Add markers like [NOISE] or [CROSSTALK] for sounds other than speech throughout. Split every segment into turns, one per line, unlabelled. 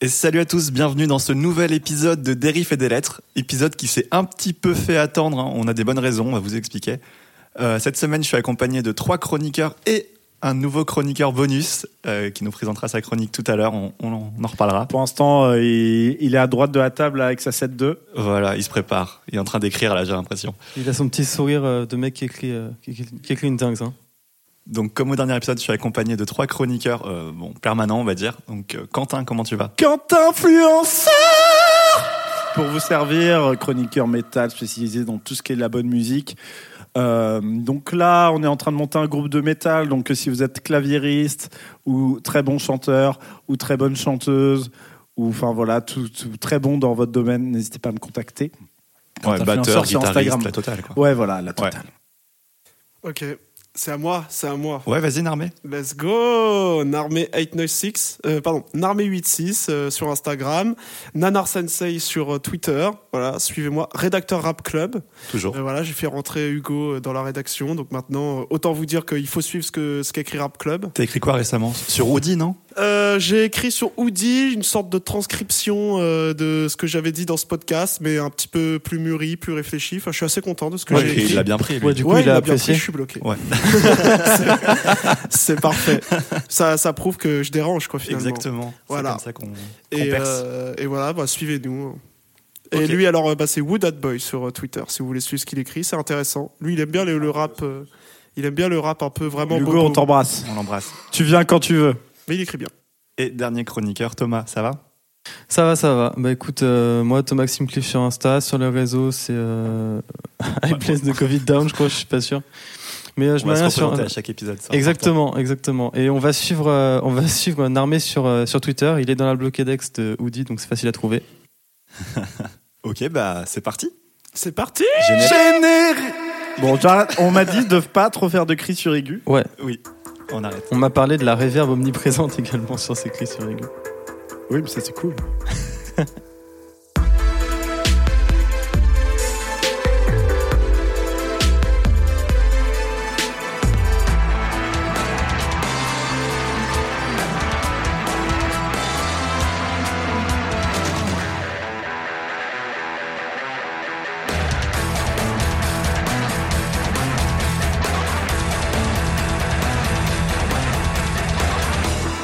Et salut à tous, bienvenue dans ce nouvel épisode de Dérif et des lettres, épisode qui s'est un petit peu fait attendre, hein. on a des bonnes raisons, on va vous expliquer. Euh, cette semaine, je suis accompagné de trois chroniqueurs et un nouveau chroniqueur bonus euh, qui nous présentera sa chronique tout à l'heure, on, on en reparlera.
Pour l'instant, euh, il, il est à droite de la table avec sa 7-2.
Voilà, il se prépare, il est en train d'écrire là j'ai l'impression.
Il a son petit sourire euh, de mec qui écrit, euh, qui, qui- qui écrit une dingue. Hein.
Donc comme au dernier épisode, je suis accompagné de trois chroniqueurs euh, bon, permanents on va dire. Donc euh, Quentin, comment tu vas
Quentin Influenceur Pour vous servir, chroniqueur métal spécialisé dans tout ce qui est de la bonne musique. Euh, donc là, on est en train de monter un groupe de métal. Donc si vous êtes claviériste ou très bon chanteur ou très bonne chanteuse ou enfin voilà, tout, tout très bon dans votre domaine, n'hésitez pas à me contacter.
Ouais,
Quentin
batteur,
Influenceur sur
guitariste,
Instagram.
la totale quoi.
Ouais, voilà, la totale.
Ok, c'est à moi, c'est à moi.
Ouais, vas-y Narmé.
Let's go Narmé 896, euh, pardon, Narmé86 euh, sur Instagram, Nanar Sensei sur euh, Twitter, voilà, suivez-moi, rédacteur Rap Club.
Toujours.
Euh, voilà, j'ai fait rentrer Hugo euh, dans la rédaction, donc maintenant, euh, autant vous dire qu'il faut suivre ce que ce qu'écrit Rap Club.
T'as écrit quoi récemment Sur Audi, non
Euh, j'ai écrit sur Oudi une sorte de transcription euh, de ce que j'avais dit dans ce podcast, mais un petit peu plus mûri, plus réfléchi. Enfin, je suis assez content de ce que
Ouais,
j'ai
Et
écrit.
Il l'a bien pris. lui.
Ouais, du coup,
Ouais,
il a
bien pris,
apprécié.
je suis bloqué.
Ouais.
C'est- [LAUGHS] c'est parfait. Ça, ça prouve que je dérange, quoi, finalement.
Exactement.
Voilà.
C'est comme ça qu'on qu'on
Et,
perce.
euh, et voilà, bah, suivez-nous. Et
Ok.
lui, alors, euh, bah, c'est Wood Hat Boy sur euh, Twitter, si vous voulez suivre ce qu'il écrit, c'est intéressant. Lui, il aime bien le, le rap. euh, il aime bien le rap un peu vraiment
Hugo,
bobo.
on t'embrasse.
On l'embrasse.
Tu viens quand tu veux.
Mais il écrit bien.
Et dernier chroniqueur, Thomas, ça va
Ça va, ça va. Bah écoute, euh, moi, Thomas Simcliff sur Insta, sur le réseau, c'est euh, [LAUGHS] I place de Covid down, je crois, je suis pas sûr. Mais euh, je
On va se
m'arrête sur.
représenter à chaque épisode. ça.
Exactement, exactement. Et on va suivre, euh, on va suivre Narmé sur euh, sur Twitter. Il est dans la bloquedex de Oudi, donc c'est facile à trouver.
Ok, bah c'est parti.
C'est parti
Générique.
Bon, j'arrête. on m'a dit de pas trop faire de cris sur aigu.
Ouais.
Oui, on arrête.
On m'a parlé de la réverbe omniprésente [LAUGHS] également sur ces clés sur les gueules.
Oui, mais ça c'est cool.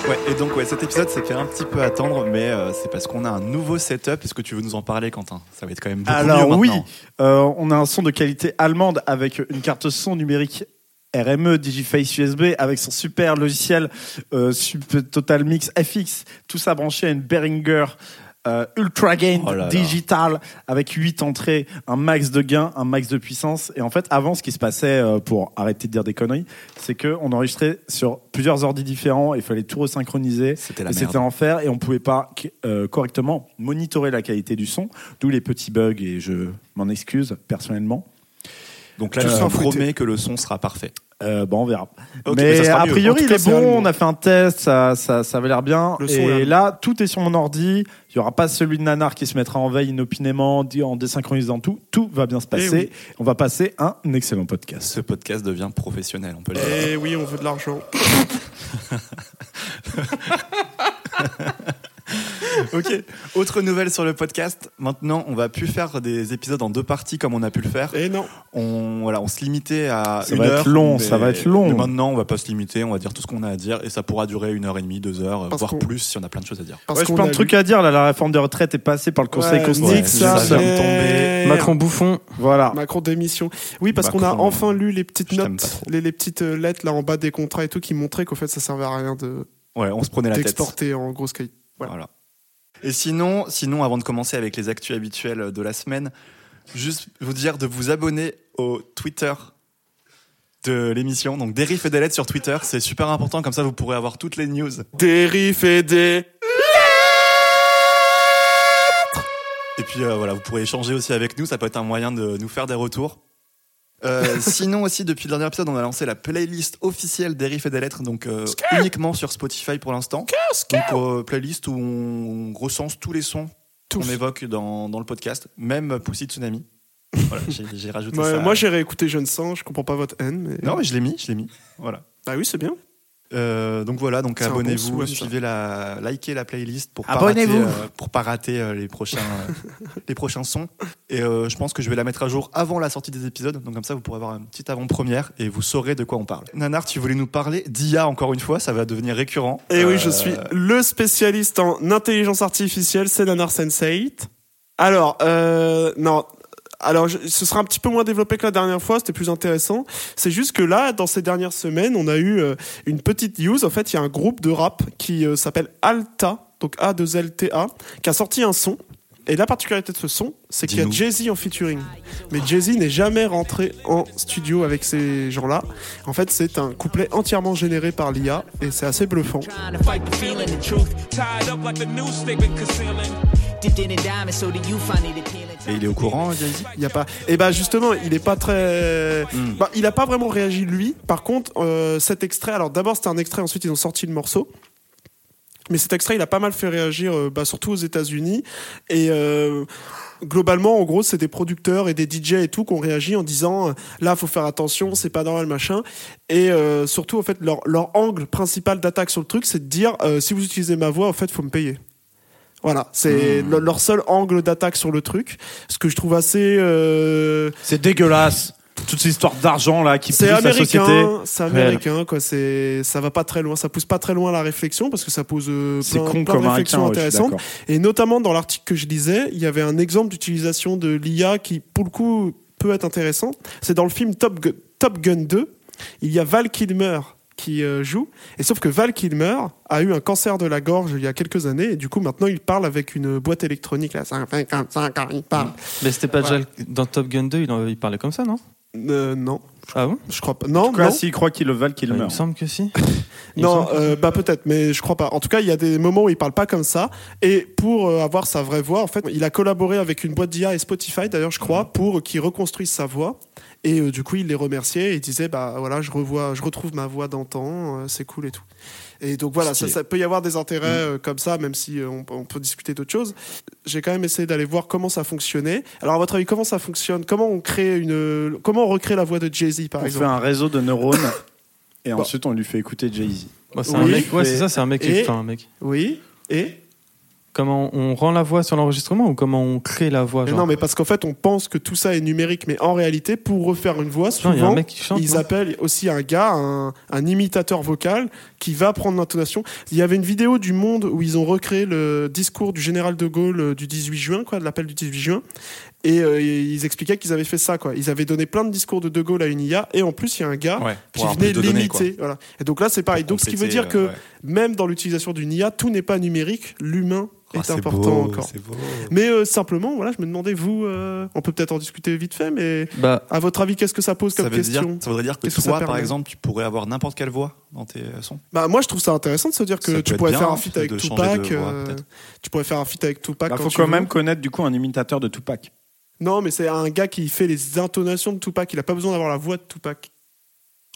Ouais, et donc ouais, cet épisode s'est fait un petit peu attendre, mais euh, c'est parce qu'on a un nouveau setup. Est-ce que tu veux nous en parler, Quentin Ça va être quand même beaucoup
Alors
mieux
oui,
maintenant.
euh, on a un son de qualité allemande avec une carte son numérique RME Digiface USB avec son super logiciel euh, Sup- Total Mix FX, tout ça branché à une Behringer euh, Ultra Gain
Oh là là.
Digital avec 8 entrées, un max de gain, un max de puissance. Et en fait, avant, ce qui se passait, euh, pour arrêter de dire des conneries, c'est qu'on enregistrait sur plusieurs ordi différents, il fallait tout resynchroniser.
C'était la
Et
merde.
C'était enfer et on pouvait pas euh, correctement monitorer la qualité du son, d'où les petits bugs et je m'en excuse personnellement.
Donc là,
Tout
je
s'en
vous
foutait.
promets que le son sera parfait.
Euh, bon, on verra.
Ok, mais ça
mais
sera
a
mieux.
priori,
En tout
il
cas,
est
c'est
bon.
allemand.
On a fait un test, ça, ça, ça avait l'air bien.
Le son est
et
allemand.
là, tout est sur mon ordi. Il y aura pas celui de Nanar qui se mettra en veille inopinément, dit- en désynchronisant tout. Tout va bien se
Eh
passer. On va passer un excellent podcast.
Ce podcast devient professionnel, on peut le dire.
Et Eh oui, on veut de l'argent.
ok. Autre nouvelle sur le podcast. Maintenant, on va plus faire des épisodes en deux parties comme on a pu le faire.
Et Eh non.
on, voilà, on se limitait à
Ça
une
va être
heure.
long,
mais-
ça va être long.
mais maintenant, on va pas se limiter, on va dire tout ce qu'on a à dire et ça pourra durer une heure et demie, deux heures, euh,
Parce
voire
qu'on-
plus si on a plein de choses à dire.
Parce
Ouais, j'ai
qu'on
plein
a
de
lu-
trucs à dire. Là, la réforme des retraites est passée par le Conseil
Ouais,
constitutionnel.
nique ça,
ça vient de
merde.
Macron bouffon,
Voilà.
Ah. Macron démission. Oui, parce qu'on
Macron,
a enfin lu les petites
je t'aime pas
notes,
trop.
les, les petites euh, lettres là en bas des contrats et tout qui montraient qu'au fait ça servait à rien de-
Ouais, on se prenait la tête.
d'exporter en grosse qualité. Voilà.
Voilà. Et sinon, sinon, avant de commencer avec les actus habituelles de la semaine, juste vous dire de vous abonner au Twitter de l'émission. Donc, Dérif et des lettres sur Twitter, c'est super important, comme ça vous pourrez avoir toutes les news.
Dérif et des.
Et puis euh, voilà, vous pourrez échanger aussi avec nous, ça peut être un moyen de nous faire des retours. Euh, sinon aussi, depuis le dernier épisode, on a lancé la playlist officielle des riffs et des lettres, donc euh, uniquement sur Spotify pour l'instant. Donc euh, playlist où on recense tous les sons qu'on
Tous.
évoque dans, dans le podcast, même Pussy Tsunami. Voilà, j'ai- j'ai rajouté
Ouais,
ça.
moi j'ai réécouté Jeune Sang, je comprends pas votre haine. Mais...
non, mais je l'ai mis, je l'ai mis. Voilà.
Bah oui, c'est bien.
Euh, donc voilà, donc
C'est un bon
abonnez-vous,
souhait, ça.
suivez la, likez la playlist pour pas
Abonnez-vous.
rater, euh, pour pas rater euh, les
[LAUGHS]
prochains, euh, les prochains sons. Et euh, je pense que je vais la mettre à jour avant la sortie des épisodes, donc comme ça vous pourrez avoir une petite avant-première et vous saurez de quoi on parle. Nanar, tu voulais nous parler d'IA encore une fois, ça va devenir récurrent.
Et
Euh,
oui, je suis le spécialiste en intelligence artificielle, c'est Nanar Sensei. Alors, euh, non. Alors, je- ce sera un petit peu moins développé que la dernière fois, c'était plus intéressant. C'est juste que là, dans ces dernières semaines, on a eu euh, une petite news. En fait, il y a un groupe de rap qui euh, s'appelle Alta, donc A2LTA, qui a sorti un son. Et la particularité de ce son, c'est qu'il y a
Dis-nous.
Jay-Z en featuring. Mais Jay-Z n'est jamais rentré en studio avec ces gens-là. En fait, c'est un couplet entièrement généré par l'IA et c'est assez bluffant.
Trying to fight the feeling, the truth. Tied up like the news they've been concealing. Dipped in a diamond, so do you find it appealing?
Et il est au courant, Jay-Z
Il y a pas. Et bah justement, il est pas très. Bah, il a pas vraiment réagi lui. Par contre, euh, cet extrait. Alors d'abord c'était un extrait, ensuite ils ont sorti le morceau. Mais cet extrait, il a pas mal fait réagir, euh, bah, surtout aux États-Unis. Et euh, globalement, en gros, c'est des producteurs et des DJ et tout qui ont réagi en disant euh, là, faut faire attention, c'est pas normal, machin. Et euh, surtout, en fait, leur, leur angle principal d'attaque sur le truc, c'est de dire euh, si vous utilisez ma voix, en fait, faut me payer. Voilà, c'est le- leur seul angle d'attaque sur le truc. Ce que je trouve assez. euh,
C'est dégueulasse. Toute cette histoire d'argent là qui pousse
c'est
la société.
américain, c'est
réelle.
américain, quoi. C'est, ça va pas très loin, ça pousse pas très loin la réflexion parce que ça pose euh,
C'est
plein,
con
plein de
comme un
réflexions
requin, ouais, je suis
intéressantes.
d'accord.
Et notamment dans l'article que je lisais, il y avait un exemple d'utilisation de l'IA qui, pour le coup, peut être intéressant. C'est dans le film Top Gun, Top Gun 2. Il y a Val Kilmer qui euh, joue. Et sauf que Val Kilmer a eu un cancer de la gorge il y a quelques années. Et du coup, maintenant, il parle avec une boîte électronique. Là, 55 ans, il parle.
Mais c'était pas déjà le- dans Top Gun 2, il, en- il parlait comme ça, non
Euh, non,
Ah bon Ah,
je crois pas. Non,
Quoi
non.
s'il croit qu'il le valent, qu'il
Il me
meurt
semble que si. Il me
Non,
semble que
euh, bah peut-être, mais je crois pas. En tout cas, il y a des moments où il parle pas comme ça. Et pour euh, avoir sa vraie voix, en fait, il a collaboré avec une boîte d'IA et Spotify, d'ailleurs, je crois, pour qu'ils reconstruisent sa voix. Et euh, du coup, il les remerciait et il disait, bah voilà, je revois, je retrouve ma voix d'antan, euh, c'est cool et tout. Et donc voilà, ça,
Stylé.
ça peut y avoir des intérêts
Mm.
euh, comme ça, même si euh, on, on peut discuter d'autres choses. J'ai quand même essayé d'aller voir comment ça fonctionnait. Alors à votre avis, comment ça fonctionne Comment on crée une, comment on recrée la voix de Jay Z par
On fait
exemple
un réseau de
[LAUGHS]
neurones et
Bon.
ensuite on lui fait écouter Jay-Z.
Bah, c'est un
Oui,
mec, ouais,
mais-
c'est ça, c'est un mec, qui-
et-
enfin un mec.
Oui. Et
Comment on rend la voix sur l'enregistrement ou comment on crée la voix
Mais
genre
non, mais parce qu'en fait, on pense que tout ça est numérique, mais en réalité, pour refaire une voix,
Genre,
souvent,
il y a un mec qui chante.
ils
non
appellent aussi un gars, un, un imitateur vocal, qui va prendre l'intonation. Il y avait une vidéo du Monde où ils ont recréé le discours du général de Gaulle euh, du 18 juin, quoi, de l'appel du 18 juin, et euh, ils expliquaient qu'ils avaient fait ça, quoi. Ils avaient donné plein de discours de de Gaulle à une IA, et en plus, il y a un gars
Ouais,
qui
pour avoir
venait
plus de données, quoi.
l'imiter. Voilà. Et donc là, c'est pareil. Donc, ce qui veut
Compléter,
dire que
euh, ouais. même
même dans l'utilisation d'une IA, tout n'est pas numérique, l'humain
Ah,
est
c'est
important
beau,
encore.
c'est beau.
Mais euh, simplement, voilà, je me demandais, vous, euh, on peut peut-être en discuter vite fait, mais
Bah,
à votre avis, qu'est-ce que ça pose comme
Ça, veut dire,
question
ça voudrait dire que
Qu'est-ce que ça
toi, par
permet
exemple, tu pourrais avoir n'importe quelle voix dans tes euh, sons.
Bah moi, je trouve ça intéressant de se dire
Ça
que
peut
tu
être
pourrais
bien,
faire un feat avec
de changer
Tupac.
de voix,
euh,
peut-être.
tu pourrais faire un feat avec Tupac.
Il
quand
Bah, faut
tu
quand
veux.
même connaître du coup un imitateur de Tupac.
Non, mais c'est un gars qui fait les intonations de Tupac. Il a pas besoin d'avoir la voix de Tupac.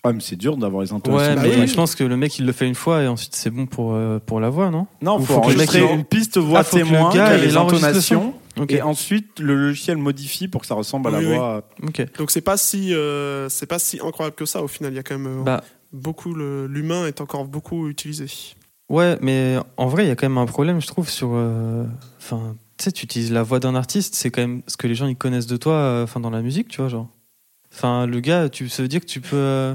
Ah mais c'est dur d'avoir les
ouais,
intonations.
bah
mais
oui.
je pense que le mec il le fait une fois et ensuite c'est bon pour, euh, pour la voix, non
Non,
Ou
faut,
faut que le mec
enregistrer
il-
une piste voix
Ah, faut que le
témoin qui
gars,
a
il
les
enregistre le
intonations
Ok.
et ensuite le logiciel modifie pour que ça ressemble à la
Oui, oui.
voix.
ok.
Donc c'est pas si, euh, c'est pas si incroyable que ça. Au final, il y a quand même euh,
Bah,
beaucoup le- l'humain est encore beaucoup utilisé.
ouais, mais en vrai, il y a quand même un problème, je trouve, sur. euh, Enfin, tu sais, tu utilises la voix d'un artiste, c'est quand même ce que les gens ils connaissent de toi euh, enfin dans la musique, tu vois, genre. Enfin, le gars, tu, ça veut dire que tu peux. euh,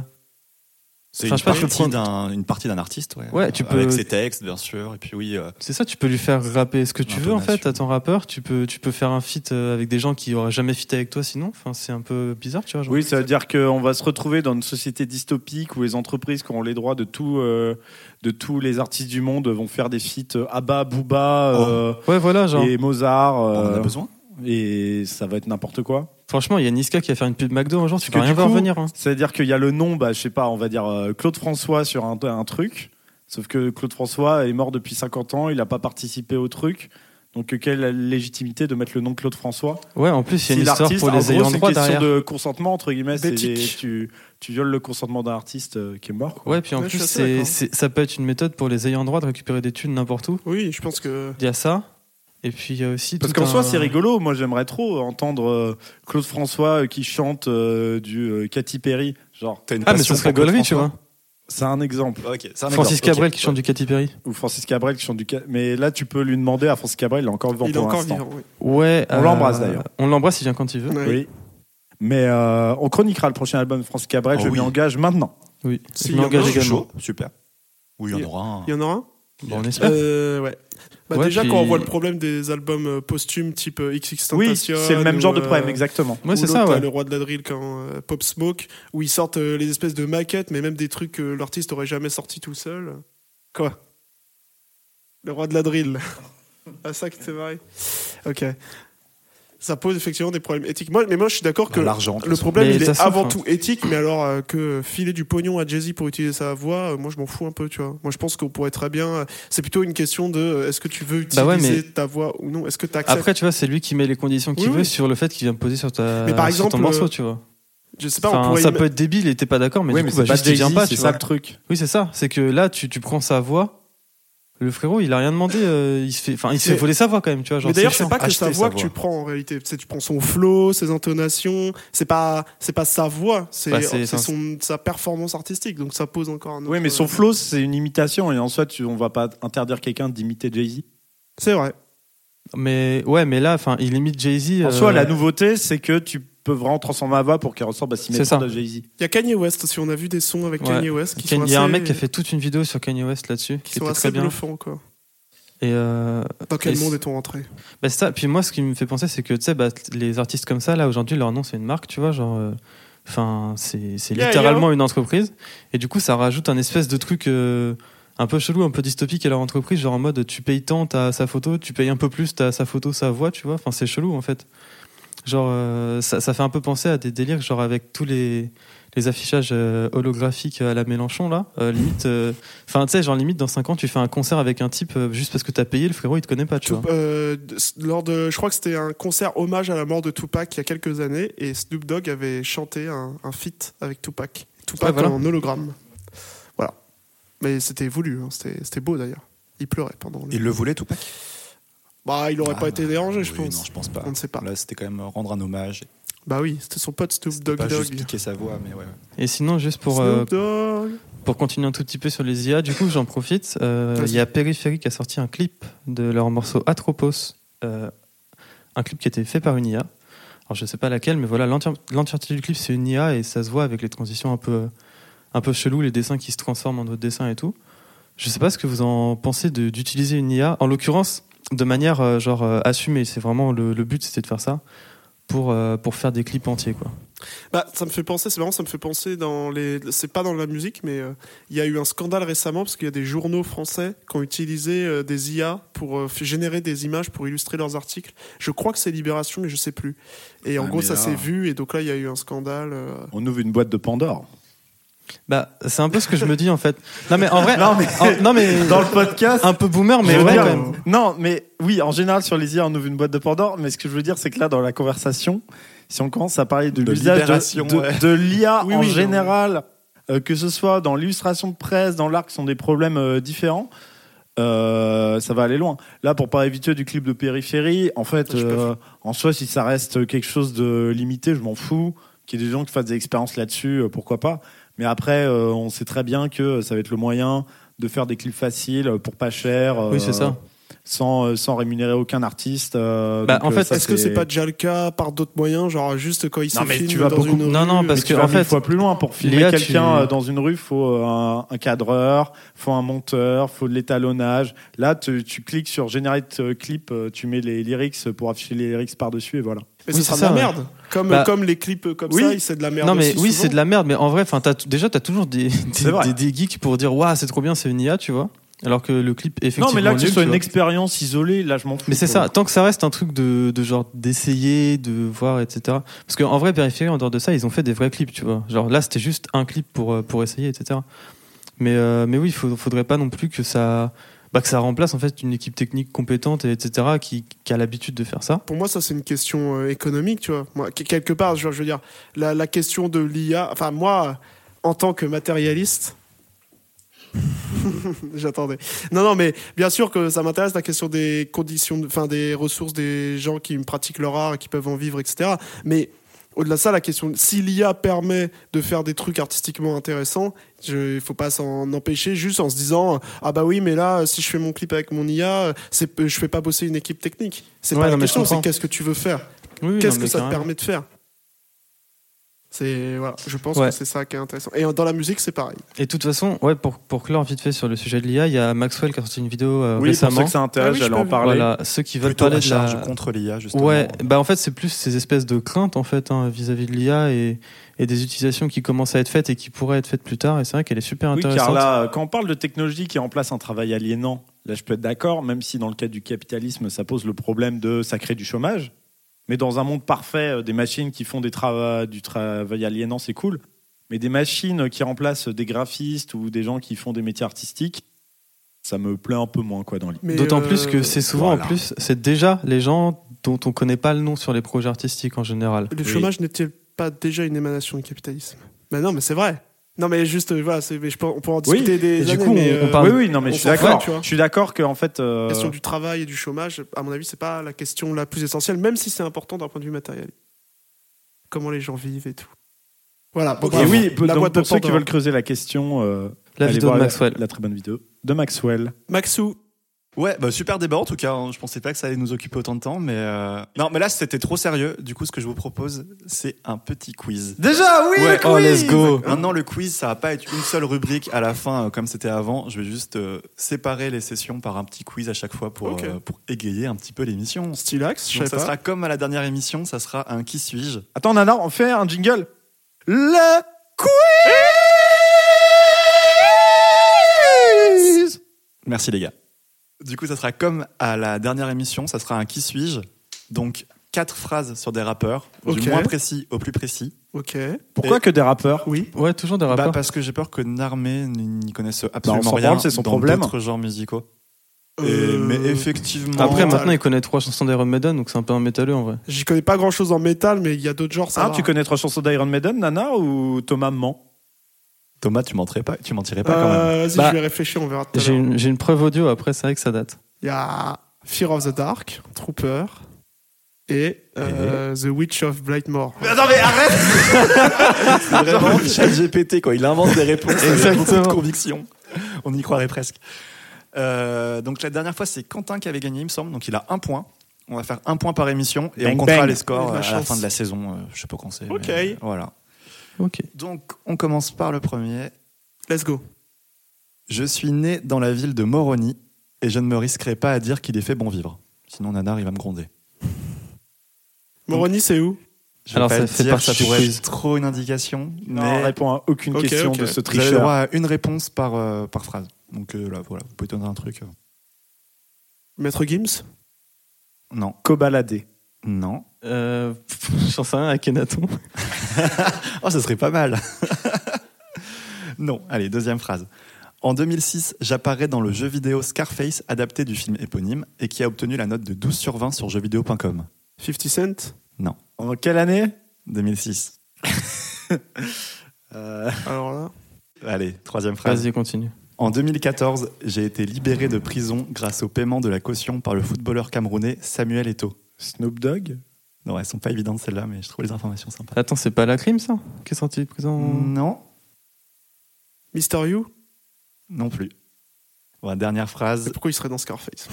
C'est
Enfin,
une,
je sais pas, je
partie
prends-
d'un- une partie d'un artiste, ouais.
Ouais, tu
Euh, Avec
peux-
ses textes, bien sûr. Et puis oui, euh,
C'est ça, tu peux lui faire rapper ce que tu veux en fait à ton rappeur. Tu peux, tu peux faire un feat euh, avec des gens qui auraient jamais feat avec toi sinon. Enfin, c'est un peu bizarre, tu vois. genre.
Oui, ça veut dire qu'on va se retrouver dans une société dystopique où les entreprises qui ont les droits de, tout, euh, de tous les artistes du monde vont faire des feats euh, Abba, Booba
Oh.
euh,
Ouais, voilà, genre.
et Mozart.
on en a
euh,
besoin.
et ça va être n'importe quoi.
Franchement, il y a Niska qui va faire une pub McDo un jour. Tu
Parce
peux
que
rien
du
voir
coup,
venir. hein.
C'est-à-dire qu'il y a le nom, bah, je sais pas, on va dire euh, Claude François sur un, un truc. Sauf que Claude François est mort depuis 50 ans, il n'a pas participé au truc. Donc euh, quelle légitimité de mettre le nom de Claude François
Ouais, en plus, il y a
Si
une histoire
l'artiste,
pour
en
les
gros,
ayants
c'est une
droit
question
derrière.
de consentement entre guillemets, c'est
D'éthique.
des- tu, tu violes le consentement d'un artiste euh, qui est mort. quoi.
Ouais, puis en
Ouais, je
plus,
suis assez
c'est-
d'accord.
c'est- ça peut être une méthode pour les ayants droit de récupérer des thunes n'importe où.
Oui, je pense que
Il y a ça. Et puis il y a aussi.
Parce
tout
qu'en
un-
soi, c'est rigolo. Moi, j'aimerais trop entendre euh, Claude François euh, qui chante euh, du euh, Katy Perry, genre.
T'as une
Ah, mais
passion
ça serait
pour Claude
gaulerie, tu
François
vois.
C'est Ah, un exemple.
Ok, c'est un
Francis
exemple.
Cabrel
Ok.
qui chante du Katy Perry.
Ou Francis Cabrel qui chante du. ca- Mais là, tu peux lui demander à Francis Cabrel, il est encore vivant
Il est
pour
encore
l'instant.
vivant. oui.
Ouais. euh,
On l'embrasse, d'ailleurs.
On l'embrasse, il vient quand il veut.
Ouais.
Oui. Mais euh, on chroniquera le prochain album de Francis Cabrel,
Ah
Oh
je
oui.
m'y engage maintenant.
Oui.
Si,
je
il y en a
m'engage
un,
Je suis
également.
chaud, super. Oui, il y en aura un.
Il y en a un
Bon, on espère.
Euh, ouais. Bah,
Ouais,
déjà,
puis-
quand on voit le problème des albums euh, posthumes type euh, XXXTentacion
Oui, c'est le même genre de
ou, euh,
problème, exactement.
Ouais,
ou
c'est ça,
l'autre, là,
ouais.
Le roi de la drill quand euh, Pop Smoke, où ils sortent euh, les espèces de maquettes, mais même des trucs que l'artiste aurait jamais sorti tout seul. Quoi Le roi de la drill. [LAUGHS] ah, ça qui t'es marré. Ok. Ça pose effectivement des problèmes éthiques. Moi, mais moi, je suis d'accord
Ah,
que
Bah, l'argent, de toute
le
façon.
problème,
Mais
il
ça
est
s'offre,
avant
hein.
tout éthique, mais alors euh, que filer du pognon à Jay-Z pour utiliser sa voix, euh, moi, je m'en fous un peu, tu vois. Moi, je pense qu'on pourrait très bien. euh, C'est plutôt une question de euh, est-ce que tu veux utiliser
Bah ouais, mais-
ta voix ou non Est-ce que tu acceptes
Après, tu vois, c'est lui qui met les conditions qu'il
Oui,
veut
oui.
sur le fait qu'il vient poser sur, ta,
Mais par
sur
exemple,
ton morceau,
euh,
tu vois.
Je sais pas, on
Enfin,
pourrait.
ça
im-
peut être débile et t'es pas d'accord, mais
oui,
du
mais
coup, bah,
c'est
juste, il vient
pas,
pas,
c'est
tu
ça
vois.
le truc.
Oui, c'est ça. C'est que là, tu, tu prends sa voix. Le frérot, il a rien demandé. euh, il se fait, enfin, il se fait
Mais-
voler sa voix quand même, tu vois. Genre,
mais d'ailleurs, c'est
chiant.
pas que
Acheter
sa
sa
voix que
voix.
tu prends en réalité. C'est tu prends son flow, ses intonations. C'est pas, c'est pas sa voix, c'est
Bah, c'est-
c'est son sa performance artistique. Donc ça pose encore un. Autre... euh,
Oui, mais son flow, c'est une imitation, et en soi, tu, on va pas interdire quelqu'un d'imiter Jay-Z.
C'est vrai.
Mais ouais, mais là, enfin, il imite Jay-Z.
En
euh,
soi, la nouveauté, c'est que tu peux vraiment transformer la voix pour qu'elle ressemble à
C'est ça.
Symmetra de Jay-Z.
Il y a Kanye West aussi. On a vu des sons avec
Ouais.
Kanye West qui
Ken-
sont
il y a un
assez-
mec qui a fait toute une vidéo sur Kanye West là-dessus,
qui
qui,
sont
était
assez
très bien.
bluffants quoi.
Et euh,
Dans quel
Et
monde
c'est-
est-on rentré
bah, c'est ça. Puis moi, ce qui me fait penser, c'est que tu sais, bah, t- les artistes comme ça, là, aujourd'hui, leur nom c'est une marque, tu vois, genre. euh, Enfin, c'est c'est
Yeah,
littéralement une entreprise. Et du coup, ça rajoute un espèce de truc euh, un peu chelou, un peu dystopique à leur entreprise, genre en mode tu payes tant, t'as sa photo, tu payes un peu plus, t'as sa photo, sa voix, tu vois. Enfin, c'est chelou en fait. Genre, euh, ça, ça fait un peu penser à des délires, genre avec tous les, les affichages euh, holographiques à la Mélenchon, là. Euh, limite, euh, enfin, tu sais, genre limite dans 5 ans, tu fais un concert avec un type euh, juste parce que t'as payé, le frérot, il te connaît pas, tu vois.
Tup- euh, d- lors de, je crois que c'était un concert hommage à la mort de Tupac il y a quelques années, et Snoop Dogg avait chanté un, un feat avec Tupac. Tupac
Ah,
Ouais, voilà.
en hologramme. Voilà. Mais c'était voulu, hein, c'était c'était beau d'ailleurs. Il pleurait pendant le.
Il le voulait, Tupac
Bah, il aurait
Ah,
pas été
bah,
dérangé, je
oui,
pense.
Non, je pense pas.
On ne sait pas.
Là, c'était quand même rendre un hommage.
Bah oui, c'était son pote Snoop
C'était
Dogg
pas juste
Dogg.
piquer sa voix, mais ouais. ouais.
Et sinon, juste pour, euh,
Snoop Dogg.
pour continuer un tout petit peu sur les IA, du coup, j'en profite. Euh,
Vas-y.
Il y a Périphérique qui a sorti un clip de leur morceau Atropos, euh, un clip qui a été fait par une IA. Alors, je sais pas laquelle, mais voilà, l'entier- l'entièreté du clip, c'est une IA et ça se voit avec les transitions un peu, euh, un peu chelou, les dessins qui se transforment en d'autres dessins et tout. Je sais pas ce que vous en pensez de- d'utiliser une IA, en l'occurrence, de manière euh, genre euh, assumée. C'est vraiment le, le but, c'était de faire ça pour, euh, pour faire des clips entiers, quoi.
Bah, ça me fait penser, c'est marrant, ça me fait penser dans les. C'est pas dans la musique, mais euh, il y a eu un scandale récemment parce qu'il y a des journaux français qui ont utilisé euh, des IA pour euh, f- générer des images pour illustrer leurs articles. Je crois que c'est Libération, mais je sais plus. Et en
Ah,
gros,
mais
ça
là-
s'est vu, et donc là, il y a eu un scandale. euh,
On ouvre une boîte de Pandore.
Bah, c'est un peu ce que je me dis en fait. Non mais en vrai,
[LAUGHS] Non, mais-
en- non, mais
Dans le podcast,
un peu boomer, mais
Je veux
ouais,
dire,
quand même.
Non, mais oui, en général, sur les IA, on ouvre une boîte de Pandore, mais ce que je veux dire, c'est que là, dans la conversation, si on commence à parler de,
De
l'usage de,
libération,
de-
ouais.
de l'IA
Oui,
en
oui, non.
général, euh, que ce soit dans l'illustration de presse, dans l'art, qui sont des problèmes euh, différents, euh, ça va aller loin. Là, pour pas éviter du clip de périphérie, en fait,
Je peux-
euh, en soi, si ça reste quelque chose de limité, je m'en fous. Qu'il y ait des gens qui fassent des expériences là-dessus, euh, pourquoi pas. Mais après, euh, on sait très bien que euh, ça va être le moyen de faire des clips faciles euh, pour pas cher. euh,
Oui, c'est ça.
Sans, euh, sans rémunérer aucun artiste. euh,
Bah, en
euh,
fait,
ça,
Est-ce que c'est pas déjà le cas par d'autres moyens, genre juste quand ils se
Non, mais
filment
tu vas
dans
beaucoup-
une rue,
Non, non, parce
euh,
tu
que,
vas
en
mille
fait,
fois plus loin pour filmer
Léa,
quelqu'un
tu-
euh, dans une rue, faut euh, un, un cadreur, faut un monteur, faut de l'étalonnage. Là, tu, tu cliques sur Generate euh, Clip, euh, tu mets les lyrics pour afficher les lyrics par-dessus et voilà.
Mais
Oui,
ce sera
c'est
de la
ça, ouais.
merde. Comme,
Bah-
comme les clips euh, comme
Oui.
ça, c'est de la merde.
Non mais
aussi,
oui,
souvent.
c'est de la merde, mais en vrai, enfin, t'as t- déjà t'as toujours des des,
vrai.
des- des geeks pour dire waouh, c'est trop bien, c'est une IA, tu vois. Alors que le clip est effectivement
Non, mais là, que ce
nul,
soit
tu
une
vois.
expérience isolée, là, je m'en fous.
Mais c'est
pour le
ça, tant que ça reste un truc de, de genre d'essayer, de voir, etc. Parce qu'en vrai, Périphérie, en dehors de ça, ils ont fait des vrais clips, tu vois. Genre là, c'était juste un clip pour, euh, pour essayer, etc. Mais, euh, mais oui, il faudrait pas non plus que ça, bah, que ça remplace en fait une équipe technique compétente, et etc., qui, qui a l'habitude de faire ça.
pour moi, ça, c'est une question euh, économique, tu vois. Moi, que- quelque part, je, je veux dire, la, la question de l'IA, enfin, moi, en tant que matérialiste, [LAUGHS] j'attendais. Non, non, mais bien sûr que ça m'intéresse la question des conditions, de- enfin, des ressources des gens qui pratiquent leur art et qui peuvent en vivre, etc. Mais Au-delà de ça, la question, si l'IA permet de faire des trucs artistiquement intéressants, je- il faut pas s'en empêcher juste en se disant ah bah oui mais là si je fais mon clip avec mon IA, c'est je fais pas bosser une équipe technique. C'est
Ouais,
pas
non,
la
mais je
question, c'est
comprends.
qu'est-ce que tu veux faire,
Oui, oui, non,
qu'est-ce que
mais
ça te
carrément.
permet de faire. C'est voilà, je pense
Ouais.
que c'est ça qui est intéressant. Et dans la musique, c'est pareil.
Et de toute façon, ouais, pour, pour clore vite fait sur le sujet de l'IA, il y a Maxwell qui a sorti une vidéo euh,
Oui, pour
récemment.
ceux que ça intéresse,
Ah oui, je
j'allais
peux
en
vous-
parler.
Voilà, ceux qui veulent
Plutôt
parler
la
de la...
charge contre l'IA, justement.
Ouais, bah en fait, c'est plus ces espèces de craintes en fait hein, vis-à-vis de l'IA et, et des utilisations qui commencent à être faites et qui pourraient être faites plus tard. Et c'est vrai qu'elle est super
Oui,
intéressante.
car là, quand on parle de technologie qui remplace un travail aliénant, là je peux être d'accord, même si dans le cas du capitalisme, ça pose le problème de ça crée du chômage. Mais dans un monde parfait, euh, des machines qui font des trava- du travail aliénant, c'est cool. Mais des machines qui remplacent des graphistes ou des gens qui font des métiers artistiques, ça me plaît un peu moins quoi dans l'idée.
Mais,
D'autant
euh,
plus que c'est souvent
voilà.
en plus, c'est déjà les gens dont on connaît pas le nom sur les projets artistiques en général.
Le chômage n'est-il pas déjà une émanation du capitalisme Mais non, mais c'est vrai. Non, mais juste, euh, voilà, c'est- mais je peux- on pourra en
Oui,
discuter des
et du
années,
coup,
mais,
on- on
euh,
parle-
oui, oui, non, mais
on
je suis
s'en fout,
d'accord.
tu vois.
Je suis d'accord qu'en fait. euh,
La question du travail et du chômage, à mon avis, c'est pas la question la plus essentielle, même si c'est important d'un point de vue matériel. Comment les gens vivent et tout. Voilà. bon,
Et
bref,
oui, donc
boîte de
pour ceux qui
Pandore.
veulent creuser la question, euh,
La
allez
vidéo de
voir la-
Maxwell.
la très bonne vidéo de Maxwell.
Maxou,
Ouais, bah super débat en tout cas. hein. Je pensais pas que ça allait nous occuper autant de temps, mais euh, non, mais là c'était trop sérieux. Du coup, ce que je vous propose, c'est un petit quiz.
Déjà, oui,
Ouais,
oh, let's go.
Maintenant, le quiz, ça va pas être une seule rubrique à la fin euh, comme c'était avant. Je vais juste euh, séparer les sessions par un petit quiz à chaque fois pour,
Ok.
euh, pour égayer un petit peu l'émission.
Stylax, je
Donc,
sais
ça
pas.
sera comme à la dernière émission, ça sera un qui suis-je.
Attends, Nana, on fait un jingle. Le quiz
Merci les gars. Du coup, ça sera comme à la dernière émission, ça sera un qui suis-je. Donc quatre phrases sur des rappeurs,
Ok.
du moins précis au plus précis.
Ok.
Pourquoi
Et-
que des rappeurs
Oui.
Ouais, toujours des
Bah,
rapports.
parce que j'ai peur que Narmé n'y connaisse absolument
s'en
rien.
branle, c'est son
dans
problème.
D'autres genres musicaux. Et-
Euh,
mais effectivement.
Après,
mental.
maintenant, il connaît trois chansons d'Iron Maiden, donc c'est un peu un métalleux en vrai.
J'y connais pas grand chose en métal, mais il y a d'autres genres. Ça
Ah,
Hein,
va.
tu connais trois chansons d'Iron Maiden, Nana ou Thomas ment
Thomas, tu mentirais pas, tu mentirais pas quand même.
Euh, Vas-y,
Bah,
je vais réfléchir, on verra tout à
J'ai
l'heure.
une, j'ai une preuve audio après, c'est vrai que ça date.
Il y a Fear of the Dark, Trooper et euh, The Witch of Blightmore.
Vraiment, Michel GPT, quand il invente des réponses avec beaucoup de conviction. On y croirait presque. Euh, donc la dernière fois, c'est Quentin qui avait gagné, il me semble. Donc il a un point. On va faire un point par émission et
Bang,
on comptera
bang.
les scores
De la
euh, à la
chance.
fin de la saison. euh, je sais pas quand c'est.
Ok.
mais euh, Voilà.
Ok.
Donc on commence par le premier.
Let's go.
Je suis né dans la ville de Moroni et je ne me risquerai pas à dire qu'il est fait bon vivre. Sinon, Nanar, il va me gronder.
Moroni, c'est où
Je vais
Alors,
pas
ça
le
fait
dire,
partie
ça
du
pourrait
quiz.
être trop une indication,
Non,
mais
répond à aucune
Ok,
question
ok.
de ce
vous avez le
tricheur.
droit à une réponse par, euh, par phrase. Donc euh, là, voilà, vous pouvez donner un truc. euh.
Maître Gims
Non,
Cobaladé.
non.
Euh, [LAUGHS] pff, J'en sais rien, Akhenaton.
Oh, ça serait pas mal. [LAUGHS] non, allez, deuxième phrase. En 2006, j'apparais dans le jeu vidéo Scarface, adapté du film éponyme, et qui a obtenu la note de 12 sur 20 sur jeuxvideo.com.
50 Cent
En quelle année
2006.
Alors là.
Allez, troisième phrase.
Vas-y, continue.
En 2014, j'ai été libéré de prison grâce au paiement de la caution par le footballeur camerounais Samuel Eto'o.
Snoop Dogg
Non, elles sont pas évidentes celles-là, mais je trouve les informations sympas.
Attends, c'est pas la crime ça Qui est sorti présent
Hmm.
Hmm.
Non,
Mister You
non plus. Bon, dernière phrase.
Pourquoi il serait dans Scarface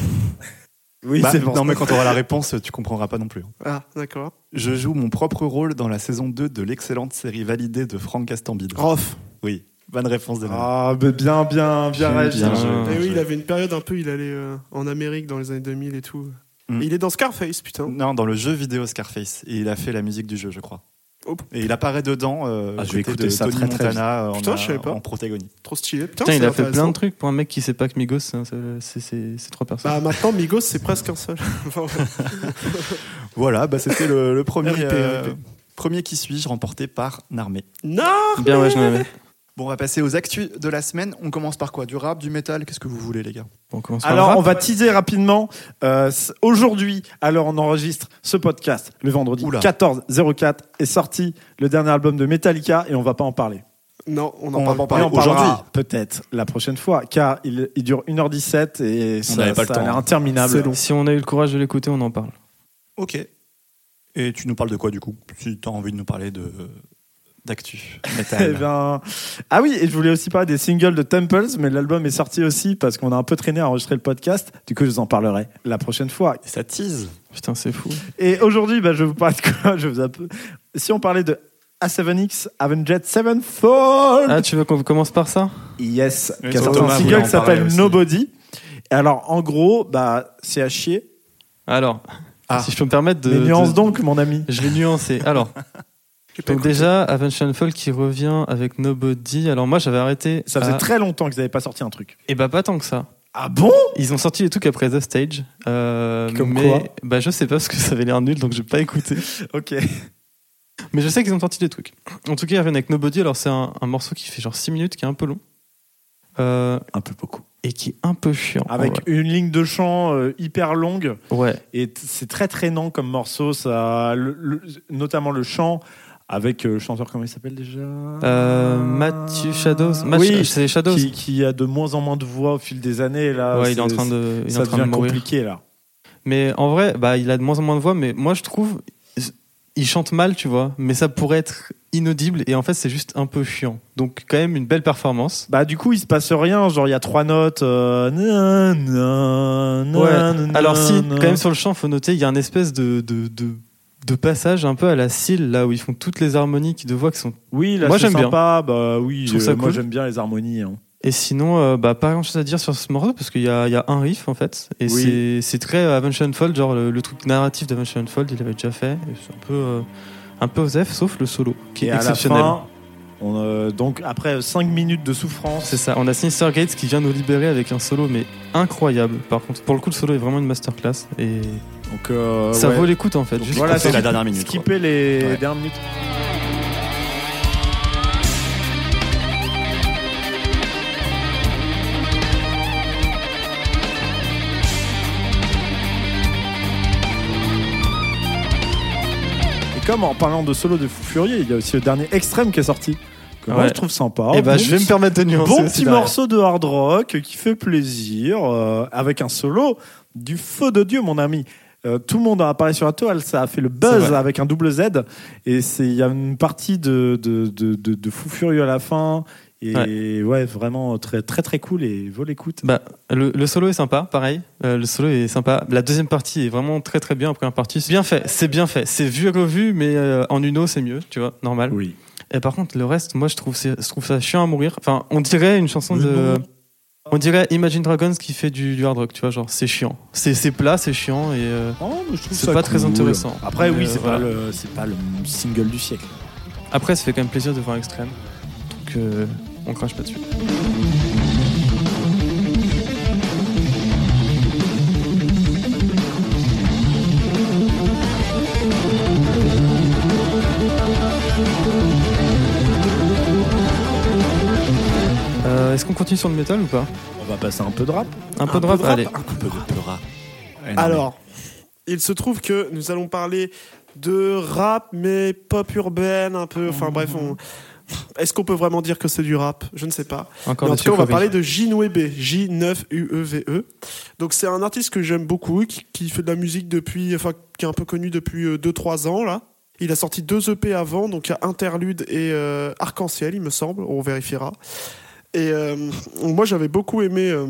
Oui,
Bah,
c'est bon.
non, mais quand tu auras la réponse, tu comprendras pas non plus. hein.
Ah, d'accord.
Je joue mon propre rôle dans la saison 2 de l'excellente série validée de Franck Castambide.
Rof.
Oui, bonne réponse de
Ah, mais bien, bien, bien
Bien,
réagi.
bien joué.
Ah,
Eh oui, il avait une période un peu, il allait euh, en Amérique dans les années 2000 et tout.
Hmm.
Mm.
Et il est dans Scarface, putain.
Non, dans le jeu vidéo Scarface. Et il a fait la musique du jeu, je crois.
Hop.
Et il apparaît dedans, euh,
Ah,
aux
je vais
côtés
écouter
de
ça
Tony
très, très
Montana euh,
Putain,
en,
je savais pas.
en protagoniste.
Trop stylé. Putain,
Putain, il
c'est
a fait plein
intéressant.
de trucs pour un mec qui sait pas que Migos, hein, c'est un seul- c'est c'est- c'est trois personnes.
Bah maintenant, Migos, c'est presque
[LAUGHS]
un seul. Enfin, ouais.
Voilà, bah, c'était le, le premier,
RIP,
euh,
RIP.
premier qui suis-je remporté par Narmé.
non
Bah,
Bien, ouais, je l'avais.
Bon, on va passer aux actus de la semaine. On commence par quoi Du rap, du métal Qu'est-ce que vous voulez, les gars
On commence par
Alors,
le
on
rap.
va teaser rapidement. Euh, c- Aujourd'hui, alors on enregistre ce podcast le vendredi
Oula.
14-04 est sorti le dernier album de Metallica et on va pas en parler.
Non, on
On
en
va
parle
pas en
pas.
parler.
Mais on parlera
aujourd'hui.
peut-être la prochaine fois car il, il dure 1h17 et ça,
n'avait pas le
ça a
temps.
l'air
C'est
interminable.
long. Si on a eu le courage de l'écouter, on en parle.
Ok. Et Et tu nous parles de quoi du coup Si tu as envie de nous parler de d'actu
Eh
métal.
ben... Ah oui, et je voulais aussi parler des singles de Temples, mais l'album est sorti aussi parce qu'on a un peu traîné à enregistrer le podcast. Du coup, je vous en parlerai la prochaine fois.
Ça tease.
Putain, c'est fou.
Et aujourd'hui, bah, je vais vous parler de quoi [LAUGHS] je vous app- Si on parlait de A7X, Avenged Sevenfold
Ah, tu veux qu'on commence par ça
Yes,
Oui,
qui a
ça,
sorti un
Thomas
single
voulait en
qui s'appelle
parler aussi.
Nobody. Et alors, en gros, bah, c'est à chier.
Alors,
Ah.
si je peux me permettre de.
Mais nuance
de-
donc, mon ami.
Je l'ai nuancé.
[LAUGHS]
Alors, donc déjà, Avenged Sevenfold qui revient avec Nobody. Alors, moi, j'avais arrêté.
Ça
Ah.
faisait
à-
très longtemps qu'ils n'avaient pas sorti un truc.
Eh bah, pas tant que ça.
Ah bon
Ils ont sorti les trucs après The Stage. euh,
Comme
mais,
quoi
Bah, je sais pas parce que ça avait l'air nul, donc j'ai pas écouté.
Ok.
Mais je sais qu'ils ont tenté des trucs. En tout cas, ils reviennent avec Nobody. Alors, c'est un, un morceau qui fait genre 6 minutes, qui est un peu long. Euh,
Un peu beaucoup.
et qui est un peu chiant. en
Avec
vrai.
une ligne de chant euh, hyper longue.
Ouais.
Et t- c'est très traînant comme morceau, ça, le- le- notamment le chant avec euh, le chanteur, comment il s'appelle déjà
Euh, Matthew Shadows. Match-
Oui,
c'est les Shadows.
qui, qui a de moins en moins de voix au fil des années. Là,
ouais, il est en
c'est-
train de, il est
ça
en train de
devient
mourir.
compliqué là.
Mais en vrai, bah, il a de moins en moins de voix. Mais moi, je trouve, il chante mal, tu vois. Mais ça pourrait être inaudible. Et en fait, c'est juste un peu chiant. Donc, quand même, une belle performance.
Bah du coup, il se passe rien. Genre, il y a trois notes. euh, na, na, na,
Ouais.
na,
Alors, si,
na.
quand même, sur le chant, faut noter, il y a une espèce de, de, de, de passage un peu à la cile, là où ils font toutes les harmoniques de voix qui sont
Oui, là,
Moi,
c'est
j'aime bien.
sympa. Bah oui,
Je trouve
euh,
ça
moi
cool.
j'aime bien les harmonies. hein.
Et sinon, euh, bah, pas grand chose à dire sur ce morceau parce qu'il y a, il y a un riff en fait. Et
Oui.
c'est- c'est très euh, Avenged Unfold, genre le, le truc narratif d'Avenged Unfold, il l'avait déjà fait. Et C'est un peu, euh, un peu osef, sauf le solo qui
Et
est
à la
exceptionnel.
fin, on, euh, donc après 5 minutes de souffrance,
C'est ça, on a Sinister Gates qui vient nous libérer avec un solo, mais incroyable. Par contre, pour le coup, le solo est vraiment une masterclass et
donc euh,
ça
ouais.
vaut l'écoute en fait.
Donc
juste
voilà,
pour ça.
c'est la
skip-
dernière minute. quoi.
skipper les
Ouais.
dernières minutes. Et comme en parlant de solo de Fou Furieux, il y a aussi le dernier Extrême qui est sorti. Que moi
Ouais.
je trouve sympa.
Et bah,
Bon
je vais me
petit-
permettre de nuancer.
Bon
aussi
petit
derrière.
morceau de hard rock qui fait plaisir euh, avec un solo du feu de Dieu, mon ami. Euh, tout le monde a apparu sur la toile, ça a fait le
C'est
buzz
vrai.
avec un double Z. Et c'est- il y a une partie de, de, de, de, de fou furieux à la fin. Et ouais, vraiment très très très cool et vaut l'écoute.
Bah, le, le solo est sympa, pareil. Euh, le solo est sympa. La deuxième partie est vraiment très très bien. La première partie, c'est bien fait. C'est bien fait. C'est vu et revu, mais euh, en uno, c'est mieux, tu vois, normal.
Oui.
Et par contre, le reste, moi, je trouve, c'est- je trouve ça chiant à mourir. Enfin, on dirait une chanson de. On dirait Imagine Dragons qui fait du, du hard rock, tu vois, genre, c'est chiant. C'est c'est plat, c'est chiant et. euh,
Oh, mais je trouve
C'est
ça
pas très
cool.
intéressant.
Après,
Mais,
oui,
euh,
c'est
voilà.
pas le c'est pas le single du siècle.
Après, ça fait quand même plaisir de voir Extrême. Donc, euh, on crache pas dessus. Euh, Est-ce qu'on continue sur le métal ou pas
On va passer un peu de rap.
Un peu de rap, allez.
Un peu de pleura.
Alors, il se trouve que nous allons parler de rap, mais pop urbaine, un peu. Enfin bref, on- est-ce qu'on peut vraiment dire que c'est du rap Je ne sais pas.
Encore
Mais en
des
tout cas, on va
sucreries.
parler de J9B, J9UEVE. E Donc, c'est un artiste que j'aime beaucoup, qui, qui fait de la musique depuis, enfin, qui est un peu connu depuis 2-3 ans, là. Il a sorti deux EP avant, donc il y a Interlude et euh, Arc-en-Ciel, il me semble, on vérifiera. Et euh, moi, j'avais beaucoup aimé euh,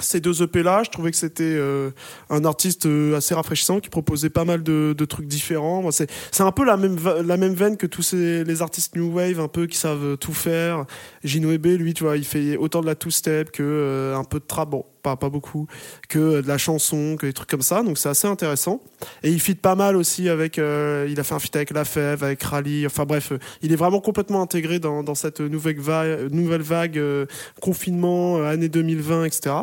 ces deux EP-là. Je trouvais que c'était euh, un artiste euh, assez rafraîchissant qui proposait pas mal de, de trucs différents. Moi, c'est c'est un peu la même, va- la même veine que tous ces, les artistes New Wave, un peu qui savent euh, tout faire. Gino Ebé, lui, tu vois, il fait autant de la two-step que euh, un peu de trap, bon, pas, pas beaucoup, que euh, de la chanson, que des trucs comme ça. Donc c'est assez intéressant. Et il fit pas mal aussi avec. euh, il a fait un feat avec La Fève, avec Rally. Enfin bref, euh, il est vraiment complètement intégré dans, dans cette nouvelle vague, nouvelle vague euh, confinement, euh, année 2020, etc.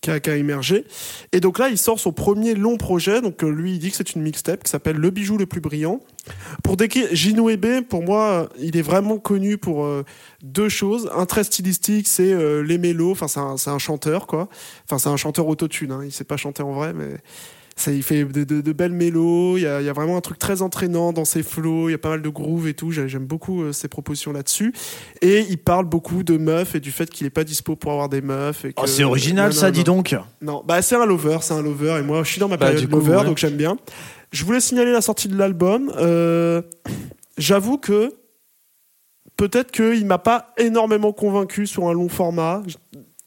Qui a, qui a émergé. Et donc là, il sort son premier long projet. Donc euh, lui, il dit que c'est une mixtape qui s'appelle Le bijou le plus brillant. Pour décrire Gino Ebé, pour moi, euh, il est vraiment connu pour euh, deux choses. Un trait stylistique, c'est euh, les mélos. Enfin, c'est un, c'est un chanteur, quoi. Enfin, c'est un chanteur autotune. Hein. Il sait pas chanter en vrai, mais ça, il fait de, de- de belles mélos. Il y, a, il y a vraiment un truc très entraînant dans ses flows. Il y a pas mal de groove et tout. J'ai- J'aime beaucoup euh, ses propositions là-dessus. Et il parle beaucoup de meufs et du fait qu'il est pas dispo pour avoir des meufs. et que- Non, non, non.
donc.
Non, bah c'est un lover, c'est un lover et moi je suis dans ma
Bah,
période
du coup,
lover
ouais.
donc j'aime bien. Je voulais signaler la sortie de l'album. Euh, J'avoue que peut-être qu'il m'a pas énormément convaincu sur un long format. Je-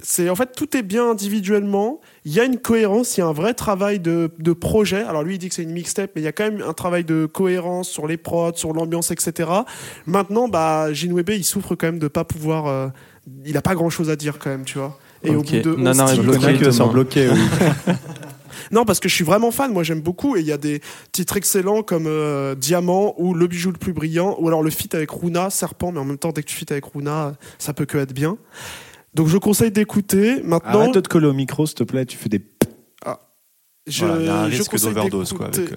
C'est en fait tout est bien individuellement. Il y a une cohérence, il y a un vrai travail de, de projet. Alors lui il dit que c'est une mixtape, mais il y a quand même un travail de cohérence sur les prods, sur l'ambiance, etc. Maintenant, bah Jinwebe il souffre quand même de pas pouvoir. euh, il a pas grand chose à dire quand même, tu vois. Et
Ok.
au bout de
Non,
11
non, mais
titres,
Le
bloqué,
mec qui va se faire
demain.
bloquer, oui.
non, parce que je suis vraiment fan, moi j'aime beaucoup, et il y a des titres excellents comme euh, Diamant ou Le bijou le plus brillant, ou alors le feat avec Runa, Serpent, mais en même temps, dès que tu feat avec Runa, ça peut que être bien. Donc je conseille d'écouter. Maintenant,
Arrête de te coller au micro, s'il te plaît. Tu fais des.
je,
Voilà, il y a un
je
risque
conseille
d'overdose quoi,
d'écouter.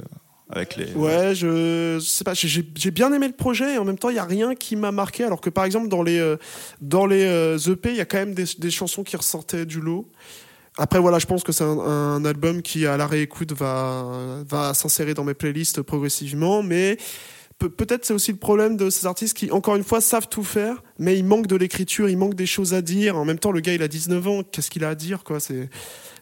avec, euh, avec les.
Ouais, je, je sais pas, j'ai- j'ai j'ai bien aimé le projet et en même temps, il y a rien qui m'a marqué. Alors que par exemple, dans les, euh, dans les euh, EP, il y a quand même des, des chansons qui ressortaient du lot. Après, voilà, je pense que c'est un, un album qui, à la réécoute, va, va s'insérer dans mes playlists progressivement. Mais Pe- peut-être c'est aussi le problème de ces artistes qui, encore une fois, savent tout faire, mais ils manquent de l'écriture, ils manquent des choses à dire. En même temps, le gars, il a 19 ans, qu'est-ce qu'il a à dire quoi C'est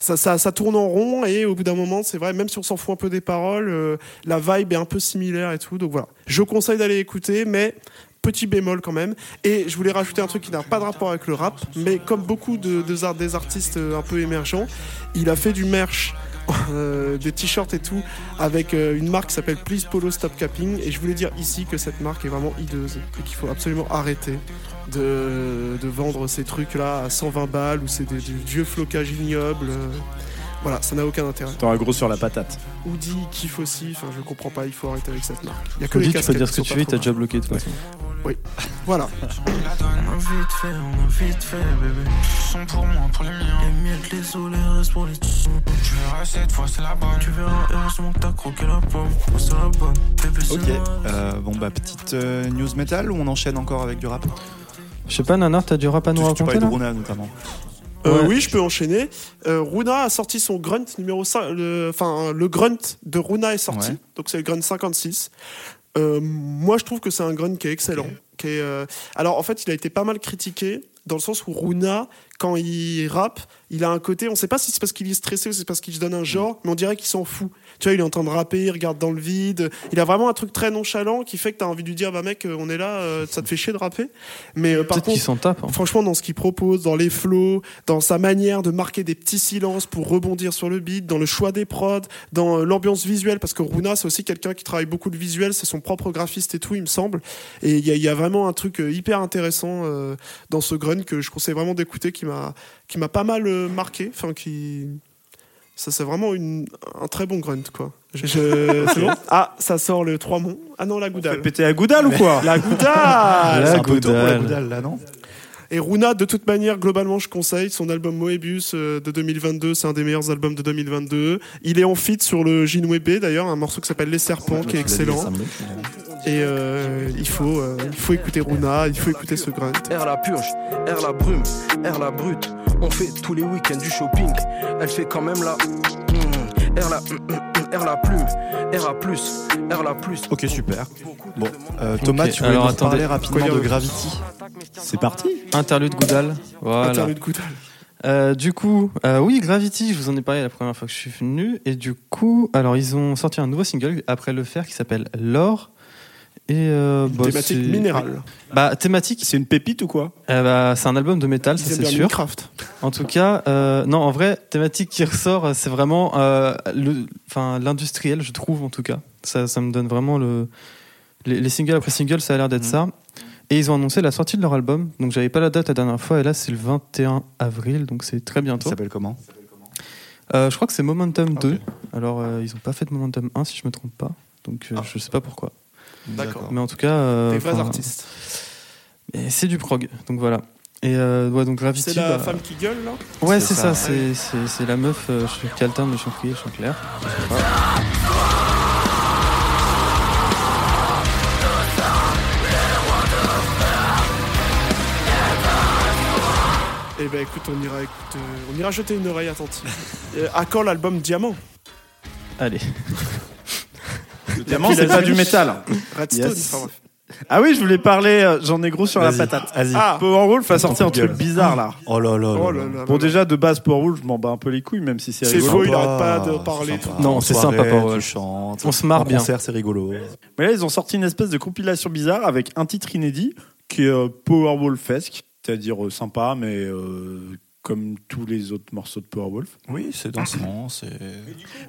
ça, ça, ça tourne en rond et au bout d'un moment, c'est vrai, même si on s'en fout un peu des paroles, euh, la vibe est un peu similaire et tout. Donc voilà, je conseille d'aller écouter, mais petit bémol quand même. Et je voulais rajouter un truc qui n'a pas de rapport avec le rap, mais comme beaucoup de, de ar- des artistes euh, un peu émergents, il a fait du merch. [LAUGHS] euh, des t-shirts et tout avec euh, une marque qui s'appelle Please Polo Stop Capping et je voulais dire ici que cette marque est vraiment hideuse et qu'il faut absolument arrêter de, de vendre ces trucs là à 120 balles ou c'est des- du vieux flocage ignoble euh, voilà ça n'a aucun intérêt
T'auras gros sur la patate.
Oudi kiffe aussi enfin je comprends pas il faut arrêter avec cette marque il y a que
Comme
les
dit, tu peux
casquettes
dire
qui
ce que tu
sont pas
veux,
trop
t'as
mal.
déjà bloqué de toute façon.
voilà
On a vite fait, on a vite fait, bébé. Tu sens pour moi, pour les miens. Les miens que les os, les restes pour les sous. Tu verras cette fois, c'est la bonne. Tu verras, heureusement que t'as croqué la pomme. Oh, c'est la bonne. Bébé, c'est
Ok,
moi.
euh, bon bah petite euh, news metal ou on enchaîne encore avec du rap
Je sais pas, Nanar, t'as du rap à nous
Tu, tu parlais
raconter
de
là
Runa notamment.
Euh,
Ouais.
oui, je peux enchaîner. Euh, Runa a sorti son grunt numéro 5. le- Enfin, le, grunt de Runa est sorti.
Ouais.
Donc, c'est le grunt 56. Euh, moi, je trouve que c'est un grunt qui est excellent. Qui est, euh, Alors, en fait, il a été pas mal critiqué dans le sens où Runa, quand il rappe, il a un côté. On sait pas si c'est parce qu'il est stressé ou c'est parce qu'il se
Mm.
donne un genre, mais on dirait qu'il s'en fout. Tu vois, il est en train de rapper, il regarde dans le vide. Il a vraiment un truc très nonchalant qui fait que t'as envie de lui dire, bah mec, euh, on est là, euh, ça te fait chier de rapper. Mais euh, par
Peut-être
contre.
qu'ils s'en tapent. hein.
Franchement, dans ce qu'il propose, dans les flows, dans sa manière de marquer des petits silences pour rebondir sur le beat, dans le choix des prods, dans euh, l'ambiance visuelle, parce que Runa, c'est aussi quelqu'un qui travaille beaucoup le visuel, c'est son propre graphiste et tout, il me semble. Et il y, a- il y a vraiment un truc euh, hyper intéressant euh, dans ce grun que je conseille vraiment d'écouter, qui m'a qui m'a pas mal euh, marqué, enfin qui. Ça, c'est vraiment une, un très bon grunt, quoi. [LAUGHS] Je- je- c'est bon ah, ça sort le 3 monts. Ah non, la
Fais
Goudale. Ah
péter à Goudal ou quoi
La [LAUGHS] Goudale
C'est
Ah, La
un peu tôt pour la
Goudal.
Goudal là non
Et Runa, de toute manière, globalement, je conseille son album Moebius euh, de 2022. C'est un des meilleurs albums de 2022. Il est en feat sur le Jinwebe, d'ailleurs, un morceau qui s'appelle Les Serpents, qui est excellent. Et euh, il, faut, euh, il faut écouter Runa, il faut écouter ce grunt.
Air la purge, air la brume, air la brute. On fait tous les week-ends du shopping. Elle fait quand même la. Mm, air la. mm, mm, air la plume, air la plus, air la plus.
Ok super. Bon, euh, Thomas,
Ok,
tu voulais
alors,
nous parler
attendez.
rapidement de Gravity.
C'est parti.
Interlude Goudal. Voilà.
Interlude Goudal.
Euh, du coup, euh, oui, Gravity, je vous en ai parlé la première fois que je suis venu. Et du coup, alors ils ont sorti un nouveau single après le faire qui s'appelle L'or. Et euh, bah,
Thématique
c'est-
minérale.
Bah, thématique,
C'est une pépite ou quoi
euh, bah, c'est un album de métal,
Ils
ça
aiment
c'est
bien
sûr.
Minecraft.
En tout cas, euh, non, en vrai, thématique qui ressort, euh, c'est vraiment euh, le- enfin, l'industriel, je trouve, en tout cas. Ça, ça me donne vraiment le. Les, les singles après singles, ça a l'air d'être ça. Et ils ont annoncé la sortie de leur album. Donc, j'avais pas la date la dernière fois, et là, c'est le 21 avril, donc c'est très
Ça
bientôt.
s'appelle comment
Euh, je crois que c'est Momentum
Ah,
2.
ok.
Alors, euh, ils ont pas fait de Momentum 1, si je me trompe pas. Donc, euh, je sais pas pourquoi.
D'accord.
Mais en tout cas. euh,
Ah. Des vrais
enfin,
artistes.
mais C'est du prog, donc voilà. Et euh, ouais, donc Gravity.
C'est la
bah,
femme qui gueule, là
Ouais,
C'est
c'est
ça.
ça, c'est- c'est c'est la meuf, euh, je suis Caltin, mais je suis Frier, je suis Claire.
Eh ben écoute, on ira, écoute, euh, on ira jeter une oreille attentive. Euh, à quand l'album Diamant
Allez.
Évidemment, c'est pas du métal.
Redstone
Yes.
enfin, bref.
Ah oui, je voulais parler, euh, j'en ai gros sur la
Vas-y,
patate.
vas-y.
Ah.
Powerwolf a sorti un
Ton coup de
truc
gueule.
bizarre là.
Oh là là.
Oh
là là.
là là
Bon,
là là.
déjà, de base, Powerwolf, je m'en bats un peu les couilles, même si c'est
C'est
rigolo.
faux, il arrête pas de
Sympa,
parler et
sympa.
tout. Non,
En
c'est
soirée,
sympa, Powerwolf.
Tu chantes.
On se marre
En
bien.
concert, c'est rigolo.
Mais là, ils ont sorti une espèce de compilation bizarre avec un titre inédit qui est euh, Powerwolf-esque, c'est-à-dire euh, sympa, mais euh, comme tous les autres morceaux de Powerwolf.
Oui, c'est dansant. C'est.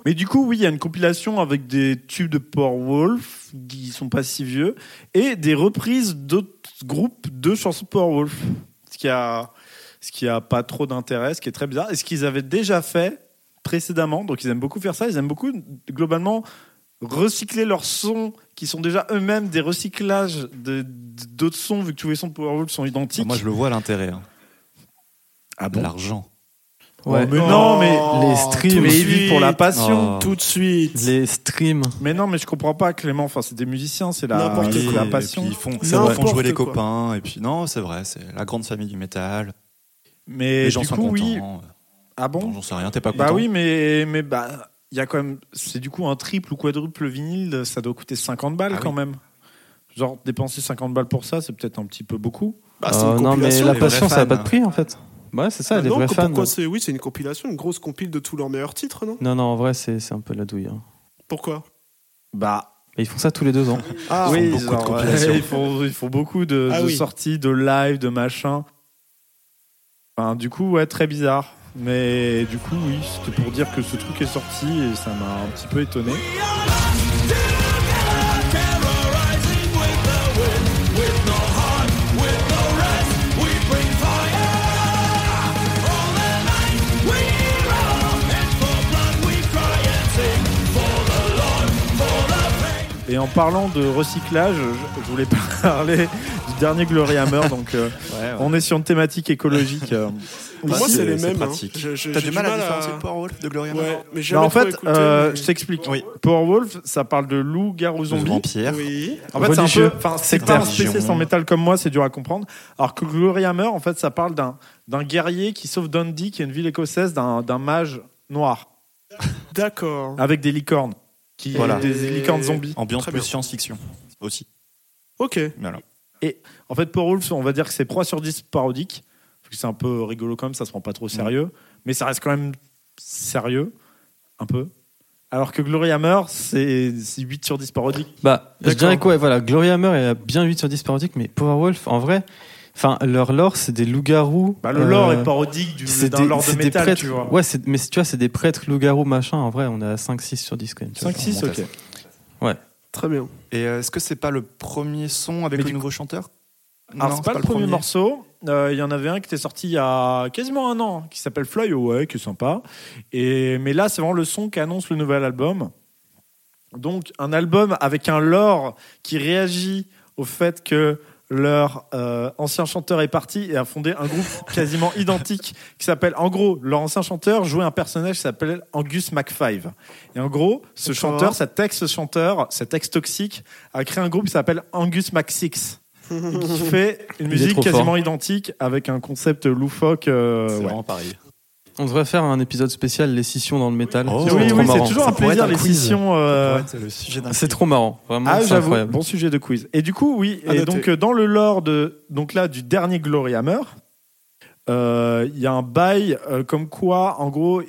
Mais du coup, oui, il y a une compilation avec des tubes de Powerwolf qui sont pas si vieux et des reprises d'autres groupes de chansons de Powerwolf. Ce qui a, ce qui a pas trop d'intérêt, ce qui est très bizarre. Et ce qu'ils avaient déjà fait précédemment, donc ils aiment beaucoup faire ça, ils aiment beaucoup globalement recycler leurs sons qui sont déjà eux-mêmes des recyclages de- d'autres sons vu que tous les sons de Powerwolf sont identiques.
Moi, je le vois l'intérêt. hein.
Ah bon
L'argent.
Ouais.
Oh, mais non, mais
les
tu
streams.
les vis pour la passion.
Oh.
Tout de suite.
Les streams.
Mais non, mais je comprends pas Clément, enfin c'est des musiciens, c'est la,
N'importe
c'est
Ah Oui,
la
et
passion.
puis ils font, ça
N'importe
font jouer les
quoi.
copains. Et puis non, c'est vrai, c'est la grande famille du métal.
Mais
les gens
du
sont
coup, oui.
contents.
Ah bon
Non, J'en sais rien, t'es pas content.
Bah oui, mais mais bah il y a quand même c'est du coup un triple ou quadruple vinyle, ça doit coûter 50 balles
Ah
quand
oui.
même. Genre dépenser 50 balles pour ça, c'est peut-être un petit peu beaucoup.
Bah, c'est une
Euh, non, mais
compilation.
la
les vrais
passion, ça n'a
fans.
pas de prix en fait. Ouais, c'est ça, les
Bah non,
vrais
que-
fans.
pourquoi c'est oui, c'est une compilation, une grosse compile de tous leurs meilleurs titres, non
Non, non, en vrai, c'est c'est un peu la douille. hein.
Pourquoi
Bah
Mais ils font ça tous les deux ans.
Ah
oui,
ils
beaucoup de
[LAUGHS]
compilations.
[LAUGHS] ils font ils font beaucoup de,
Ah
de
oui.
sorties, de live, de machin. Enfin, du coup, ouais, très bizarre. Mais du coup, oui, c'était pour dire que ce truc est sorti et ça m'a un petit peu étonné. Et en parlant de recyclage, je, je voulais [LAUGHS] parler du dernier Glory Hammer. Donc, euh,
Ouais, ouais.
on est sur une thématique écologique. euh.
Pour moi,
Ici,
c'est les
c'est
mêmes. hein.
pratique.
Je- je-
T'as
j'ai
du mal à différencier de Powerwolf de Gloria
Ouais, mais j'ai
Non, en
jamais
fait,
trop écouté,
euh,
mais-
je t'explique.
Oui.
Powerwolf, ça parle de loup, garou,
Zombie.
zombie.
Vampire.
Oui.
En fait, c'est un
Religieux.
peu. Enfin, c'est pas un
Sectaire.
spécialiste en métal comme moi, c'est dur à comprendre. Alors que Glory Hammer, en fait, ça parle d'un d'un guerrier qui sauve Dundee, qui est une ville écossaise, d'un d'un mage noir
D'accord.
avec des licornes, qui
Voilà.
des licornes zombies.
Ambiance
Très
plus
bien.
science-fiction aussi.
Ok.
Mais alors,
En fait, Powerwolf, on va dire que c'est 3 sur 10 parodique. Parce que c'est un peu rigolo quand même, ça se prend pas trop au sérieux. Mais ça reste quand même sérieux, un peu. Alors que Glory Hammer, c'est c'est 8 sur 10 parodique.
Bah, je
D'accord.
dirais quoi, voilà, Gloria Hammer est à bien 8 sur 10 parodique, mais Powerwolf, en vrai, enfin, leur lore, c'est des loups-garous.
Bah, le
euh,
lore est parodique du,
c'est
d'un
des-
lore de
c'est des
métal,
prêtres.
tu vois.
Ouais, c'est- mais tu vois, c'est des prêtres, loups-garous, machin. En vrai, on est à 5-6 sur 10 quand même. tu vois.
5, 6, ok.
Très bien.
et euh, est-ce que c'est pas le premier son avec le
Mais du
nouveau chanteur
Alors, c'est pas, le premier morceau. Euh, Il y en avait un qui était sorti il y a quasiment un an, qui s'appelle Fly Away, qui est sympa. Et, mais là, c'est vraiment le son qu'annonce le nouvel album. Donc, un album avec un lore qui réagit au fait que leur euh, ancien chanteur est parti et a fondé un groupe [LAUGHS] quasiment identique qui s'appelle, en gros, leur ancien chanteur jouait un personnage qui s'appelle Angus McFive. Et en gros, ce
D'accord.
chanteur, cet ex-chanteur, cet ex-toxique, a créé un groupe qui s'appelle Angus McSix
[LAUGHS]
qui fait une
est
musique
trop
quasiment
fort.
identique avec un concept loufoque. euh,
C'est
ouais.
vraiment pareil.
On devrait faire un épisode spécial, les scissions dans le métal.
Oh.
Ça va être
oui,
trop
oui, c'est
marrant.
toujours
Ça
un
pourrait
plaisir
être un
les
quiz.
sessions. euh,
Ouais, c'est le sujet d'un
C'est trop marrant, vraiment,
Ah,
c'est
j'avoue,
incroyable.
bon sujet de quiz. Et du coup, oui,
À
et
noter.
donc euh, dans le lore de, donc là, du dernier Glory Hammer, euh, il y a un bail euh, comme quoi, en gros,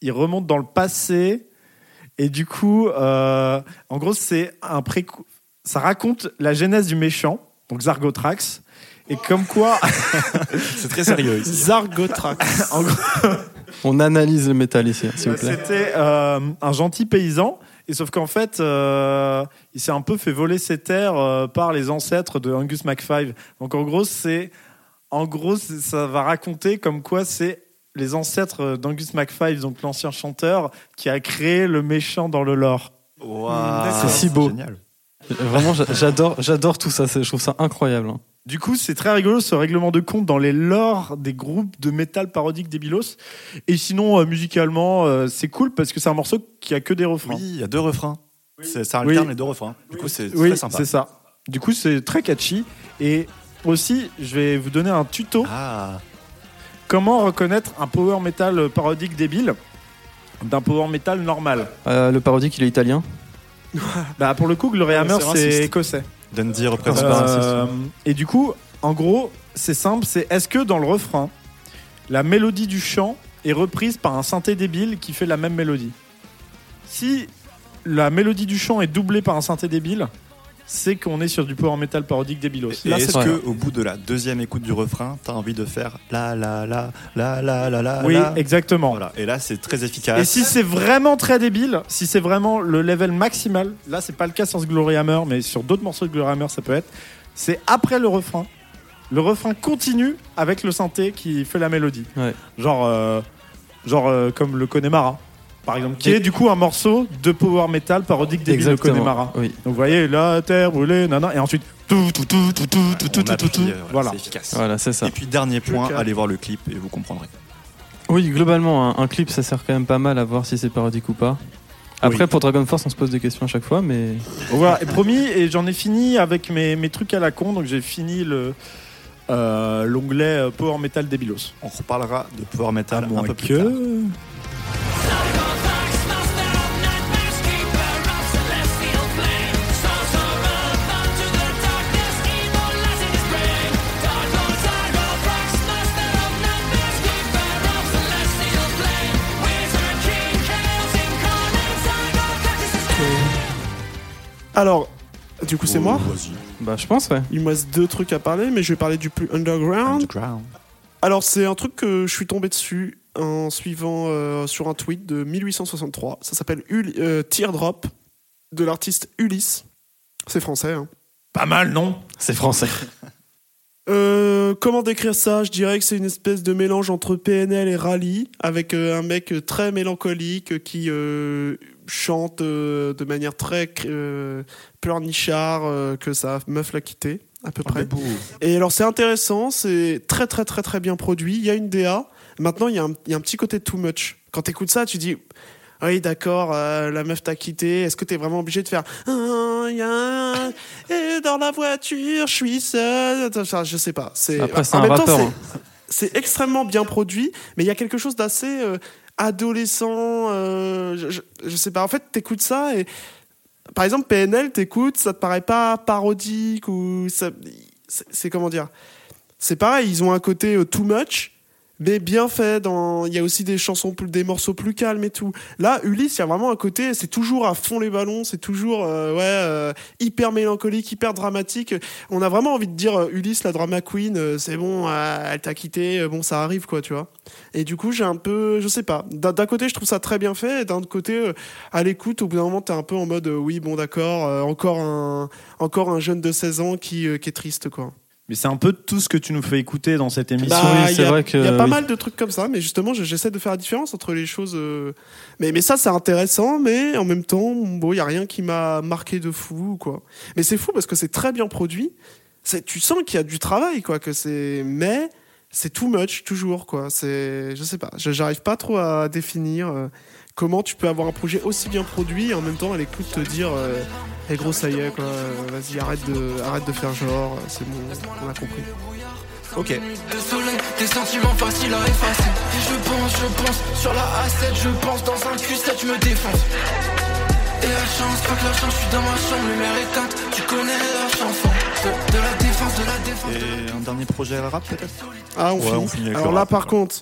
il remonte dans le passé. Et du coup, euh, en gros, c'est un préco- Ça raconte la genèse du méchant, donc Zargotrax. Et comme quoi,
C'est très sérieux ici.
Zargotrax.
en gros,
On analyse le métal ici, hein, s'il vous plaît.
C'était euh, un gentil paysan. Et sauf qu'en fait, euh, il s'est un peu fait voler ses terres euh, par les ancêtres de Angus McFive. Donc en gros, c'est en gros c'est- ça va raconter comme quoi c'est les ancêtres euh, d'Angus McFive, donc l'ancien chanteur, qui a créé le méchant dans le lore.
Waouh,
C'est si beau.
génial.
Vraiment, j'a- j'adore, j'adore tout ça, c'est- je trouve ça incroyable. hein.
Du coup, c'est très rigolo ce règlement de compte dans les lores des groupes de métal parodique débilos. Et sinon, euh, musicalement, euh, c'est cool parce que c'est un morceau qui a que des refrains.
Oui, il y a deux refrains. C'est- Ça
Hein. Oui.
alterne les deux refrains. Du coup, c'est
Oui,
très sympa.
c'est ça. Du coup, c'est très catchy. Et aussi, je vais vous donner un tuto.
Ah,
Comment reconnaître un power metal parodique débile d'un power metal normal
Euh, le parodique, il est italien.
Bah, pour le coup, Glory
Ah, mais
Hammer,
c'est
c'est
raciste.
écossais.
Dundee représente Ah, pas
Euh, et du coup, en gros, c'est simple, c'est est-ce que dans le refrain, la mélodie du chant est reprise par un synthé débile qui fait la même mélodie Si la mélodie du chant est doublée par un synthé débile, c'est qu'on est sur du power metal parodique débilos.
Et
Là,
est-ce
c'est
vrai.
que au bout de la deuxième écoute du refrain, t'as envie de faire la la la la la la la
oui,
la
exactement.
Voilà. Et là, c'est très
Et
efficace.
si c'est vraiment très débile, si c'est vraiment le level maximal, là c'est pas le cas sur ce Glory Hammer, mais sur d'autres morceaux de Glory Hammer ça peut être, c'est après le refrain. Le refrain continue avec le synthé qui fait la mélodie.
Ouais.
Genre, euh, genre euh, comme le Connemara, par exemple, qui est du coup un morceau de power metal parodique débile de Connemara.
Oui.
Donc vous voyez, la terre brûlée, nanana, et ensuite tout, tout, tout, tout, tout,
On
tout, tout, tout, tout,
appuie,
tout.
euh, voilà,
Voilà.
c'est efficace.
Voilà, c'est ça.
Et puis dernier point,
Joker.
allez voir le clip et vous comprendrez.
Oui, globalement, un, un clip, ça sert quand même pas mal à voir si c'est parodique ou pas. Après, pour Dragon Force, on se pose des questions à chaque fois, mais
Donc voilà, et promis, et j'en ai fini avec mes, mes trucs à la con, donc j'ai fini le euh, l'onglet euh, Power Metal Débilos.
On reparlera de Power
Ah
Metal un
moins
peu plus tard.
Alors, du coup, c'est
Oh,
moi.
vas-y.
bah, je pense, ouais.
Il me reste deux trucs à parler, mais je vais parler du plus underground.
Underground.
Alors, c'est un truc que je suis tombé dessus en suivant euh, sur un tweet de 1863. Ça s'appelle Ul- euh, Teardrop de l'artiste Ulysse. C'est français. hein.
Pas mal, non
C'est français.
Euh, comment décrire ça Je dirais que c'est une espèce de mélange entre PNL et rallye, avec euh, un mec euh, très mélancolique euh, qui euh, chante euh, de manière très cr- euh, pleurnichard euh, que sa meuf l'a quitté, à peu près. Et alors c'est intéressant, c'est très très très très bien produit. Il y a une DA. Maintenant, il y a un, il y a un petit côté too much. Quand t'écoutes ça, tu dis. Oui, d'accord, euh, la meuf t'a quitté. Est-ce que t'es vraiment obligé de faire Ah, il y a un- Et dans la voiture, je suis seul. Enfin, je sais pas. C'est
Après, c'est
en
un
même temps,
rappeur,
c'est-
hein.
C'est extrêmement bien produit, mais il y a quelque chose d'assez euh, adolescent. euh, je, je- je sais pas. En fait, t'écoutes ça et par exemple PNL, t'écoutes, ça te paraît pas parodique ou ça. C'est c'est comment dire C'est pareil. Ils ont un côté euh, too much. Mais bien fait, dans... il y a aussi des chansons, plus- des morceaux plus calmes et tout. Là, Ulysse, il y a vraiment un côté, c'est toujours à fond les ballons, c'est toujours euh, ouais, euh, hyper mélancolique, hyper dramatique. On a vraiment envie de dire euh, Ulysse, la drama queen, euh, c'est bon, euh, elle t'a quitté, euh, bon, ça arrive, quoi, tu vois. Et du coup, j'ai un peu, je sais pas, d'un d'un côté, je trouve ça très bien fait, et d'un autre côté, euh, à l'écoute, au bout d'un moment, t'es un peu en mode, euh, oui, bon, d'accord, euh, encore, un, encore un jeune de 16 ans qui, euh, qui est triste, quoi.
Mais c'est un peu tout ce que tu nous fais écouter dans cette émission.
Bah, oui,
il
c'est
y a-
vrai que-
Il y a pas
oui.
mal de trucs comme ça, mais justement, je- j'essaie de faire la différence entre les choses. euh, Mais, mais ça, c'est intéressant, mais en même temps, bon, il n'y a rien qui m'a marqué de fou, quoi. Mais c'est fou parce que c'est très bien produit. C'est- Tu sens qu'il y a du travail, quoi, que c'est. Mais c'est too much, toujours, quoi. C'est. Je sais pas, je- j'arrive pas trop à définir euh, comment tu peux avoir un projet aussi bien produit et en même temps, à l'écoute, te dire. euh, Eh gros, ça y est, quoi. euh, Vas-y, arrête de, arrête de faire genre. euh, C'est bon, on a compris.
Ok.
Désolé, des sentiments faciles à effacer. Et je pense, je pense, sur la A7, je pense, dans un Q7, je me défonce. Et la chance, fuck la chance, je suis dans ma chambre, lumière éteinte, tu connais la chanson. De, de la défense, de la défense.
Et un dernier projet à la rap peut-être
Ah, on
Ouais,
finit.
on finit avec
Alors
le
là,
rap,
par
ouais.
contre,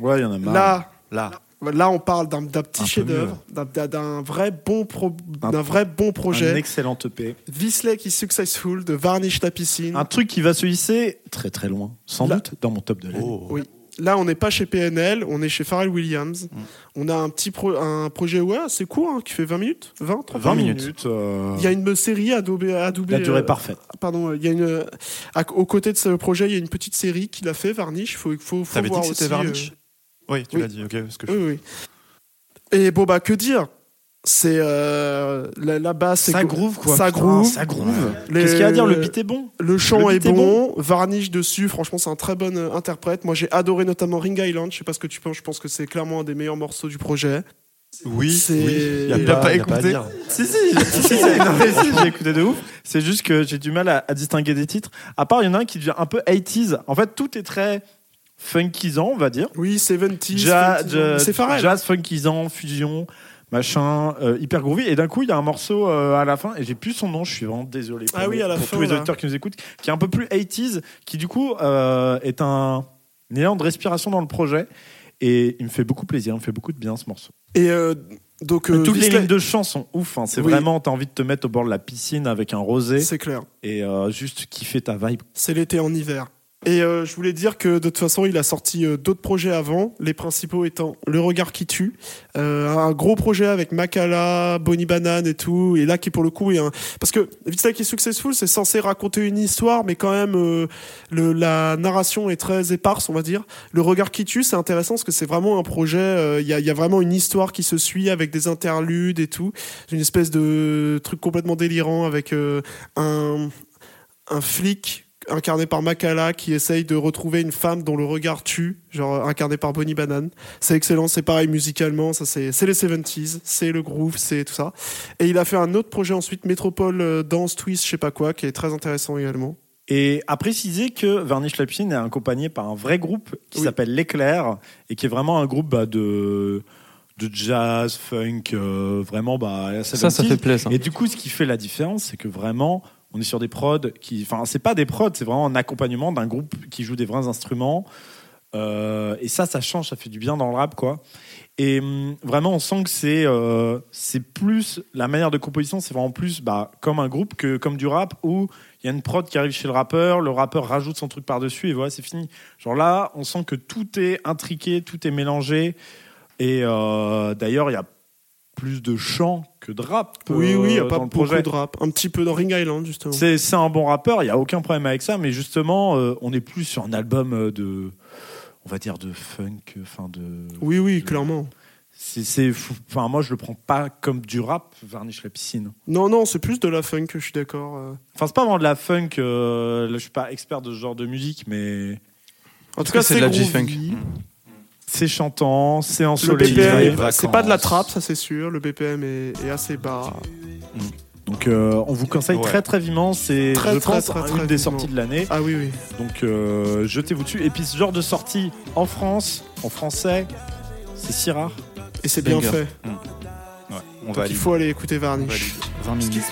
Ouais, il y en a marre.
là,
Là.
là, on parle d'un d'un
Un
petit
peu
chef-d'œuvre, d'un- d'un d'un vrai bon pro-
Un-
d'un vrai bon
un
projet.
excellent EP.
Visley qui successful de Varnish la piscine.
Un truc qui va se hisser très très loin, sans
Là-
doute, dans mon top de l'année.
Oh.
Oui. Là, on n'est pas chez PNL, on est chez Pharrell Williams.
Mm.
On a un petit pro- un projet ouais, c'est court hein, qui fait 20 minutes, 20, 30
20 minutes.
Mmh.
euh,
Il y a une série adoubée, adoubée
La durée
euh,
parfaite.
pardon, il y a une euh, à- aux côtés de ce projet, il y a une petite série qu'il a fait Varnish, faut faut, faut
T'avais dit
voir
que
aussi,
c'était
euh,
Varnish Oui, tu
oui.
l'as dit, ok. parce que je-
Oui, oui. Et bon, bah, que dire C'est. euh, la, la basse, c'est
Ça
go-
groove quoi.
Ça
putain,
groove.
Ça groove.
Les-
Qu'est-ce qu'il y a à dire Le beat est bon.
Le chant
Le
est
beat est
bon, Varnish dessus, franchement, c'est un très bon euh, interprète. Moi, j'ai adoré notamment Ring Island, je sais pas ce que tu penses, je pense que c'est clairement un des meilleurs morceaux du projet.
Oui,
C'est-
oui.
Il
a pas
il y a à
écouté.
dire.
[LAUGHS]
Si, si, j'ai- si, si, non, mais si, j'ai écouté de ouf. C'est juste que j'ai du mal à, à distinguer des titres. À part, il y en a un qui devient un peu 80s. En fait, tout est très funkisant, on va dire.
Oui, 70
Jazz,
70, c'est Pharrell.
jazz funkisant, fusion. machin, euh, hyper groovy. Et d'un coup, il y a un morceau euh, à la fin, et j'ai plus son nom, je suis vraiment désolé pour,
Ah oui,
les-
à la
pour
fin,
tous les
là.
auditeurs qui nous écoutent, qui est un peu plus 80s, qui du coup euh, est un, un élan de respiration dans le projet. Et il me fait beaucoup plaisir, il me fait beaucoup de bien ce morceau.
Et euh, donc, euh,
Toutes les
Whistler-
lignes de chant sont ouf, hein. c'est
Oui.
vraiment, t'as envie de te mettre au bord de la piscine avec un rosé
c'est clair.
et euh, juste kiffer ta vibe.
C'est l'été en hiver. Et euh, je voulais dire que de toute façon, il a sorti euh, d'autres projets avant, les principaux étant Le Regard qui tue, euh, un gros projet avec Makala, Bonnie Banane et tout, et là qui pour le coup est un... Parce que Vite Like is Successful, c'est censé raconter une histoire, mais quand même, euh, le- la narration est très éparse, on va dire. Le Regard qui tue, c'est intéressant parce que c'est vraiment un projet, euh, il y, a, il y a vraiment une histoire qui se suit avec des interludes et tout, une espèce de truc complètement délirant avec euh, un un flic incarné par Makala qui essaye de retrouver une femme dont le regard tue, genre euh, incarné par Bonnie Banane. C'est excellent, c'est pareil musicalement, ça c'est c'est les 70s, c'est le groove, c'est tout ça. Et il a fait un autre projet ensuite, Métropole euh, Dance Twist, je sais pas quoi, qui est très intéressant également.
Et à préciser que Varnish Lapine est accompagné par un vrai groupe qui
Oui.
s'appelle L'Éclair et qui est vraiment un groupe bah, de, de jazz, funk, euh, vraiment. Bah, la
Ça, ça
70s.
fait plaisir.
Et du coup, ce qui fait la différence, c'est que vraiment, on est sur des prods qui. Enfin, c'est pas des prods, c'est vraiment un accompagnement d'un groupe qui joue des vrais instruments. Euh, et ça, ça change, ça fait du bien dans le rap, quoi. Et hum, vraiment, on sent que c'est euh, c'est plus la manière de composition, c'est vraiment plus bah, comme un groupe que comme du rap où il y a une prod qui arrive chez le rappeur, le rappeur rajoute son truc par-dessus et voilà, c'est fini. Genre là, on sent que tout est intriqué, tout est mélangé. Et euh, d'ailleurs, il y a plus de chant que de rap.
oui,
euh,
oui, il n'y a
dans
pas
le
beaucoup
projet.
de rap, hein. un petit peu dans Ring Island justement.
C'est c'est un bon rappeur, il n'y a aucun problème avec ça, mais justement, euh, on est plus sur un album euh, de, on va dire, de funk, enfin de.
Oui, oui,
Je-
clairement.
C'est, c'est fou. Enfin, moi, je le prends pas comme du rap, Varnish la piscine.
Non, non, c'est plus de la funk, je suis d'accord. euh.
Enfin, c'est pas vraiment de la funk. euh, là, je suis pas expert de ce genre de musique, mais
En tout
que
cas,
c'est
c'est
de la
groovy.
G-funk
c'est chantant, c'est
Le
ensoleillé.
BPM,
les
est- c'est pas de la
vacances.
trappe, ça c'est sûr. Le BPM est, est assez bas.
Donc, euh, on vous conseille
Ouais.
très très vivement. C'est,
Très,
je
très,
pense,
très,
une
très
des
vivement.
sorties de l'année.
Ah oui, oui.
Donc, euh, jetez-vous dessus. Et puis, ce genre de sortie en France, en français, c'est si rare.
Et c'est bien
Banger.
fait.
Ouais, on va
Donc il
aller.
faut aller écouter Varnish.
20 minutes.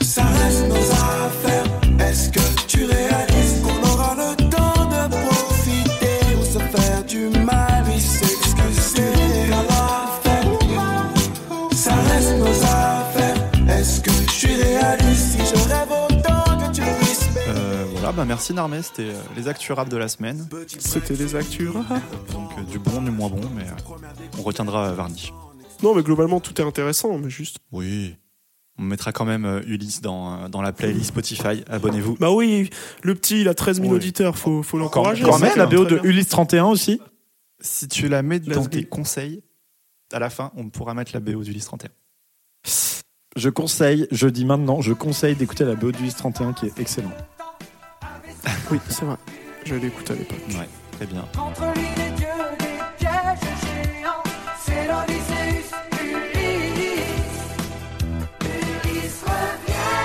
Ça reste nos affaires. Est-ce que tu réalises qu'on aura le temps de profiter ou se faire du mal et s'excuser à la fête Ça reste nos affaires. Est-ce que tu réalises si je rêve autant que tu puisses
Euh, voilà, bah merci Narmé, c'était euh, les actus rap de la semaine.
C'était des actus. [LAUGHS]
Donc euh, du bon, du moins bon, mais euh, on retiendra euh, Varnish.
non, mais globalement, tout est intéressant, mais juste.
Oui. On mettra quand même euh, Ulysse dans, euh, dans la playlist Spotify, abonnez-vous.
Bah oui, le petit, il a 13 000
Oui.
auditeurs, faut, faut
Encore-
l'encourager.
Je encore
Quand
c'est
même,
sais,
la
clair,
BO
très
de
bien.
Ulysse 31 aussi.
Si tu la mets dans
Let's
tes
go.
conseils, à la fin, on pourra mettre la BO d'Ulysse 31.
Je conseille, je dis maintenant, je conseille d'écouter la BO d'Ulysse 31 qui est excellente.
Oui, c'est vrai. Je l'écoute à l'époque.
Ouais, très bien.
Entre l'île et Dieu, des pièges géants, c'est l'Odyssée, Ulysse. Ulysse revient.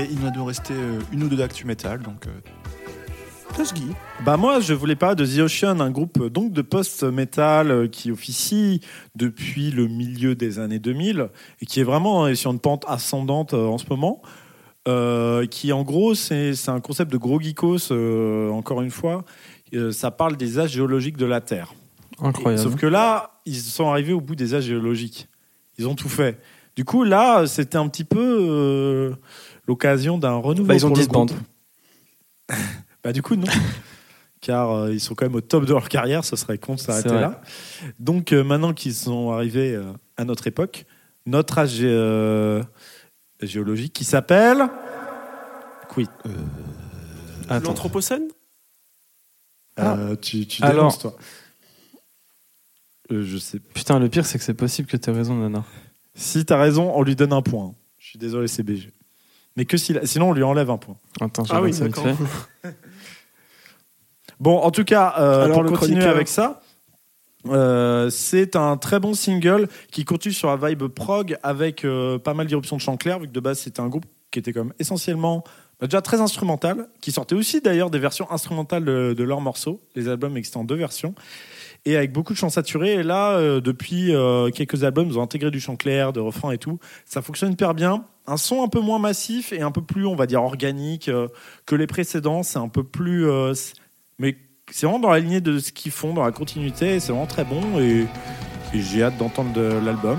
Et il nous doit rester euh, une ou deux d'actu métal, donc euh,
Place Guy.
Bah moi, je voulais parler de The Ocean, un groupe euh, donc de post-metal euh, qui officie depuis le milieu des années 2000 et qui est vraiment euh, sur une pente ascendante euh, en ce moment. euh, qui en gros, c'est c'est un concept de gros geekos, euh, encore une fois. Euh, ça parle des âges géologiques de la Terre.
Incroyable.
Sauf que là, ils sont arrivés au bout des âges géologiques. Ils ont tout fait. Du coup, là, c'était un petit peu euh, l'occasion d'un renouveau.
Bah, ils ont
pour le
disband.
groupe. Bah, du
[LAUGHS]
coup, non. Car euh, ils sont quand même au top de leur carrière, ce serait con de s'arrêter
C'est vrai.
là. Donc, euh, maintenant qu'ils sont arrivés euh, à notre époque, notre âge gé- euh, géologique qui s'appelle. Quid.
Attends.
L'Anthropocène
Ah.
Euh, tu tu
Alors.
dénonces, toi. Euh, je sais
Putain, le pire, c'est que c'est possible que t'aies raison, Nana.
Si t'as raison, on lui donne un point. Je suis désolé, CBG. Mais que si, sinon, on lui enlève un point.
Attends, je
Ah oui,
regarde ça vite
d'accord.
fait.
Bon, en tout cas, euh,
Alors, le
pour continuer
chroniqueur.
avec ça, euh, c'est un très bon single qui continue sur la vibe prog avec euh, pas mal d'irruptions de chant clair, vu que de base, c'était un groupe qui était comme essentiellement Déjà très instrumentale, qui sortait aussi d'ailleurs des versions instrumentales de, de leurs morceaux. Les albums existaient en deux versions. Et avec beaucoup de chants saturés. Et là, euh, depuis euh, quelques albums, ils ont intégré du chant clair, de refrain et tout. Ça fonctionne hyper bien. Un son un peu moins massif et un peu plus, on va dire, organique euh, que les précédents. C'est un peu plus. euh, c- mais c'est vraiment dans la lignée de ce qu'ils font, dans la continuité. et C'est vraiment très bon. Et, et j'ai hâte d'entendre de l'album.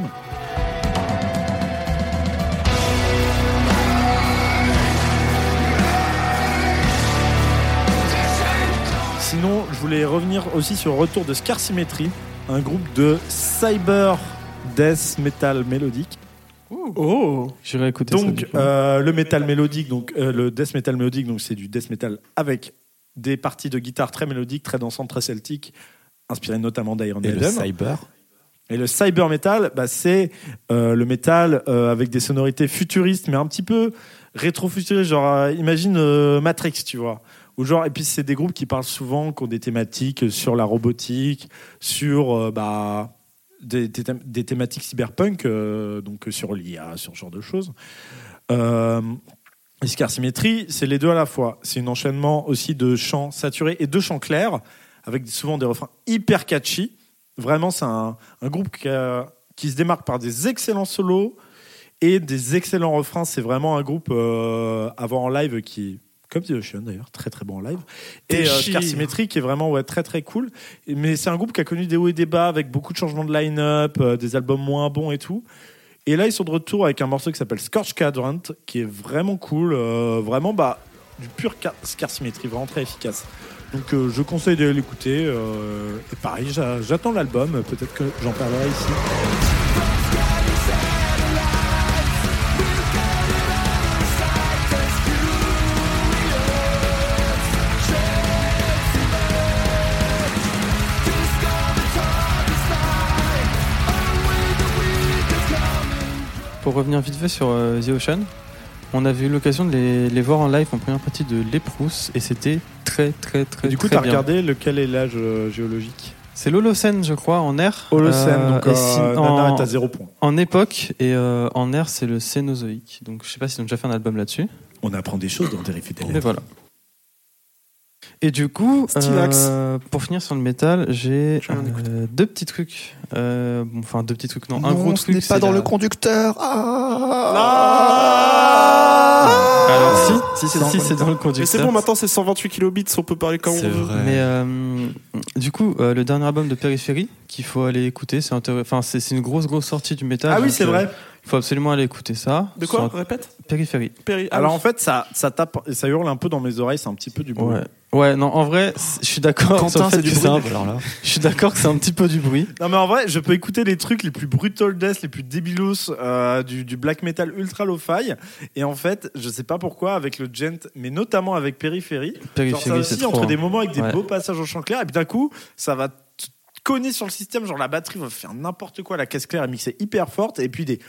Sinon, je voulais revenir aussi sur le retour de Scar Symmetry, un groupe de cyber death metal mélodique.
Oh
J'irai écouter ça,
Donc
du coup.
euh, le metal mélodique, donc euh, le death metal mélodique, donc c'est du death metal avec des parties de guitare très mélodiques, très dansantes, très celtiques, inspirées notamment d'Iron
Et le
Maiden.
cyber.
Et le cyber metal, bah, c'est euh, le métal euh, avec des sonorités futuristes, mais un petit peu rétro-futuristes. Genre, euh, imagine euh, Matrix, tu vois. Ou genre, et puis c'est des groupes qui parlent souvent, qui ont des thématiques sur la robotique, sur euh, bah, des, des thém- des thématiques cyberpunk, euh, donc euh, sur l'IA, sur ce genre de choses. Euh, et Scar Symmetry, c'est les deux à la fois. C'est un enchaînement aussi de chants saturés et de chants clairs, avec souvent des refrains hyper catchy. Vraiment, c'est un, un groupe qui, a- qui se démarque par des excellents solos et des excellents refrains. C'est vraiment un groupe euh, à voir en live qui, comme The Ocean d'ailleurs, très très bon en live. Et euh, Scar Symmetry qui est vraiment ouais, très très cool. Et- Mais c'est un groupe qui a connu des hauts et des bas avec beaucoup de changements de line-up, euh, des albums moins bons et tout. Et là, ils sont de retour avec un morceau qui s'appelle Scorch Quadrant, qui est vraiment cool, euh, vraiment bah, du pur ca- Scar Symmetry, vraiment très efficace. Donc euh, je conseille de l'écouter. euh, et pareil, j'a- j'attends l'album, euh, peut-être que j'en parlerai ici.
Pour revenir vite fait sur euh, The Ocean, on avait eu l'occasion de les, les voir en live en première partie de Léprouse et c'était très très très
Et du coup,
Euh, très
t'as
bien.
regardé lequel est l'âge euh, géologique
C'est l'Holocène, je crois, en air.
Holocène,
Euh,
donc
et
euh,
si-
Nana
en,
est à 0 point.
en époque et euh, en air, c'est le Cénozoïque. Donc je sais pas s'ils ont déjà fait un album là-dessus.
On apprend des choses dans Terrified
Mais voilà. Et du coup,
Stylax.
euh, pour finir sur le métal, j'ai
J'ai rien
euh,
écouté.
deux petits trucs. Euh, bon, Enfin, deux petits trucs, non, un gros truc.
n'est pas
c'est
dans
la-
le conducteur. Ah.
Alors Ah. si,
si,
si c'est dans le
Mais
conducteur.
c'est bon, maintenant c'est 128 kilobits, on peut parler quand on
C'est
veut.
vrai.
Mais euh, du coup, euh, le dernier album de Périphérie qu'il faut aller écouter, c'est intéress- enfin c'est c'est une grosse grosse sortie du métal.
Ah oui,
donc,
c'est
euh,
vrai.
Il faut absolument aller écouter ça.
De quoi
Sur-
Répète
Périphérie.
Péri- ah
Alors
oui.
en fait, ça, ça tape, et ça hurle un peu dans mes oreilles, c'est un petit peu du bruit.
Ouais. Ouais, non, en vrai, c- je suis d'accord sur le
Quentin,
fait
c'est du
que
bruit.
c'est un-
Alors là,
je suis d'accord que c'est un petit peu du bruit.
Non mais en vrai, je peux écouter les trucs les plus brutal death, les plus débilos euh, du, du black metal ultra lo-fi et en fait, je sais pas pourquoi avec le gent, mais notamment avec Périphérie, genre ça
Périphérie, c'est
aussi
trop.
entre des
hein.
moments avec des
Ouais.
beaux passages au chant clair et puis d'un coup, ça va te cogner sur le système, genre la batterie va faire n'importe quoi, la caisse claire est mixée hyper forte et puis des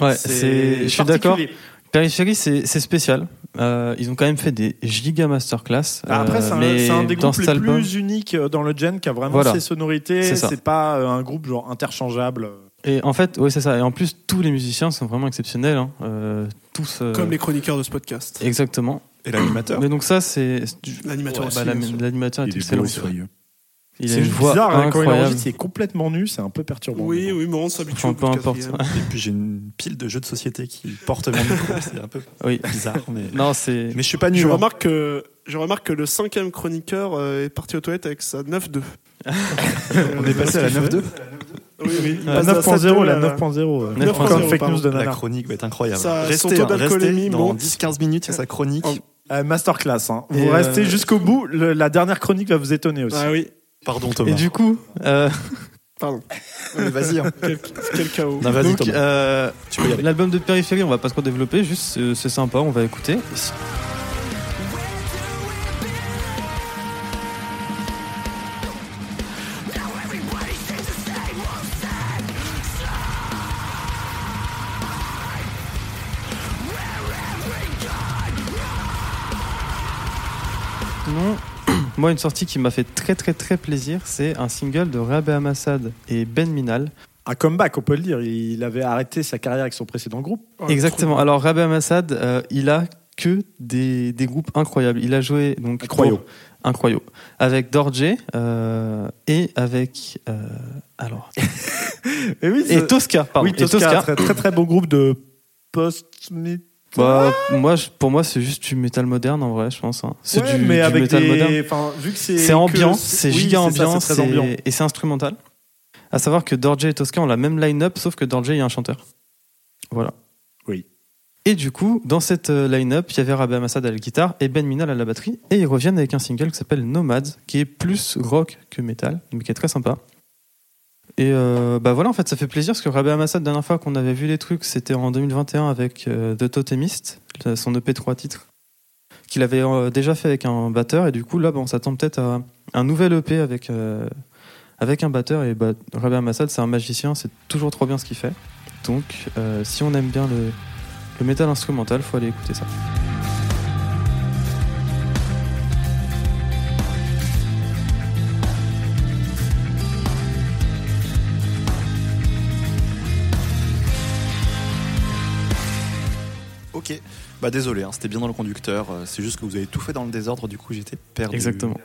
Ouais, c'est. Je suis d'accord.
particulier.
Périphérie, c'est c'est spécial. Euh, ils ont quand même fait des giga masterclass.
Bah, Ah, Après,
euh,
c'est un,
mais
c'est un des
dans
groupes
cet
les
album,
plus uniques euh, dans le gen qui a vraiment
Voilà.
ses sonorités.
C'est ça.
C'est pas euh, un groupe genre interchangeable. euh.
Et en fait, oui, c'est ça. Et en plus, tous les musiciens sont vraiment exceptionnels. hein. Euh, tous. euh,
Comme les chroniqueurs de ce podcast.
Exactement.
Et l'animateur.
Mais donc ça, c'est c'est du-
L'animateur
Ouais,
aussi,
bah,
bien sûr.
l'ani- L'animateur est,
Il est beau
excellent.
et soyeux.
Il a
C'est
une
juste
voix
bizarre hein, quand il
incroyable.
enregistre, il est complètement nu, c'est un peu perturbant.
Oui,
Mais bon.
oui, mais on s'habitue
Enfin,
au
peu
podcast.
importe.
Guillaume.
Et puis j'ai une pile de jeux de société qui porte mon
[LAUGHS]
micro. C'est un peu
Oui.
bizarre, mais.
Non, c'est.
Mais [LAUGHS] je suis pas nul.
Je
hein.
remarque que je remarque que le cinquième chroniqueur euh, est parti aux toilettes avec sa 9-2.
On est passé à la 9-2.
Oui, oui. il
La
passe à
9.0, la
9.0.
9.0. euh,
9.0.
Comme fake news de
La
Nana.
chronique va être incroyable.
Ça- son
restez,
taux
hein,
d'alcoolémie
restez dans
monte.
10-15 minutes, il y a sa chronique.
Ah.
Oh.
Euh, Masterclass. hein. Vous
Et, euh,
restez jusqu'au bout, le- la dernière chronique va vous étonner aussi.
Ah oui,
Pardon
Et
Thomas.
du coup, euh,
pardon.
Mais Vas-y, hein.
Quel, quel chaos.
Non, vas-y,
[LAUGHS] donc,
Thomas.
euh,
Tu peux y aller.
l'album de Périphérie, on va pas trop développer. Juste, euh, c'est sympa, on va écouter. Sinon, moi, une sortie qui m'a fait très très très plaisir, c'est un single de Rabeh Amassad et Ben Minal
un comeback, on peut le dire. Il avait arrêté sa carrière avec son précédent groupe.
Exactement. Alors Rabbi Amassad, euh, il a que des, des groupes incroyables. Il a joué donc
Incroyable.
pour- incroyable avec Dorje euh, et avec euh, alors
Eh
Et oui,
et Tosca pardon
oui,
et
Tosca, Très, très très bon groupe de post
Bah, moi je- pour moi c'est juste du métal moderne en vrai je pense hein. c'est
Ouais,
du,
mais
du
avec
métal
des-
moderne
enfin, vu que c'est
C'est
que-
ambiant,
oui,
c'est giga
ça,
ambiant,
c'est
c'est-
très ambiant.
et c'est instrumental. À savoir que Dorje et Tosca ont la même line-up, sauf que Dorje est un chanteur. Voilà.
Oui.
Et du coup, dans cette euh, line-up, il y avait Rabbi Amassad à la guitare et Ben Minal à la batterie, et ils reviennent avec un single qui s'appelle Nomad, qui est plus rock que metal, mais qui est très sympa. Et euh, bah voilà, en fait, ça fait plaisir parce que Rabbi Amassad, la dernière fois qu'on avait vu les trucs, c'était en 2021 avec euh, The Totemist, son E EP 3 titres, qu'il avait euh, déjà fait avec un batteur. Et du coup, là, bah, on s'attend peut-être à un nouvel EP avec, euh, avec un batteur. Et bah, Rabbi Amassad, c'est un magicien, c'est toujours trop bien ce qu'il fait. Donc, euh, si on aime bien le, le métal instrumental, faut aller écouter ça.
Ok. Bah désolé, hein, c'était bien dans le conducteur. euh, C'est juste que vous avez tout fait dans le désordre, du coup j'étais perdu.
Exactement.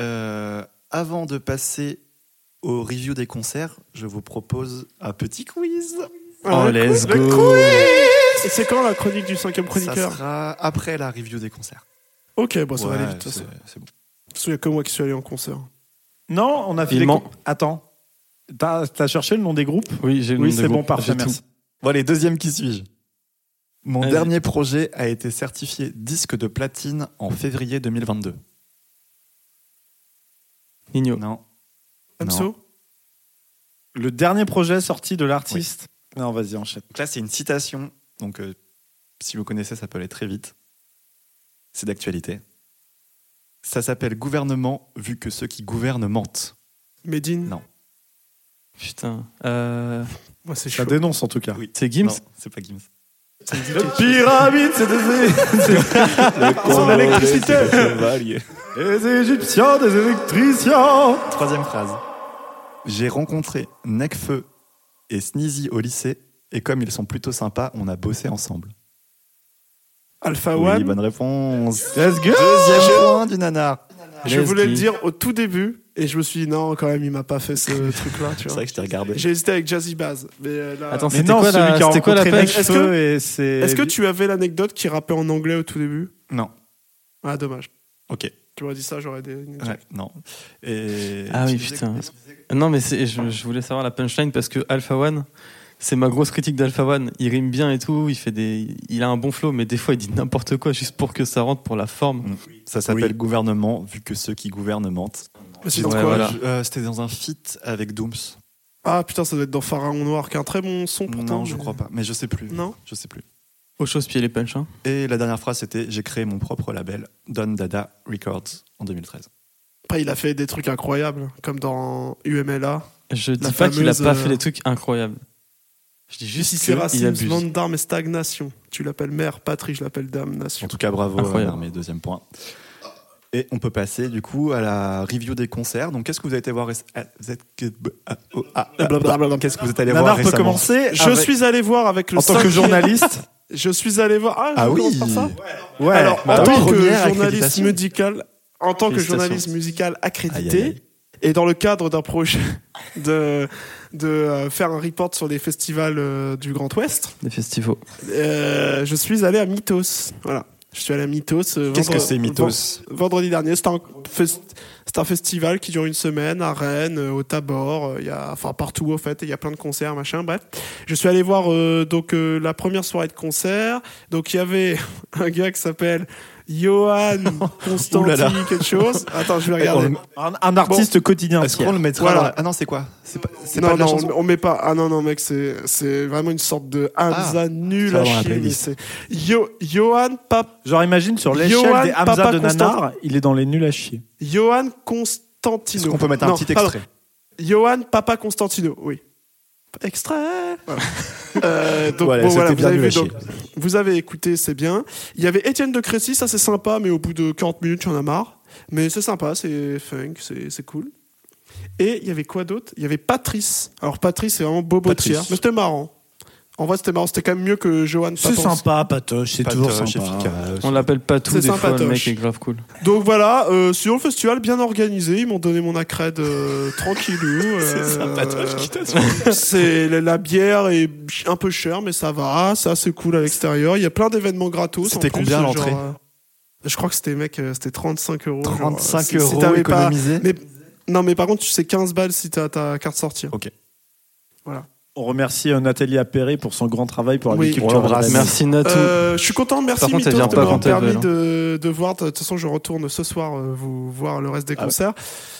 Euh, avant de passer au review des concerts, je vous propose un petit quiz.
Ah, le
let's
quiz, le
go.
quiz C'est quand la chronique du cinquième
Ça
chroniqueur
sera après la review des concerts.
Ok, bon, Oh, ça
Ouais,
va aller vite. De toute
c'est-
façon.
c'est bon.
Parce qu'il y a que moi qui suis allé en concert.
Non, on a fait
Il
les
ment.
com- Attends. T'as t'as cherché le nom des groupes
Oui, j'ai le
Oui,
nom des
c'est bon,
groupes,
parfait,
j'ai tout.
merci.
Bon, allez, deuxième qui suis-je Mon
Vas-y.
dernier projet a été certifié disque de platine en février 2022.
Nino.
Non.
Amso
Le dernier projet sorti de l'artiste. Non, vas-y, enchaîne.
Donc là, c'est une citation. Donc, euh, si vous connaissez, ça peut aller très vite. C'est d'actualité. Ça s'appelle gouvernement, vu que ceux qui gouvernent mentent.
Medine
Non.
Putain. Euh,
Moi, c'est chaud.
Ça dénonce en tout cas.
Oui.
c'est Gims
Non, c'est pas Gims. [LAUGHS]
Pyramide, c'est
Congolais,
l'électricité.
c'est le chevalier.
des Égyptiens, des électriciens.
Troisième phrase. J'ai rencontré Necfeu et Sneezy au lycée, et comme ils sont plutôt sympas, on a bossé ensemble.
Alpha
Ah, oui,
One
bonne réponse.
Let's go.
Deuxième point du nanar.
Je voulais le
Leslie.
dire au tout début et je me suis dit non, quand même, il m'a pas
[LAUGHS]
fait ce truc-là,
C'est
tu vois.
vrai que je t'ai regardé.
J'ai hésité avec Jazzy Baz. Mais euh, là...
Attends,
Mais
c'était
non,
quoi,
celui
la-
qui a
c'était quoi la
rencontré
page
Est-ce
Nekfeu et c'est.
Est-ce que tu avais l'anecdote qui rappait en anglais au tout début
Non.
Ah, dommage.
Ok.
Tu m'aurais dit ça, j'aurais des.
Ouais, non. Et-
Ah oui,
Tu disais-
putain. Non, mais c'est- je, je voulais savoir la punchline parce que Alpha One, c'est ma grosse critique d'Alpha One. Il rime bien et tout, il, fait des, il a un bon flow, mais des fois il dit n'importe quoi juste pour que ça rentre pour la forme.
Ça s'appelle gouvernement, vu que ceux qui gouvernent mentent.
Mais c'est dans
Ouais,
quoi
voilà.
Je- euh, C'était dans un feat avec Dooms.
Ah putain, ça doit être dans Pharaon Noir, qui est un très bon son pourtant.
non, je
mais-
crois pas, mais je sais plus.
Non
Je sais plus.
Au chausse-pied les punchs. hein.
Et la dernière phrase, c'était J'ai créé mon propre label, Don Dada Records, en 2013.
Après, il a fait des trucs incroyables, comme dans UMLA.
Je dis
La
pas qu'il a
fameuse,
pas
euh,
fait des trucs incroyables. Je dis juste
Ici, c'est
qu'il
racisme,
abuse.
vente d'armes et stagnation. Tu l'appelles mère, patrie, je l'appelle
En
damnation.
tout cas, bravo,
Incroyable.
Armée, deuxième point. Et on peut passer du coup à la review des concerts. Donc, qu'est-ce que vous avez été voir réc- ah, vous êtes que- ah, oh, ah, ah,
Blablabla.
Qu'est-ce que vous êtes allé voir
Nanar peut
récemment
commencer.
Je
avec-
suis allé voir avec le
en tant que
cinquième-
journaliste.
[LAUGHS] Je suis allé voir. Ah, je
Ah oui.
commence par ça
Ouais.
Alors, en
bah oui.
tant que
Première
journaliste
accréditation.
musical, en tant que
Félicitations.
journaliste musical accrédité,
Aïe, aïe, aïe.
et dans le cadre d'un projet [LAUGHS] de, de euh, faire un report sur les festivals euh, du Grand Ouest,
Des festivals.
euh, je suis allé à Mythos. Voilà. Je suis allé à Mythos. euh,
Qu'est-ce que
vendre-
c'est, Mythos
ven- Vendredi dernier, c'est un, fes- c'est un festival qui dure une semaine à Rennes, euh, au Tabor, euh, il y a, enfin partout au fait, et il y a plein de concerts, machin, bref. Je suis allé voir euh, donc euh, la première soirée de concert. Donc il y avait [LAUGHS] un gars qui s'appelle Johan
[LAUGHS] Ouh là là.
Constanti quelque chose. Attends, je vais regarder.
On-
Un, un artiste quotidien.
Est-ce qu'on le mettra
Voilà.
dans la- Ah non, c'est quoi C'est pas, c'est
non,
pas de la
non,
chanson
on, on met pas. Ah non, non, mec, c'est, c'est vraiment une sorte de Hamza nul
ça va
à
dans Ah. la
chier. mais
playlist.
c'est Yo, Johan, Pap,
Genre, imagine sur
Johan
l'échelle des Hamza
Papa
de
Constant.
Nanar, il est dans les nuls à chier.
Johan Constantino.
Est-ce qu'on peut mettre un
Non,
petit
pardon.
extrait
Johan Papa Constantino, oui. Extrait Voilà.
[LAUGHS]
Euh, donc,
Voilà,
bon,
c'était
voilà, vous
bien
avez
nul
vu,
à chier.
donc, vous avez écouté, c'est bien. Il y avait Étienne de Crécy, ça c'est sympa, mais au bout de 40 minutes, j'en ai marre. Mais c'est sympa, c'est funk, c'est c'est cool. Et il y avait quoi d'autre Il y avait Patrice. Alors Patrice, c'est vraiment Bobo
Patrice.
tiers. Mais c'était marrant. En vrai, c'était marrant. C'était quand même mieux que Johan
C'est
Papens.
sympa, Patoche, c'est toujours
Patoche,
sympa.
efficace.
On l'appelle pas tout
C'est
des fois, le
sympatoche.
mec est grave cool.
Donc voilà, euh, sinon le festival bien organisé, ils m'ont donné mon accred euh, tranquillou. euh, C'est la, la bière est ch- un peu chère, mais ça va, ça c'est cool à l'extérieur. Il y a plein d'événements gratos. en
C'était
plus,
combien à
genre,
l'entrée
euh, Je crois que c'était mec, euh, c'était 35 euros. genre, euh,
35
si- si
euros
t'avais pas-
économisés.
mais, non, mais par contre, tu sais 15 balles si t'as ta carte sortie.
On remercie euh, Nathalie Appéré pour son grand travail pour la
Oui.
culture.
On l'embrasse.
Merci Natou.
Euh, je suis content, merci
Par contre, elle
Mythos
vient
de
pas
m'avoir
quand elle
permis
veut, hein.
de, de voir. De toute façon, je retourne ce soir euh, vous voir le reste des concerts.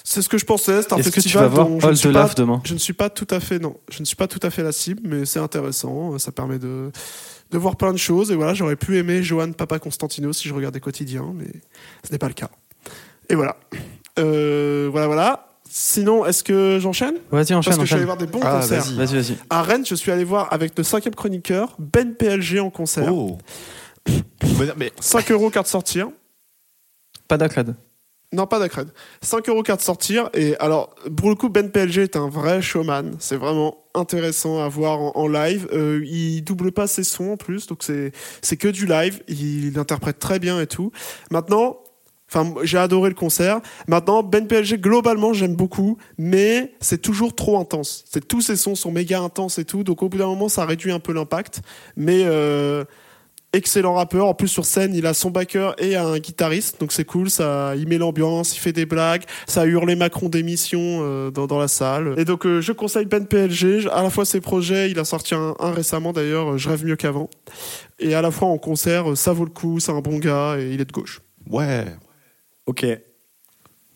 C'est ce que je pensais. C'est un
Ah Est-ce que tu vas
festival
voir
dont je ne
All
suis
de
pas
Laf demain
Je ne suis pas tout à fait non, je ne suis pas tout à fait la cible, mais c'est intéressant. Ça permet de de voir plein de choses. Et voilà, j'aurais pu aimer Johan Papa Constantino si je regardais quotidien, mais ce n'est pas le cas. Et voilà, Euh, voilà, voilà. Sinon, est-ce que j'enchaîne
Vas-y,
Parce
enchaîne,
que je suis
enchaîne.
allé voir des bons
Ah,
concerts.
vas-y.
Vas-y, vas-y.
À Rennes, je suis allé voir avec le cinquième chroniqueur Ben PLG en concert.
Oh. Bon, mais
5 euros carte hein. sortir.
Pas d'aclade.
Non, pas d'Acred. 5 euros carte sortir. Et alors, pour le coup, Ben PLG est un vrai showman. C'est vraiment intéressant à voir en, en live. Euh, il double pas ses sons en plus, donc c'est c'est que du live. Il interprète très bien et tout. Maintenant, enfin, j'ai adoré le concert. Maintenant, Ben PLG, globalement, j'aime beaucoup, mais c'est toujours trop intense. C'est Tous ses sons sont méga intenses et tout, donc au bout d'un moment, ça réduit un peu l'impact. Mais. euh, excellent rappeur. En plus, sur scène, il a son backer et un guitariste. Donc, c'est cool. Ça, il met l'ambiance, il fait des blagues. Ça hurle les Macron d'émission euh, dans, dans la salle. Et donc, euh, je conseille Ben PLG. Je- À la fois ses projets, il a sorti un, un récemment d'ailleurs, euh, Je rêve mieux qu'avant. Et à la fois en concert, euh, ça vaut le coup. C'est un bon gars et il est de gauche.
ouais.
Ok.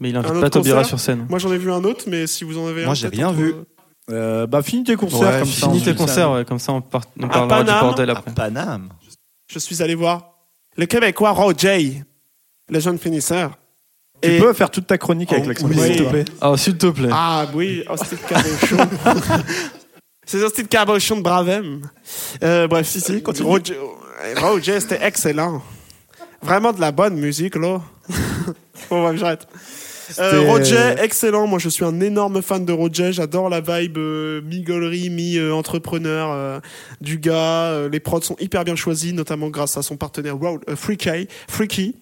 Mais il
Un
invite
autre
pas Taubira
concert
sur scène.
Moi, j'en ai vu un autre, mais si vous en avez
Moi,
un,
j'ai
peut-être,
rien
entre-
vu.
Euh, bah, finis tes concerts
Ouais,
comme ça.
finis
on
Finis tes
dit ça.
concerts, ouais, comme ça on, par- on parlera du
Paname,
bordel
À
après.
Paname.
Je suis allé voir le Québécois Roger, le jeune finisseur.
Tu
Et-
peux faire toute ta chronique avec
Oh,
l'accent.
oui.
s'il te plaît.
Ah, s'il te plaît.
Ah oui, hostie de cabochon. [LAUGHS] C'est hostie de cabochon de Bravem. Euh, bref, si, si, continue. Roger, Roger, c'était excellent. Vraiment de la bonne musique, là. bon, bah, j'arrête. Euh,
C'était-
Roger, excellent. Moi, je suis un énorme fan de Roger. J'adore la vibe euh, mi-gaulerie, mi-entrepreneur euh, du gars. Euh, les prods sont hyper bien choisis, notamment grâce à son partenaire Wow, euh, Freaky. Freaky.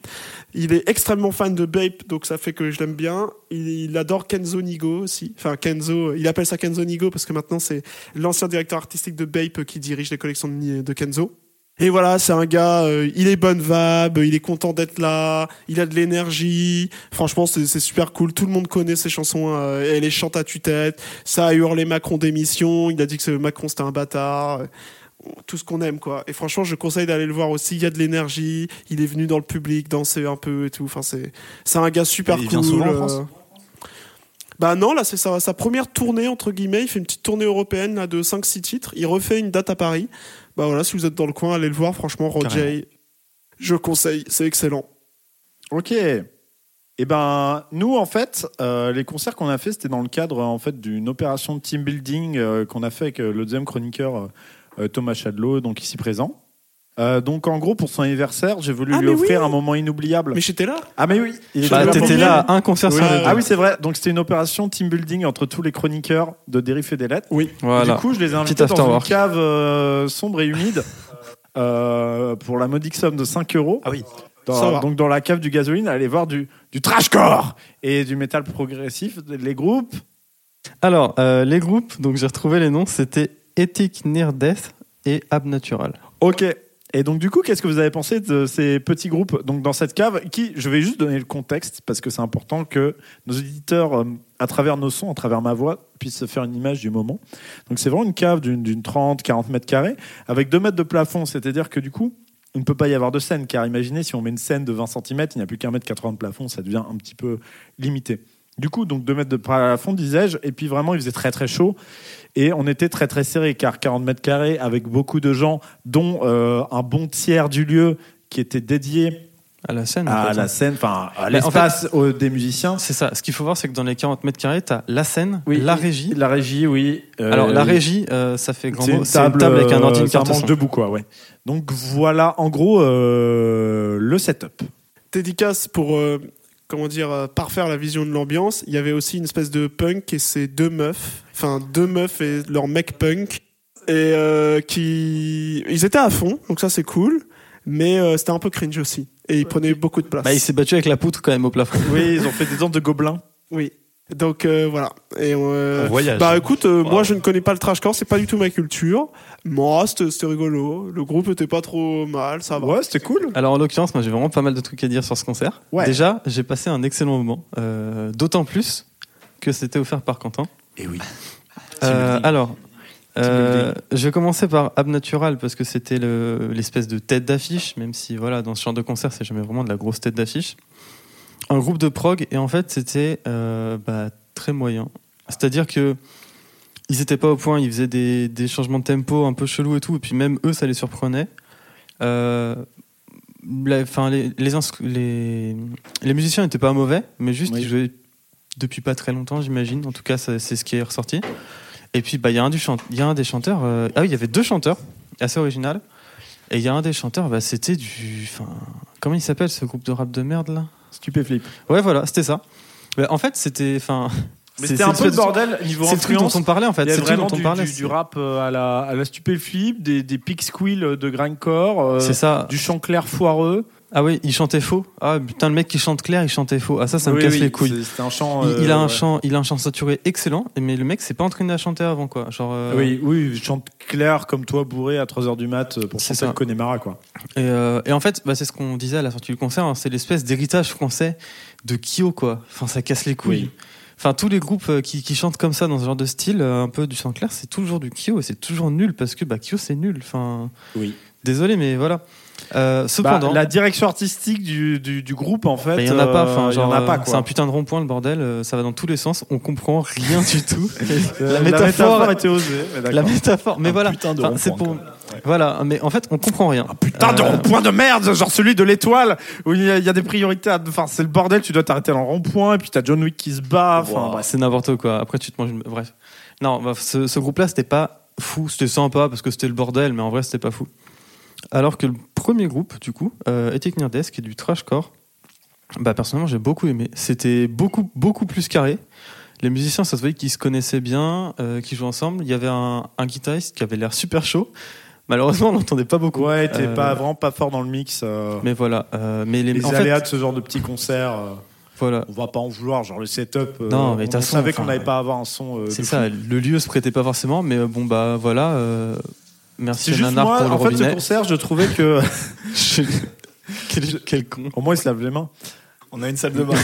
Il est extrêmement fan de Bape, donc ça fait que je l'aime bien. Il, il adore Kenzo Nigo aussi. Enfin, Kenzo, euh, il appelle ça Kenzo Nigo parce que maintenant, c'est l'ancien directeur artistique de Bape euh, qui dirige les collections de, Ni- de Kenzo. Et voilà, c'est un gars, euh, il est bonne vabe, il est content d'être là, il a de l'énergie. Franchement, c'est c'est super cool. Tout le monde connaît ses chansons, euh, et elle les chante à tue-tête. Ça a hurlé Macron d'émission, il a dit que c'est- Macron c'était un bâtard. euh, Tout ce qu'on aime, quoi. Et franchement, je conseille d'aller le voir aussi. Il y a de l'énergie, il est venu dans le public danser un peu et tout. Enfin, c'est c'est un gars super
Et il
cool.
vient souvent en
euh,
France
bah non, là c'est sa, sa première tournée entre guillemets, il fait une petite tournée européenne là, de 5-6 titres, il refait une date à Paris. Bah voilà, si vous êtes dans le coin, allez le voir, franchement,
Carrément.
Roger, je conseille, c'est excellent.
Ok. Eh ben, nous, en fait, euh, les concerts qu'on a fait, c'était dans le cadre euh, en fait d'une opération de team building euh, qu'on a fait avec euh, le deuxième chroniqueur euh, Thomas Chadelot, donc ici présent. Euh, donc, en gros, pour son anniversaire, j'ai voulu
Ah,
lui
mais
offrir un moment inoubliable.
Mais j'étais là
Ah, mais oui, il était
Bah,
là pour
t'étais
nous.
là à un concert
Oui.
sur les
Ah
deux.
oui, c'est vrai. Donc, c'était une opération team building entre tous les chroniqueurs de Dérif et des Lettres.
Voilà.
Du coup, je les ai
Petit
invités
after
dans une
work.
cave euh, sombre
[LAUGHS]
et humide euh, pour la modique somme de 5 euros.
Ah oui.
Dans-
Ça va.
donc dans la cave du gasoline, aller voir du, du trashcore et du métal progressif, les groupes.
Alors, euh, les groupes, donc j'ai retrouvé les noms, c'était Ethic Near Death et Abnatural.
Ok. Et donc du coup, qu'est-ce que vous avez pensé de ces petits groupes donc dans cette cave qui, je vais juste donner le contexte parce que c'est important que nos auditeurs, euh, à travers nos sons, à travers ma voix, puissent se faire une image du moment. Donc c'est vraiment une cave d'une d'une 30, 40 mètres carrés avec 2 mètres de plafond, c'est-à-dire que du coup, il ne peut pas y avoir de scène car imaginez si on met une scène de 20 cm, il n'y a plus qu'un mètre 80 de plafond, ça devient un petit peu limité. Du coup, donc 2 mètres de plafond, disais-je, et puis vraiment il faisait très très chaud et on était très très serré car 40 mètres carrés avec beaucoup de gens dont euh, un bon tiers du lieu qui était dédié
À la scène. en
à
fait, hein.
Ah, la scène, enfin à
Mais en
l'espace euh, des musiciens.
C'est ça. Ce qu'il faut voir, c'est que dans les 40 mètres carrés, t'as la scène, la régie.
La régie, oui. Euh,
Alors, la
il-
régie, euh, ça fait grand
C'est
mot.
une
C'est une table avec un ordi, une
euh, ça
carte
mange
son.
debout, quoi, ouais. Donc voilà, en gros, euh, le setup.
Dédicace pour euh, comment dire, euh, parfaire la vision de l'ambiance. Il y avait aussi une espèce de punk et ces deux meufs, enfin deux meufs et leur mec punk, et euh, qui, ils étaient à fond, donc ça c'est cool, mais euh, c'était un peu cringe aussi, et ils prenaient beaucoup de place.
Bah, il s'est battu avec la poutre quand même au plafond.
Oui, ils ont fait des dents de gobelins.
Oui. Donc euh, voilà. Et euh,
On voyage.
Bah écoute, euh, moi je ne connais pas le trashcore, c'est pas du tout ma culture. Moi, c'était c'était rigolo. Le groupe était pas trop mal, ça va.
Ouais, c'était cool.
Alors en l'occurrence, moi j'ai vraiment pas mal de trucs à dire sur ce concert.
Ouais.
Déjà, j'ai passé un excellent moment, euh, d'autant plus que c'était offert par Quentin.
Et oui.
Euh,
Team
alors, euh, je vais commencer par Abnatural parce que c'était le- l'espèce de tête d'affiche, même si voilà, dans ce genre de concert, c'est jamais vraiment de la grosse tête d'affiche. Un groupe de prog, et en fait, c'était euh, bah, très moyen. C'est-à-dire que ils n'étaient pas au point, ils faisaient des, des changements de tempo un peu chelous et tout, et puis même eux, ça les surprenait. Euh, la- enfin, les, les, ins- les- les musiciens n'étaient pas mauvais, mais juste
Oui.
ils jouaient depuis pas très longtemps, j'imagine. En tout cas, ça- c'est ce qui est ressorti. Et puis, bah, il y, a un du chan- il y a un des chanteurs. euh, Ah oui, il y avait deux chanteurs, assez original. Et il y a un des chanteurs, bah, c'était du. Enfin, comment il s'appelle ce groupe de rap de merde là
Stupéflip.
Ouais, voilà, c'était ça. Bah, en fait, c'était. Enfin, c'est-
Mais
c'est
c'était un peu le
l'espèce de-
bordel niveau
C'est le truc dont
influence.
on parlait en fait.
Il y a
C'est le truc
vraiment
dont on
du,
parlait.
du- du
c'est-
rap euh, à la, à la Stupéflip, des, des pics squeals de grindcore, euh,
C'est ça.
du chant clair foireux.
Ah oui, il chantait faux. Ah putain, le mec qui chante clair, il chantait faux. Ah ça, ça me
Oui,
casse
oui,
les couilles.
c'est- C'était un chant.
Il,
euh,
il a un
ouais.
chant, il a un chant saturé excellent, mais le mec s'est pas entraîné à chanter avant quoi. Genre. euh,
Oui, oui, chante clair comme toi, bourré à 3h du mat euh, pour
C'est
penser
ça.
à Connemara, quoi.
Et, euh, et en fait, bah, c'est ce qu'on disait à la sortie du concert, hein, c'est l'espèce d'héritage français de Kyo, quoi. Enfin, ça casse les couilles. Enfin, tous les groupes euh, qui, qui chantent comme ça, dans ce genre de style, euh, un peu du sang clair, c'est toujours du Kyo et c'est toujours nul parce que bah, Kyo, c'est nul. Enfin,
Oui.
désolé, mais voilà. Euh,
Bah,
cependant,
la direction artistique du, du- du groupe, en fait.
bah, il y en a pas. Enfin,
euh, il y en
genre,
a pas,
euh,
quoi.
c'est un putain de rond-point, le bordel. euh, ça va dans tous les sens. On comprend rien du
[LAUGHS]
tout.
Euh,
la métaphore.
était osée. mais d'accord.
La métaphore, mais
Un
voilà.
putain de
Enfin,
rond-point,
c'est pour.
quand
Voilà, mais en fait, on comprend rien.
Ah, Putain de
Euh,
rond-point de merde, genre celui de l'étoile, où il y, a- il y a des priorités. à- Enfin, c'est le bordel, tu dois t'arrêter dans le rond-point, et puis t'as John Wick qui se bat. Enfin,
Enfin,
bref.
c'est n'importe quoi. Après, tu te manges une. Bref. Non, bah, ce, ce groupe-là, c'était pas fou. C'était sympa parce que c'était le bordel, mais en vrai, c'était pas fou. Alors que le premier groupe, du coup, euh, Ethic Near Death, qui est du trashcore, bah, personnellement, j'ai beaucoup aimé. C'était beaucoup, beaucoup plus carré. Les musiciens, ça se voyait qu'ils se connaissaient bien, euh, qu'ils jouaient ensemble. Il y avait un, un guitariste qui avait l'air super chaud. Malheureusement, on l'entendait pas beaucoup.
Ouais, t'es
Euh,
pas, vraiment pas fort dans le mix. euh,
Mais voilà. euh, mais les,
les
en fait,
aléas de ce genre de petits concerts, euh,
voilà.
on va pas en vouloir. Genre le setup, euh,
Non, mais de
on
toute façon,
savait
enfin,
qu'on n'allait pas avoir un son. euh,
C'est
de
ça,
fou.
le lieu se prêtait pas forcément, mais euh, bon, bah voilà. euh, merci
C'est juste
Nanar
moi,
pour le
en fait, ce
robinet.
concert, je trouvais que.
[LAUGHS] Je- quel, quel con.
Au moins, il se lave
[LAUGHS]
les mains.
On a une salle de [LAUGHS] bain.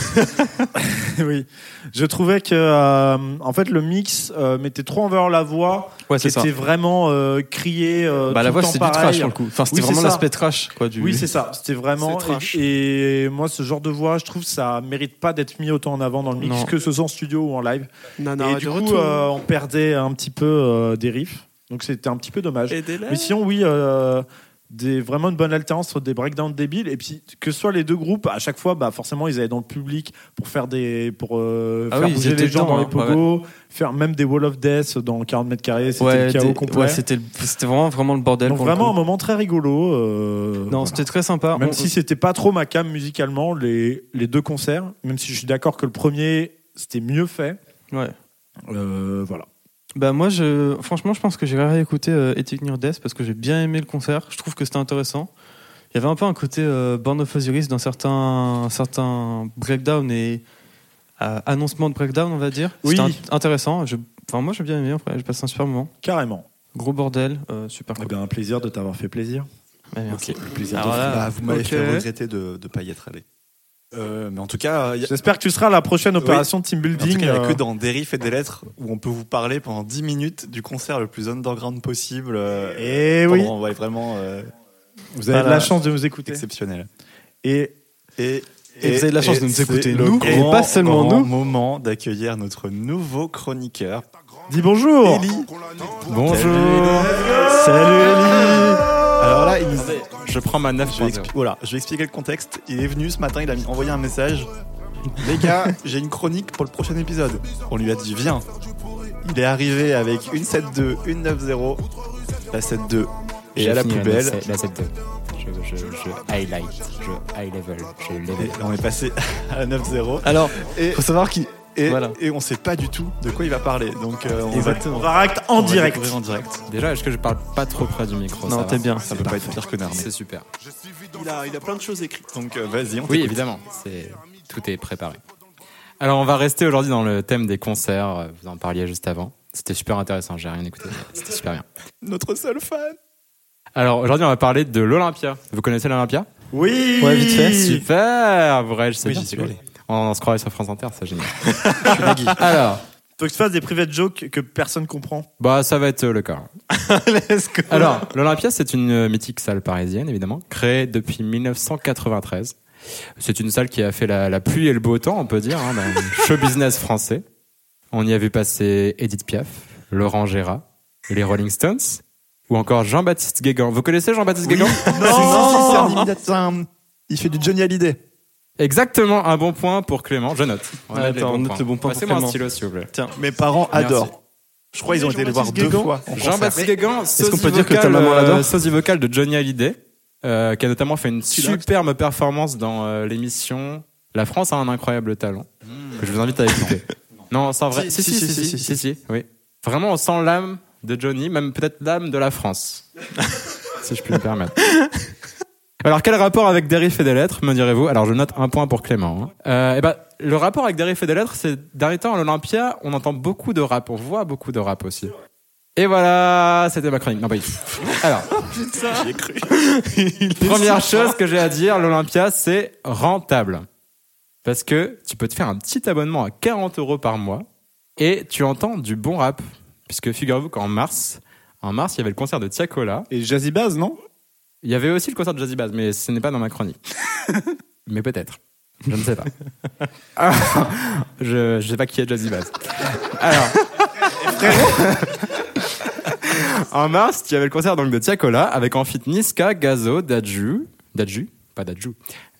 oui. Je trouvais que, euh, en fait, le mix euh, mettait trop en valeur la voix,
Ouais,
qui
Ah, c'est ça.
était vraiment euh, criée. euh,
Bah, la
tout
voix,
le temps
c'était du
pareil.
trash pour le coup. Enfin, c'était
Oui,
vraiment
c'est ça.
l'aspect trash, quoi. Du...
Oui, c'est ça. C'était vraiment.
C'est trash.
Et, et moi, ce genre de voix, je trouve, ça mérite pas d'être mis autant en avant dans le mix,
Non.
que ce soit en studio ou en live.
Nana,
et du
de
coup,
retour.
euh, on perdait un petit peu euh, des riffs. Donc, c'était un petit peu dommage.
Aidez-la.
Mais sinon, oui, euh, des, vraiment une bonne alternance entre des breakdowns débiles. Et puis, que ce soit les deux groupes, à chaque fois, bah, forcément, ils allaient dans le public pour faire, des, pour, euh,
Ah
faire
oui, ils
bouger
étaient
les gens
dedans,
dans les
hein,
pogos, faire même des wall of death dans 40 mètres carrés. C'était
Ouais,
le chaos
des-
complet.
ouais, c'était le- c'était vraiment, vraiment le bordel.
Donc,
pour le
vraiment un
coup.
moment très rigolo. euh,
Non,
voilà.
c'était très sympa.
Même
On-
si c'était pas trop ma cam musicalement, les, les deux concerts, même si je suis d'accord que le premier, c'était mieux fait.
Ouais.
Euh, voilà.
Bah moi, je, franchement, je pense que j'ai réécouté euh, Ethic Near Death parce que j'ai bien aimé le concert. Je trouve que c'était intéressant. Il y avait un peu un côté euh, Born of Osiris dans certains, certains breakdowns et euh, annoncements de breakdown, on va dire.
Oui.
C'était int- intéressant. Je- enfin, moi, j'ai bien aimé. en vrai. J'ai passé un super moment.
Carrément.
Gros bordel, euh, super
Eh
cool.
bien, un plaisir de t'avoir fait plaisir.
Ouais, merci.
Le plaisir
Alors là,
Bah, vous m'avez
ok.
fait regretter de ne pas y être allé. Euh, mais en tout cas, euh, y a-
J'espère que tu seras à la prochaine opération de team
en tout
building.
cas, y a
euh,
que dans Dérif et des Lettres où on peut vous parler pendant 10 minutes du concert le plus underground possible. euh,
Eh
pendant-
oui,
ouais, vraiment euh,
vous avez de la
Voilà.
chance de nous écouter.
exceptionnel.
Et
Et,
Et vous avez de la chance de nous
c'est
écouter,
le
nous,
grand,
et pas seulement
grand
nous.
moment d'accueillir notre nouveau chroniqueur,
dis bonjour.
Ellie.
Bonjour. Salut Ellie.
Alors là, il nous- je prends ma 9. Je vais,
3-0.
expli- voilà, je vais expliquer le contexte. Il est venu ce matin, il a mis- envoyé un message. Les gars, j'ai une chronique pour le prochain épisode. On lui a dit viens. Il est arrivé avec une 7-2, une 9-0, la 7-2 et à la poubelle.
La 7-2. je, je, je highlight, je high level, je
Et
level.
on est passé [LAUGHS] à 9-0.
Alors,
Et,
faut savoir qui.
et,
Voilà.
et on sait pas du tout de quoi il va parler. Donc, euh, on va-
On va ract en
on va
direct.
découvrir en direct.
Déjà, est-ce que je parle pas trop près du micro ça
Non,
va
t'es bien.
Ça peut pas être pire que Narmé.
C'est super.
Il a, il a plein de choses écrites.
Donc, euh, vas-y, on
Oui,
t'écoute.
évidemment. C'est tout est préparé. Alors, on va rester aujourd'hui dans le thème des concerts. Euh, Vous en parliez juste avant. C'était super intéressant. J'ai rien écouté. mais C'était super bien.
Notre seul fan.
Alors aujourd'hui, on va parler de l'Olympia. Vous connaissez l'Olympia
Oui
Ouais, vite fait.
Super, vrai, je sais
Oui,
bien,
j'y suis
tu l'as.
allé.
On, on se croirait sur France Inter, c'est génial. Alors,
Faut que tu fasses des private jokes que personne comprend.
bah ça va être euh, le cas.
[LAUGHS] Let's go.
Alors, l'Olympia, c'est une euh, mythique salle parisienne, évidemment, créée depuis 1993. C'est une salle qui a fait la, la pluie et le beau temps, on peut dire, hein, dans le show business français. On y a vu passer Edith Piaf, Laurent Gérard, les Rolling Stones, ou encore Jean-Baptiste Guégan. Vous connaissez Jean-Baptiste Guégan
Non, il fait du Johnny Hallyday.
Exactement, un bon point pour Clément. Je note. note les
Attends,
bons
on note
points.
le bon point pour
Passez-moi un
Clément.
stylo, s'il vous plaît.
Mes parents
Merci.
adorent. Je crois qu'ils ont été le voir deux fois. en concert.
Jean-Baptiste Guégan, sosie,
qu'on peut dire que ta
vocale,
maman l'adore
euh, sosie vocale de Johnny Hallyday, euh, qui a notamment fait une superbe performance dans euh, l'émission La France a un incroyable talent, que je vous invite à écouter. non, sans vrai. Si, si, si, si, si, si, oui. Vraiment, on sent l'âme de Johnny, même peut-être l'âme de la France, [LAUGHS] si je puis me permettre. Alors, quel rapport avec Dérif et des lettres, me direz-vous Alors, je note un point pour Clément. hein. Euh, eh ben, le rapport avec Dérif et des lettres, c'est dernier temps à l'Olympia, on entend beaucoup de rap, on voit beaucoup de rap aussi. Et voilà, c'était ma chronique. Non, bah, il- Alors, [LAUGHS] première chose que j'ai à dire, l'Olympia, c'est rentable. Parce que tu peux te faire un petit abonnement à 40 euros par mois et tu entends du bon rap. Puisque figurez-vous qu'en mars, en mars, il y avait le concert de Tiakola.
Et Jazzy Baz, non
Il y avait aussi le concert de Jazzy Bass, mais ce n'est pas dans ma chronique. mais peut-être. Je ne sais pas. Ah, je ne sais pas qui est Jazzy Bass. Alors. [LAUGHS] en mars, il y avait le concert donc, de Tiakola avec en fit Niska, Gazo, Daju. Daju Pas Daju.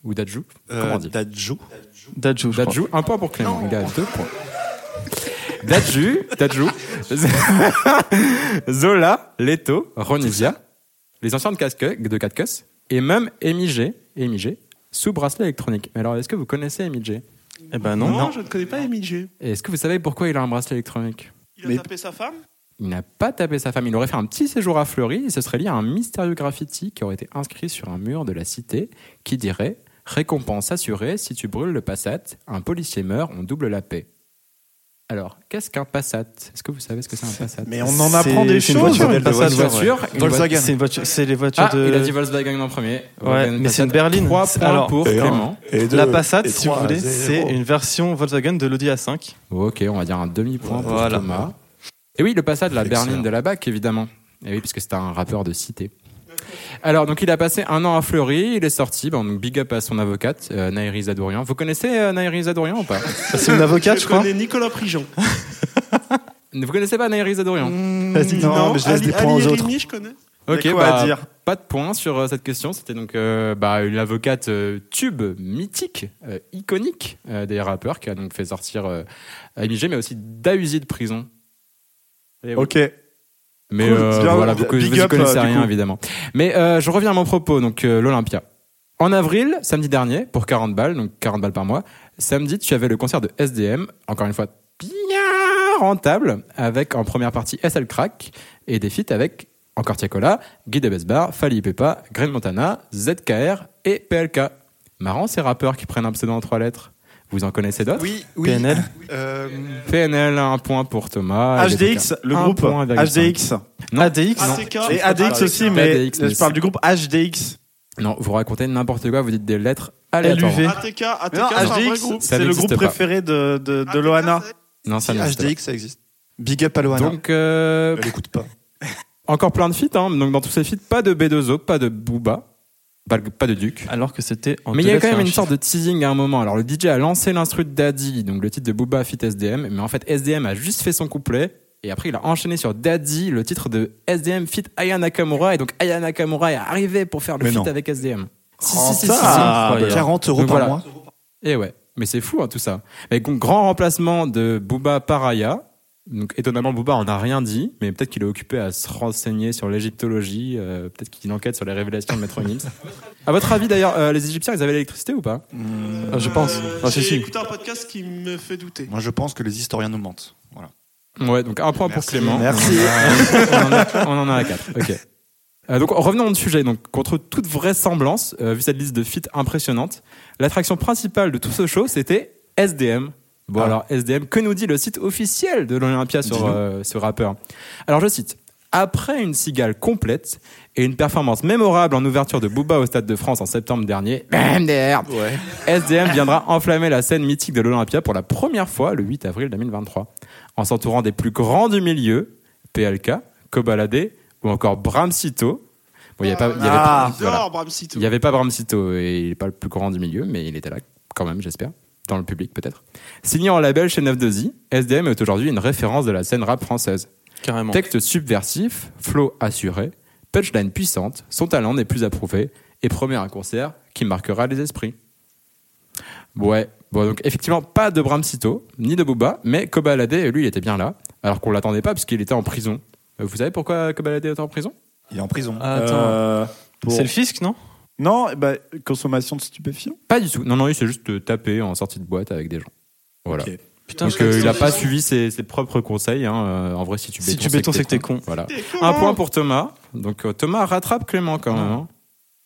Ou Daju Comment
Euh,
on dit
Dadju.
Dadju, je crois.
Dadju, un point pour Clément. Il a deux points. Dadju, Dadju, [LAUGHS] Zola, Leto, Ronisia, les anciens de Casque- de Catcus, et même Emigé, Emigé, sous bracelet électronique. Mais alors, est-ce que vous connaissez Emigé
Eh ben non.
Non, je ne connais pas Émile G.
Et est-ce que vous savez pourquoi il a un bracelet électronique
Il a tapé sa femme
il n'a pas tapé sa femme. Il aurait fait un petit séjour à Fleury et ce serait lié à un mystérieux graffiti qui aurait été inscrit sur un mur de la cité qui dirait Récompense assurée si tu brûles le passat, un policier meurt, on double la paix. Alors, qu'est-ce qu'un passat Est-ce que vous savez ce que c'est un passat
Mais on en apprend
C'est-
des
c'est une
choses.
voiture,
modèle de
Passat,
Une voiture, une
Volkswagen.
C'est une voiture- c'est les voitures
Ah,
de.
il a dit Volkswagen en premier.
Ouais, mais c'est une berline.
3
C'est-
points
alors-
pour
Et un,
Clément.
et deux,
La Passat,
et
si vous
trois,
voulez, c'est
zéro.
une version Volkswagen de l'Audi A5.
Ok, on va dire un demi-point pour
Voilà.
Thomas. Et oui, le passage de la
Excellent.
berline de la BAC, évidemment. Et oui, puisque c'était un rappeur de cité. Alors, donc, il a passé un an à Fleury, il est sorti, bon, donc, big up à son avocate, euh, Nairi Zadourian. Vous connaissez euh, Nairi Zadourian ou pas
C'est une avocate, je
Je
crois.
connais Nicolas Prigent.
[LAUGHS] Vous connaissez pas Nairi Zadourian
Vas-y, non, mais je laisse
Hein Ali-
des points
Ali
aux autres.
Rimi, je connais.
Ok,
Y a quoi
bah,
à dire
pas de points sur euh, cette question. C'était donc euh, bah, une avocate euh, tube mythique, euh, iconique euh, des rappeurs, qui a donc fait sortir euh, AMG, mais aussi Dausi de prison. Et oui.
Ok.
Mais
Cool,
euh,
bien,
voilà, vous,
bien,
vous,
big
vous
up,
connaissez
euh, du
rien
coup.
évidemment. Mais euh, je reviens à mon propos, donc euh, l'Olympia. En avril, samedi dernier, pour 40 balles, donc 40 balles par mois, samedi, tu avais le concert de SDM, encore une fois bien rentable, avec en première partie SL Crack et des feats avec encore Tiakola, Guy de Besbar, Fali Pepa, Green Montana, ZKR et PLK. Marrant ces rappeurs qui prennent un pseudo en trois lettres. Vous en connaissez d'autres
Oui, oui.
PNL.
Euh,
PNL, un point pour Thomas. et
HDX,
BTK.
le
Un
groupe
point, virgule cinq.
HDX.
Non.
ADX.
ATK.
Et ADX aussi,
ADX,
mais
mais
je parle du groupe HDX.
Non, vous racontez n'importe quoi, vous dites des lettres aléatoirement.
LUV.
ATK, ATK,
Mais non,
c'est un vrai
HDX,
groupe.
Ça
c'est le
n'existe
groupe
pas.
préféré de, de, de
ATK,
Loana.
c'est-
Non, ça
si,
n'existe
HDX, ça existe. Big up à
pas.
Loana.
Donc, euh,
Elle l'écoute pas.
encore plein de feats. Hein. Donc, dans tous ces feats, pas de B2O, pas de Booba, pas, pas de Duke.
Alors que c'était en
Mais il y a
deux
quand
lettres
même
et un
une sorte
chiffre.
de teasing à un moment. Alors, le DJ a lancé l'instru de Daddy, donc le titre de Booba feat SDM. Mais en fait, SDM a juste fait son couplet. Et après, il a enchaîné sur Daddy, le titre de SDM feat Aya Nakamura. Et donc, Aya Nakamura est arrivé pour faire le
Mais
feat
non.
avec SDM. Si,
Oh,
si, si, si,
ça,
si. Ah,
bah,
incroyable.
40 euros
Donc
par
voilà.
mois.
Eh Et ouais, mais c'est fou hein, tout ça. Mais donc, grand remplacement de Booba par Aya, Donc étonnamment, Booba en a rien dit, mais peut-être qu'il est occupé à se renseigner sur l'égyptologie, euh, peut-être qu'il enquête sur les révélations de Maître Gims. À votre avis d'ailleurs, euh, les Égyptiens, ils avaient l'électricité ou pas Ah, Je pense. Ah, si, si.
J'ai écouté un podcast qui me fait douter.
Moi, je pense que les historiens nous mentent. Voilà.
Ouais, donc un point
Merci,
pour Clément.
merci.
On en a- on en a à 4. Ok. Euh, donc revenons au sujet. Donc contre toute vraisemblance, euh, vu cette liste de feats impressionnante, l'attraction principale de tout ce show, c'était SDM. Bon
Ah.
alors SDM, que nous dit le site officiel de l'Olympia sur
Dis-nous.
euh, ce rappeur Alors je cite. Après une cigale complète et une performance mémorable en ouverture de Booba au Stade de France en septembre dernier, MDR,
Ouais.
[LAUGHS]
SDM viendra enflammer la scène mythique de l'Olympia pour la première fois le 8 avril 2023, en s'entourant des plus grands du milieu, PLK, Kobalade ou encore Bramsito. Bon, il n'y avait pas, il y avait pas-
Ah,
voilà.
j'adore Bram Situ.
Il y avait pas Bramsito et il n'est pas le plus grand du milieu, mais il était là quand même, j'espère, dans le public peut-être. Signé en label chez 92i, SDM est aujourd'hui une référence de la scène rap française.
Carrément.
Texte subversif, flow assuré, punchline puissante, son talent n'est plus approuvé et promet un concert qui marquera les esprits. Ouais, bon, donc effectivement, pas de Bramsito, ni de Booba, mais Kobalade, lui, il était bien là, alors qu'on l'attendait pas parce qu'il était en prison. Euh, Vous savez pourquoi Kobalade était en prison
Il est en prison.
Ah, attends.
Euh, pour-
C'est le fisc, non
Non, eh ben, consommation de stupéfiants.
Pas du tout. Non, non, il s'est juste euh, tapé en sortie de boîte avec des gens. Voilà.
Ok.
Putain,
Donc
je-
euh, il n'a pas suivi ses, ses propres conseils. hein, euh, en vrai, si tu bétons,
Si tu bétons, c'est que t'es con.
Voilà. Un point pour Thomas. Donc euh, Thomas rattrape Clément quand même. hein.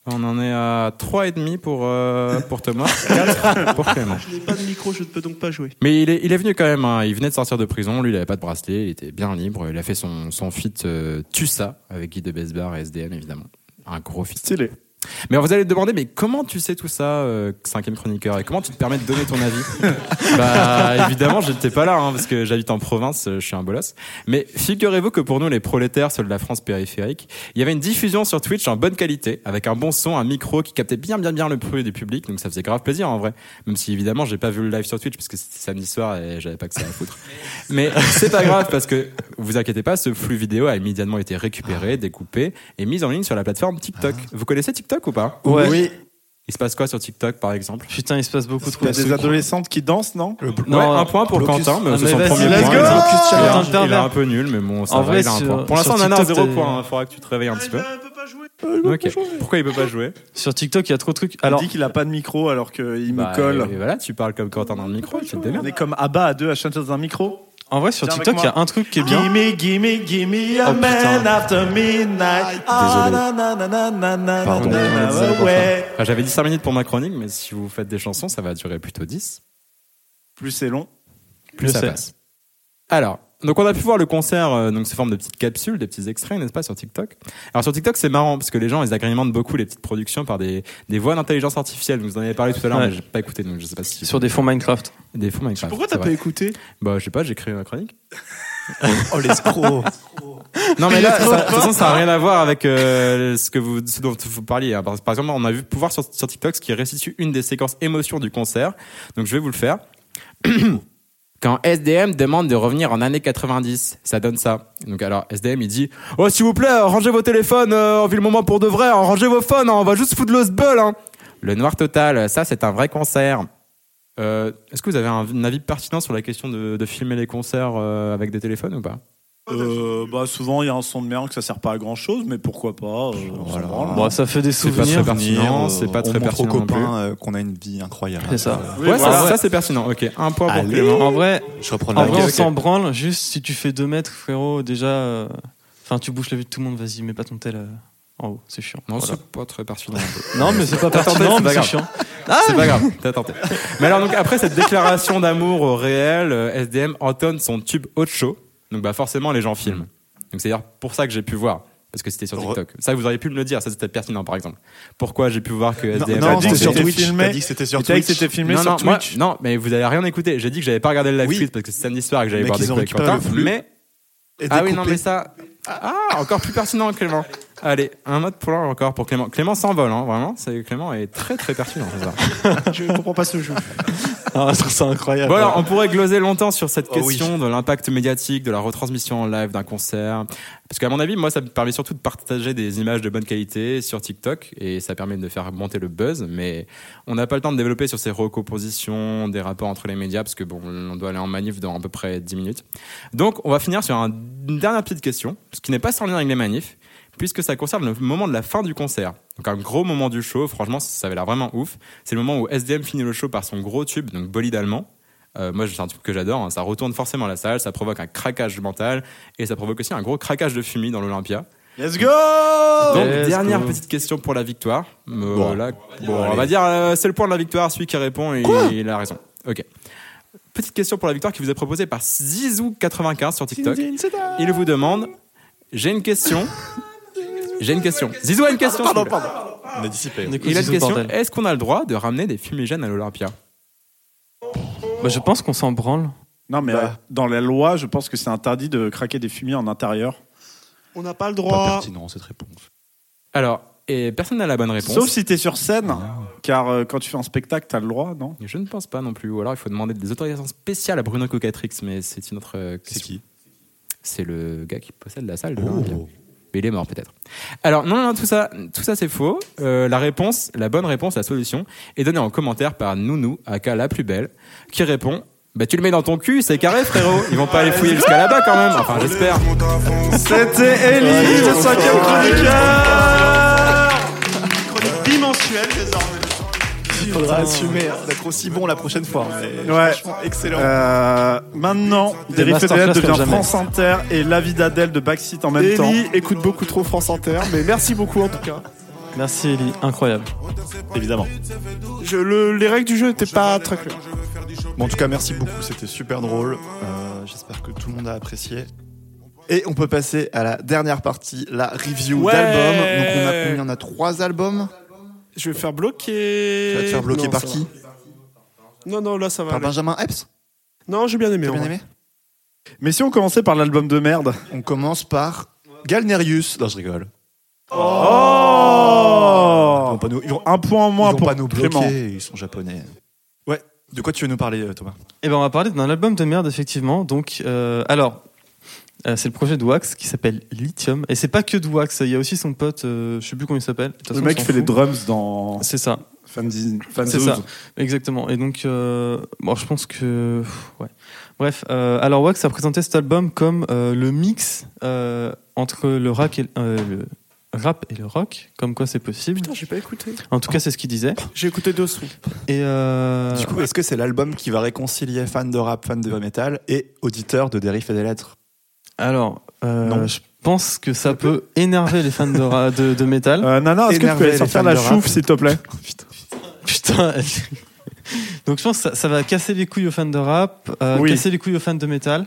On en est à 3,5 pour, euh, pour Thomas, [LAUGHS] 4 pour Clément.
Je n'ai pas de micro, je ne peux donc pas jouer.
Mais il est, il est venu quand même, hein. il venait de sortir de prison, lui il avait pas de bracelet, il était bien libre, il a fait son, son feat euh, Tu ça avec Guy de Besbar et SDM évidemment. Un gros feat.
Stylé.
Mais vous allez te demander, mais comment tu sais tout ça, euh, cinquième chroniqueur, et comment tu te permets de donner ton avis Bah évidemment, j'étais pas là, hein, parce que j'habite en province, euh, je suis un bolos. Mais figurez-vous que pour nous, les prolétaires, ceux de la France périphérique, il y avait une diffusion sur Twitch en bonne qualité, avec un bon son, un micro qui captait bien bien bien le bruit du public, donc ça faisait grave plaisir en vrai. Même si évidemment, j'ai pas vu le live sur Twitch, parce que c'était samedi soir et j'avais pas que ça à foutre. Mais c'est pas grave parce que vous inquiétez pas, ce flux vidéo a immédiatement été récupéré, découpé et mis en ligne sur la plateforme TikTok.
Ah.
Vous connaissez TikTok ou pas
Ouais.
Oui.
Il se passe quoi sur TikTok par exemple
Putain, il se passe beaucoup
Il y
trop
a
de
des
trucs.
adolescentes qui dansent, non
Ouais, un point pour
Blocus.
Quentin, mais
Ah,
c'est
mais
son
vas-y,
premier
let's
point.
go
il est-
Putain,
Il est, un
pervers.
peu nul, mais bon, ça
En
va,
vrai,
il a un
sur-
point. Pour l'instant, on
sur
en a un
TikTok,
zéro
t'es-
point, hein. il faudra que tu te réveilles un petit peu.
Je ne peux pas jouer.
Ok. Pourquoi Ah, il peut pas Bah, jouer
Sur TikTok, il y a trop de trucs.
Alors,
Alors,
dit qu'il a pas de micro alors qu'il
Bah,
me colle.
et voilà, tu parles comme Quentin dans le micro, tu te
On
démerdes.
est comme Abba à deux à chanter dans un micro.
en vrai, sur
Viens avec
TikTok, il y a
moi.
un truc qui est bien.
Gimme, gimme, gimme a
Oh, putain.
after midnight. Ah, na, na, na, na, na, na,
Pardon,
na, na,
on est désolé pour
ouais.
Ah, J'avais dit 5 minutes pour ma chronique, mais si vous faites des chansons, ça va durer plutôt 10.
Plus c'est long.
plus ça
sais.
passe. Alors, donc on a pu voir le concert euh, donc sous forme de petites capsules, des petits extraits, n'est-ce pas, sur TikTok. Alors sur TikTok, c'est marrant parce que les gens, ils agrémentent beaucoup les petites productions par des, des voix d'intelligence artificielle. Vous en avez parlé tout à l'heure,
Ouais.
mais j'ai pas écouté, donc je sais pas si
Sur des fonds Minecraft.
des fonds Minecraft.
Pourquoi
c'est
t'as pas
vrai.
écouté
Bah, je sais pas, j'ai créé ma chronique.
Oh, les escrocs.
[LAUGHS] Non mais là, ça, de toute façon, ça a rien à voir avec euh, ce que vous, ce dont vous parliez. hein. Par, par exemple, on a vu pouvoir sur, sur TikTok ce qui restitue une des séquences émotions du concert. Donc je vais vous le faire. [CLEARS THROAT] Quand SDM demande de revenir en années 90, ça donne ça. Donc alors SDM il dit "Oh s'il vous plaît, euh, rangez vos téléphones, euh, on vit le moment pour de vrai, hein, rangez vos phones, hein, on va juste foutre le sbeul hein." Le noir total, ça c'est un vrai concert. Euh, Est-ce que vous avez un, un avis pertinent sur la question de, de filmer les concerts euh, avec des téléphones ou pas
Euh, bah, souvent, il y a un son de merde que ça sert pas à grand chose, mais pourquoi pas euh, on s'en branle.
Bon, ça fait des
Ah. C'est pas très
souvenirs.
pertinent, c'est pas
on
très
montre aux
pertinent non plus.
copains euh, qu'on a une vie incroyable.
C'est ça.
Euh,
Oui,
ouais,
voilà.
ça, ça, c'est pertinent. Ok, un point pour
Allez.
Clément.
En vrai,
Je reprends
en
la
Ok,
vrai, on
ok.
s'en branle. Juste si tu fais 2 mètres, frérot, déjà. euh, Enfin, tu bouches la vue de tout le monde, vas-y, mets pas ton tel euh, en haut, c'est chiant.
Non,
Voilà.
c'est pas très pertinent.
[LAUGHS] Non, mais c'est pas
Attends,
pertinent, mais
c'est pas
c'est
grave.
chiant. Ah,
c'est pas grave, t'as tenté. Mais alors, donc, après cette déclaration d'amour au réel, euh, SDM entonne son tube haut de show. Donc, bah, forcément, les gens filment. Donc, c'est-à-dire pour ça que j'ai pu voir. Parce que c'était sur
Re-
TikTok. Ça, vous auriez pu me le dire, ça c'était pertinent par exemple. Pourquoi j'ai pu voir que
Non,
SDM.
non,
a
c'était
dit
dansé
que
sur
c'était
Twitch.
filmé.
T'as dit que c'était sur
Il t'a dit que
Twitch.
c'était filmé
non,
sur
non, moi-
Twitch.
non, mais vous avez rien écouté. J'ai dit que j'avais pas regardé le live
Oui.
tweet parce que c'est samedi soir et que j'avais
Mais
voir
qu'ils
des
ont
coups avec
récupéré
Quentin.
le flux.
Mais
Et
Ah oui, non,
découpé.
mais ça. Ah, encore plus pertinent, Clément. [LAUGHS] Allez, un mode pour l'heure encore pour Clément. Clément s'envole, hein, vraiment. C'est- Clément est très très pertinent. ce soir.
Je comprends
[LAUGHS]
pas ce jeu. Ah, je trouve ça incroyable.
Bon, alors, on pourrait gloser longtemps sur cette
Oh
question de l'impact médiatique, de la retransmission en live d'un concert. Parce qu'à mon avis, moi, ça me permet surtout de partager des images de bonne qualité sur TikTok et ça permet de faire monter le buzz. Mais on n'a pas le temps de développer sur ces recompositions, des rapports entre les médias, parce que bon, on doit aller en manif dans à peu près 10 minutes. Donc, on va finir sur un- une dernière petite question, ce qui n'est pas sans lien avec les manifs, puisque ça concerne le moment de la fin du concert. Donc, un gros moment du show, franchement, ça avait l'air vraiment ouf. C'est le moment où SDM finit le show par son gros tube, donc Bolide Allemand. Euh, moi, c'est un truc que j'adore. hein. Ça retourne forcément la salle, ça provoque un craquage mental et ça provoque aussi un gros craquage de fumée dans l'Olympia.
Let's go
Donc,
Let's
dernière
go.
petite question pour la victoire. Euh,
Bon.
là,
dire,
bon, on
allez.
va dire, euh, c'est le point de la victoire. Celui qui répond, il, il a raison. Ok. Petite question pour la victoire qui vous est proposée par Zizou95 sur TikTok. Il vous demande J'ai une question. J'ai une question. Zizou a une question. s'il vous plaît.
On est dissipé.
Il a une question. Est-ce qu'on a le droit de ramener des fumigènes à l'Olympia
Bah, Je pense qu'on s'en branle.
Non, mais euh, dans la loi, je pense que c'est interdit de craquer des fumiers en intérieur.
On n'a pas le droit.
cette réponse.
Alors, et personne n'a la bonne réponse.
Sauf si t'es sur scène, car euh, quand tu fais un spectacle, t'as le droit, non
Je ne pense pas non plus. Ou alors il faut demander des autorisations spéciales à Bruno Cocatrix, mais c'est une autre euh, question. C'est qui Oh. C'est le gars qui possède la salle de l'Olympia. Mais il est mort peut-être. Alors non, non, non, tout ça, tout ça c'est faux. Euh, la réponse, la bonne réponse, la solution est donnée en commentaire par Nounou, aka la plus belle, qui répond. Bah tu le mets dans ton cul, c'est carré frérot. Ils vont pas aller fouiller jusqu'à là-bas quand même. Enfin j'espère.
C'était Ellie, le cinquième chroniqueur
Chronique bimensuelle désormais.
Il faudra assumer hein, d'être aussi bon la prochaine fois. mais
Ouais.
franchement, Excellent.
Euh, maintenant,
Des
Dérive
masterclass
FDL
comme
devient
jamais.
France Inter et la vie d'Adèle de Backseat en même temps.
Ellie écoute beaucoup trop France Inter, mais merci beaucoup en tout cas.
Merci Ellie, incroyable.
Évidemment.
Je- le- les règles du jeu n'étaient pas très claires.
Bon, en tout cas, merci beaucoup. C'était super drôle. Euh, J'espère que tout le monde a apprécié. Et on peut passer à la dernière partie, la review
Ouais.
d'albums. Donc on a combien On a trois albums.
Je vais me faire bloquer.
Tu vas te faire bloquer
Non,
par
ça
qui
va. Non, non, là ça va.
Par
aller.
Benjamin Epps
Non, j'ai bien aimé.
T'as
en
bien
vrai.
aimé
Mais si on commençait par l'album de merde
On commence par Galnerius. Non, je rigole. Ils
Oh
vont pas nous, ils vont,
Un point en
ils
moins
vont
pour
pas nous bloquer,
Clément.
ils sont japonais. Ouais, de quoi tu veux nous parler, euh, Thomas
Eh ben, on va parler d'un album de merde, effectivement. Donc, euh, alors, euh, c'est le projet de Wax qui s'appelle Lithium. Et c'est pas que de Wax, il y a aussi son pote, euh, je sais plus comment il s'appelle. De toute
Le
façon,
mec
on
qui
s'en
fait les
fout.
drums dans
C'est ça,
Fanzine.
c'est ça, exactement. Et donc, euh, bon, je pense que. pff, Ouais. Bref, euh, alors Wax a présenté cet album comme euh, le mix euh, entre le, rock et, euh, le rap et le rock, comme quoi c'est possible.
Putain, j'ai pas écouté.
En tout cas, c'est ce qu'il disait.
J'ai écouté deux sons.
Et euh,
Du coup, est-ce que c'est l'album qui va réconcilier fans de rap, fans de metal et auditeurs de dérives et des lettres
alors, euh,
Non.
je pense que ça peut énerver les fans de, ra- de, de métal.
Euh, Nana, est-ce que tu
Ah, Énervé,
peux aller
les
sortir
fans
la
de rap.
chouffe, s'il te plaît
Putain. [LAUGHS] elle- Donc je pense que ça, ça va casser les couilles aux fans de rap, euh,
Oui.
casser les couilles aux fans de métal.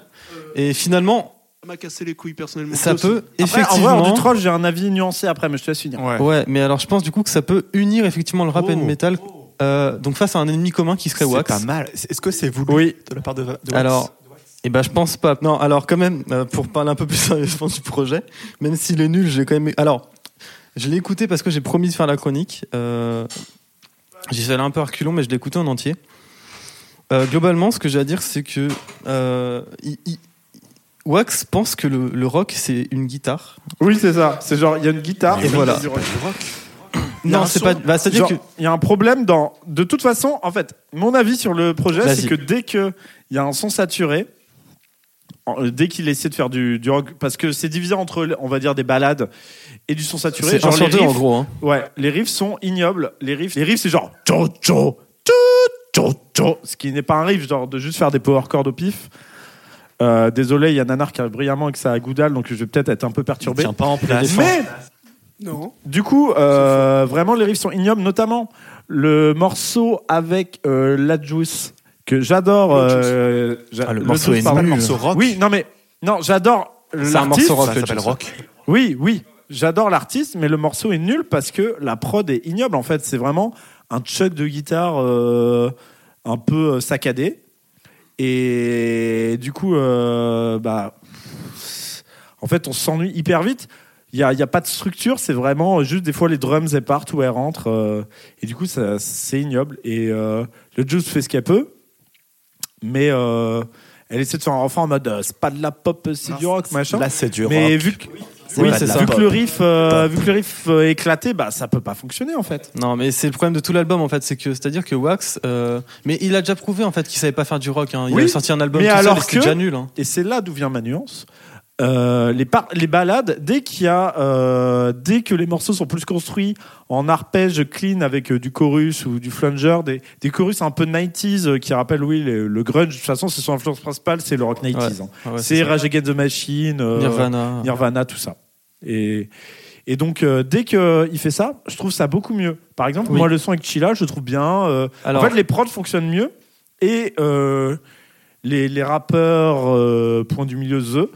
Et finalement,
Ça m'a cassé les couilles personnellement.
ça
Deux
peut
Après, en
effectivement.
vrai, hors du troll, j'ai un avis nuancé après, mais je te laisse finir.
Ouais.
ouais, mais alors je pense du coup que ça peut unir effectivement le rap et le
Oh.
métal. euh, donc face à un ennemi commun qui serait
C'est
Wax.
pas mal. C'est- Est-ce que c'est voulu
Oui.
de la part de, de Wax
Alors, eh ben, je pense pas. Non, alors quand même, euh, pour parler un peu plus [LAUGHS] sérieusement du projet, même s'il est nul, j'ai quand même. Alors, je l'ai écouté parce que j'ai promis de faire la chronique. Euh, J'y suis allé un peu à reculons, mais je l'ai écouté en entier. Euh, globalement, ce que j'ai à dire, c'est que euh, il- il- Wax pense que le, le rock, c'est une guitare.
Oui, c'est ça. C'est genre, il y a une guitare.
Et voilà.
Il y a du rock. Il y a
Non,
un
c'est
son.
pas. bah, C'est-à-dire
Genre,
que.
Il y a un problème dans. De toute façon, en fait, mon avis sur le projet,
Vas-y.
c'est que dès qu'il y a un son saturé, en- euh, dès qu'il essaie de faire du, du rock, parce que c'est divisé entre, on va dire, des balades et du son saturé.
C'est un
Genre
sur
les
deux en
riffs-
gros. hein.
Ouais, les riffs sont ignobles. Les riffs, les riffs c'est genre. tcho, tcho, tcho, tcho, tcho. Ce qui n'est pas un riff, genre de juste faire des power chords au pif. Euh, désolé, il y a Nanar qui a brillamment avec sa goudale, donc je vais peut-être être un peu perturbé.
Tiens pas en place.
Mais
sons. Non.
du coup, euh, vraiment, les riffs sont ignobles, notamment le morceau avec euh, la Juice, que j'adore. euh, j'a-
Ah, le morceau est
pardon.
nul.
morceau rock.
Oui, non, mais non, j'adore
C'est un
l'artiste.
morceau rock.
ça
le
s'appelle
Johnson.
rock.
Oui, oui, j'adore l'artiste, mais le morceau est nul parce que la prod est ignoble. En fait, c'est vraiment un chuck de guitare euh, un peu euh, saccadé. Et du coup, euh, bah, en fait, on s'ennuie hyper vite. Il n'y a, il y a pas de structure, c'est vraiment juste des fois les drums elles partent ou elles rentrent. euh, et du coup, ça- c'est ignoble. Et euh, le Juice fait ce qu'elle peut, mais euh, elle essaie de faire un refrain en mode euh, c'est pas de la pop, c'est du rock, machin.
Là, c'est du
Mais
rock.
vu que,
C'est
oui,
pas de
c'est
la
ça. Vu
pop.
que le riff, euh,
Pop.
vu que le riff euh, est éclaté, bah ça peut pas fonctionner en fait.
Non, mais c'est le problème de tout l'album en fait, c'est que c'est-à-dire que Wax, euh, mais il a déjà prouvé en fait qu'il savait pas faire du rock. hein. Il
Oui,
a sorti un album
mais
tout seul
alors
et c'était
que-
déjà nul. hein.
Et c'est là d'où vient ma nuance. Euh, les, par- les balades, dès qu'il y a, euh, dès que les morceaux sont plus construits en arpège clean avec euh, du chorus ou du flanger, des, des chorus un peu 90s euh, qui rappellent oui le, le grunge. De toute façon, c'est son influence principale, c'est le rock 90s. hein.
Ah ouais,
c'est
ça.
Rage Against the Machine, euh,
Nirvana.
Nirvana, tout ça. Et, et donc, euh, dès qu'il fait ça, je trouve ça beaucoup mieux. Par exemple,
Oui.
moi, le son avec Chila, je trouve bien. euh,
Alors-
En fait, les prods fonctionnent mieux. Et euh, les, les rappeurs, euh, point du milieu The,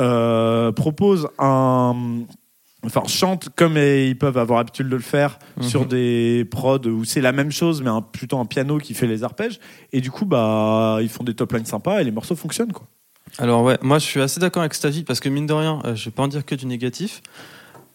euh, proposent un. Enfin, chantent comme ils peuvent avoir l'habitude de le faire
Mhm.
sur des prods où c'est la même chose, mais un, plutôt un piano qui fait les arpèges. Et du coup, bah, ils font des top lines sympas et les morceaux fonctionnent, quoi.
Alors ouais, moi je suis assez d'accord avec cet avis parce que mine de rien, euh, je vais pas en dire que du négatif.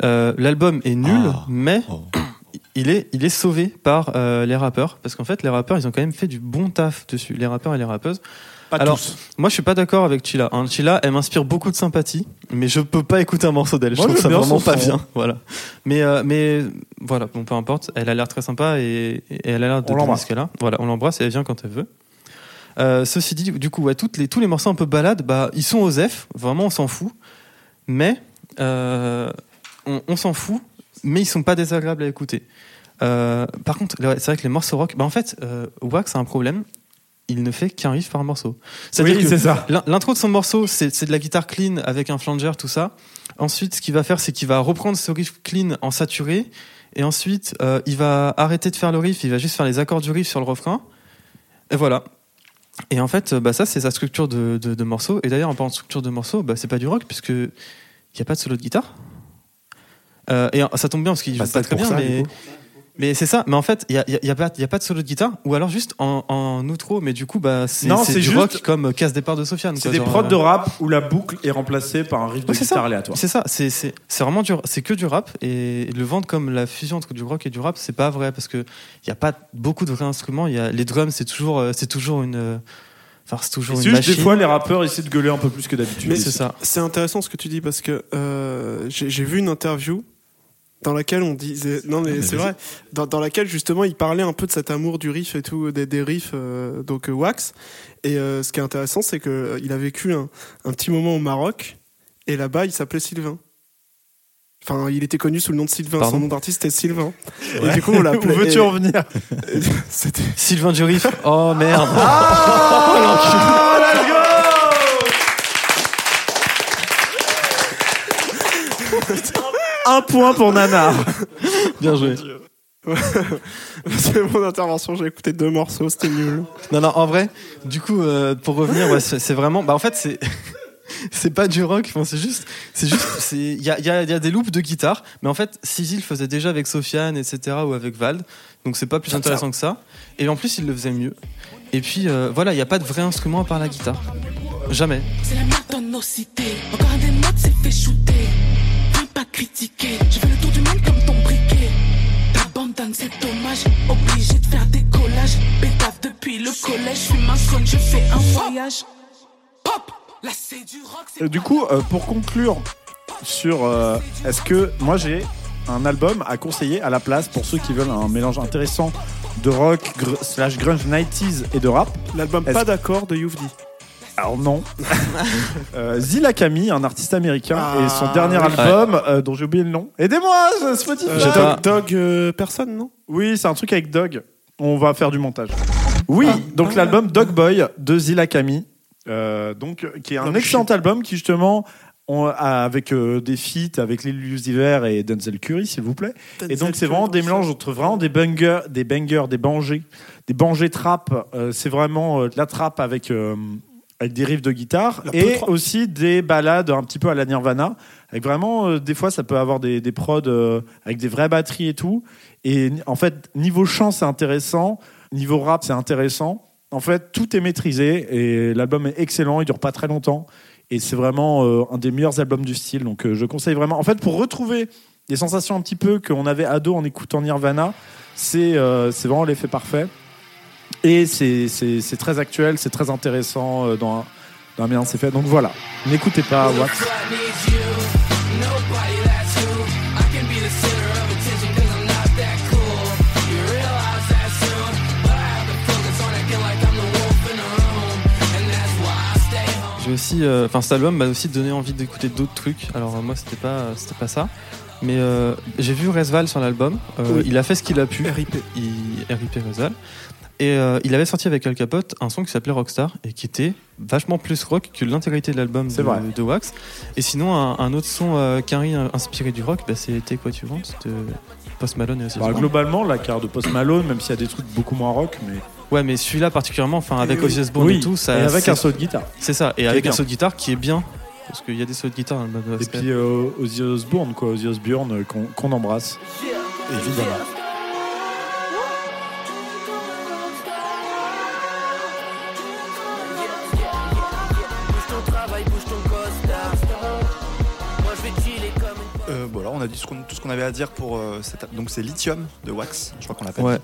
Euh, L'album est nul,
Ah.
mais
Oh.
[CLEARS THROAT] il est, il est sauvé par euh, les rappeurs parce qu'en fait les rappeurs ils ont quand même fait du bon taf dessus, les rappeurs et les rappeuses.
Pas
Alors,
tous.
Moi je suis pas d'accord avec Chila. hein. Chila elle m'inspire beaucoup de sympathie, mais je peux pas écouter un morceau d'elle. Je
Moi,
trouve
j'aime
ça
bien
vraiment
son
pas
son.
bien. Voilà. Mais euh, mais voilà, bon peu importe. Elle a l'air très sympa et, et elle a l'air de
On
donner
l'embrasse.
ce qu'elle a. Voilà, on l'embrasse et elle vient quand elle veut. Euh, ceci dit, du coup, ouais, toutes les, tous les morceaux un peu balades, bah, ils sont aux F, vraiment on s'en fout. Mais euh, on, on s'en fout, mais ils sont pas désagréables à écouter. Euh, par contre, ouais, c'est vrai que les morceaux rock, bah, en fait, euh, Wax a un problème, il ne fait qu'un riff par morceau. C'est-à-dire que
ça.
l'in- l'intro de son morceau, c'est c'est de la guitare clean avec un flanger, tout ça. Ensuite, ce qu'il va faire, c'est qu'il va reprendre ce riff clean en saturé. Et ensuite, euh, il va arrêter de faire le riff, il va juste faire les accords du riff sur le refrain. Et voilà. Et en fait, euh, bah, ça, c'est sa structure de, de, de morceau. Et d'ailleurs, en parlant de structure de morceau, bah, c'est pas du rock, puisque il n'y a pas de solo de guitare. Euh, et euh, ça tombe bien, parce
Bah,
qu'il joue pas très bien, mais. Mais c'est ça, mais en fait, il n'y a, y a, y a pas y a pas de solo de guitare, ou alors juste en, en outro, mais du coup, bah, c'est
Non,
c'est
c'est
du
juste-
rock comme euh, Casse Départ de Sofiane.
C'est
quoi,
des
genre,
prods de
euh,
rap où la boucle est remplacée par un
Ah,
riff de
Ouais, c'est
guitare
ça.
aléatoire.
C'est ça, c'est- c'est c'est vraiment du c'est que du rap et le vendre comme la fusion entre du rock et du rap, c'est pas vrai parce que il y a pas beaucoup de vrais instruments, il y a les drums, c'est toujours euh, c'est toujours une euh, enfin c'est toujours
C'est
une
juste
machine.
des fois les rappeurs essaient de gueuler un peu plus que d'habitude.
c'est ça.
C'est intéressant ce que tu dis parce que euh, j'ai j'ai vu une interview dans laquelle on disait non mais c'est vrai dans, dans laquelle justement il parlait un peu de cet amour du riff et tout des, des riffs euh, donc euh, wax et euh, ce qui est intéressant c'est que euh, il a vécu un, un petit moment au Maroc et là-bas il s'appelait Sylvain enfin il était connu sous le nom de Sylvain
Pardon
son nom d'artiste était Sylvain et du coup on l'appelait
veux-tu en venir
[LAUGHS] C'était-
Sylvain Durif. Oh merde.
Ah,
[LAUGHS] Oh,
Un point pour Nana.
Bien joué.
c'est mon intervention j'ai écouté deux morceaux c'était nul
Non non, en vrai, du coup euh, pour revenir ouais, c'est c'est vraiment bah en fait c'est [LAUGHS] c'est pas du rock, enfin, c'est juste, c'est juste, c'est, il y a, il y a- il y a des loops de guitare, mais en fait, Sisi le faisait déjà avec Sofiane, etc., ou avec Vald, donc c'est pas plus intéressant que ça. Et en plus, il le faisait mieux. Et puis, euh, voilà, il n'y a pas de vrai instrument à part la guitare. Jamais.
C'est la merde dans nos cités. Encore un des notes s'est fait shooter. Viens pas critiquer. Je fais le tour du monde comme ton briquet. T'abandonnes, c'est dommage. Obligé de faire des collages. Pétave depuis le collège. Je suis maçonne, je fais un voyage. Pop! Là, c'est du rock, c'est
Du coup, euh, pour conclure sur euh, est-ce que moi j'ai un album à conseiller à la place pour ceux qui veulent un mélange intéressant de rock gr- slash grunge 90s et de rap.
l'album
Est-ce-
pas d'accord de Youvdi
Alors non. euh, Zila Kami, un artiste américain, et son
Ah,
dernier
oui.
album euh, dont j'ai oublié le nom. Aidez-moi, euh, Spotify.
Euh,
J'ai
Dog,
pas-
Dog, euh, personne non
Oui, c'est un truc avec Dog. On va faire du montage. Oui,
Ah.
donc l'album Dog Boy de Zila Kami, euh, donc qui est un excellent album qui justement on- a- avec euh, des feats avec Lil Uzi Vert et Denzel Curry, s'il vous plaît. Et donc c'est vraiment des mélanges entre vraiment des bangers, des bangers, des bangers, des bangers trap. Euh, c'est vraiment euh, de la trap avec euh, avec des riffs de guitare
La
et
peu-trap.
aussi des balades un petit peu à la Nirvana. Avec vraiment euh, des fois ça peut avoir des, des prods euh, avec des vraies batteries et tout. Et ni- en fait niveau chant c'est intéressant, niveau rap c'est intéressant. En fait tout est maîtrisé et l'album est excellent. Il dure pas très longtemps. Et c'est vraiment euh, un des meilleurs albums du style. Donc euh, je conseille vraiment. En fait, pour retrouver des sensations un petit peu qu'on avait ado en écoutant Nirvana, c'est euh, c'est vraiment l'effet parfait. Et c'est- c'est c'est très actuel, c'est très intéressant euh, dans, dans la manière dont c'est fait. Donc voilà, n'écoutez pas Wax.
Nobody that's who I can be the center of attention cause I'm not that cool. You realize that soon, but I have to focus on acting like I'm the wolf in the room. And that's why I stay home.
J'ai aussi, euh, enfin, cet album m'a aussi donné envie d'écouter d'autres trucs. Alors euh, moi, c'était pas, euh, c'était pas ça. Mais euh, j'ai vu Resval sur l'album. Euh,
Oui.
Il a fait ce qu'il a pu. RIP. RIP Resval. Et euh, il avait sorti avec Al Capote un son qui s'appelait Rockstar et qui était vachement plus rock que l'intégralité de l'album de,
vrai.
de Wax. Et sinon, un, un autre son euh, qu'Henry a inspiré du rock, bah, c'était quoi tu ventes C'était Post Malone et
Bah,
Ozzy
globalement, la carte de Post Malone, même s'il y a des trucs beaucoup moins rock, mais.
Ouais, mais celui-là particulièrement, enfin avec
Oui.
Ozzy Osbourne
Oui,
et tout, ça.
et avec
c'est-
un solo de guitare.
C'est ça,
Qui
et
est
avec un
bien.
solo de guitare qui est bien. Parce qu'il y a des solos de guitare dans le mode
Et puis euh, Ozzy Osbourne, quoi, Ozzy Osbourne euh, qu'on qu'on embrasse. Évidemment.
Bouge ton travail, bouge ton costard. Moi je vais chiller comme une
Euh, bon, alors on a dit ce qu'on- tout ce qu'on avait à dire pour euh, cette. Donc c'est Lithium de Wax, je crois qu'on l'appelle.
Ouais.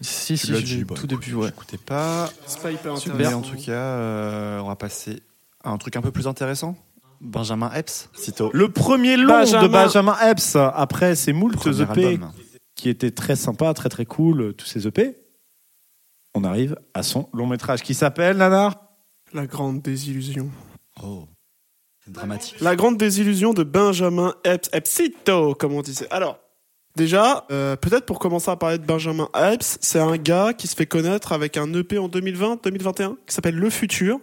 Si,
Tu
si,
l'as
je
dit,
l'ai
bah,
tout depuis, ouais.
Écoutez pas.
C'est pas hyper
Super. Mais
intéressant.
en tout cas, euh, on va passer à un truc un peu plus intéressant. Benjamin Epps, sitôt.
Le premier long
Benjamin.
de Benjamin Epps, après ses moult
Premier
EP
album.
qui étaient très sympas, très très cool, euh, tous ces EP, on arrive à son long métrage qui s'appelle Nanar.
La grande désillusion.
Oh, Euh, dramatique.
La grande désillusion de Benjamin Epps, Epsito, comme on disait. Alors, déjà, euh, peut-être pour commencer à parler de Benjamin Epps, c'est un gars qui se fait connaître avec un EP en 2020-2021 qui s'appelle Le Futur.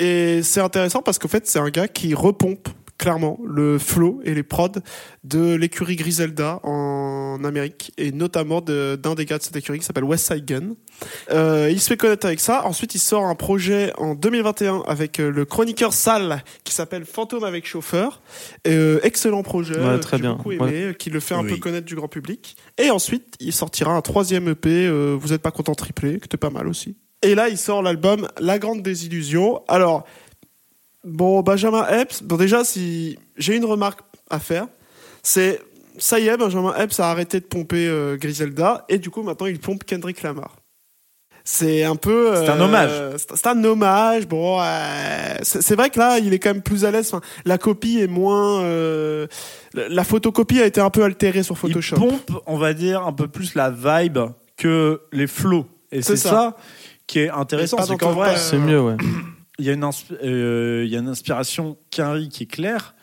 Et c'est intéressant parce qu'en fait, c'est un gars qui repompe clairement le flow et les prods de l'écurie Griselda en Amérique et notamment de- d'un des gars de cette écurie qui s'appelle West Side Gun. Euh, il se fait connaître avec ça. Ensuite, il sort un projet en 2021 avec euh, le chroniqueur Sal qui s'appelle Fantôme avec chauffeur. Euh, excellent projet,
Ouais,
euh,
très
que j'ai
bien.
beaucoup aimé,
Ouais.
euh, qui le fait un peu
Oui.
connaître du grand public. Et ensuite, il sortira un troisième EP, euh, Vous êtes pas content triplé, qui était pas mal aussi. Et là, il sort l'album La Grande Désillusion. Alors, bon, Benjamin Epps, bon, déjà, si j'ai une remarque à faire, c'est ça y est, Benjamin Epps a arrêté de pomper euh, Griselda et du coup, maintenant, il pompe Kendrick Lamar. C'est un peu. euh,
C'est un hommage.
C'est c'est un hommage. Bon, euh, c'est c'est vrai que là, il est quand même plus à l'aise. Enfin, la copie est moins. euh, la, la photocopie a été un peu altérée sur Photoshop.
Il pompe, on va dire, un peu plus la vibe que les flots. Et
C'est ça.
c'est ça. qui est
Et
intéressant.
pas
C'est
dans
qu'en
ton-
vrai,
pas- C'est
mieux, ouais.
Il y a une, inspi- euh, il y a une inspiration Quinry qui est claire.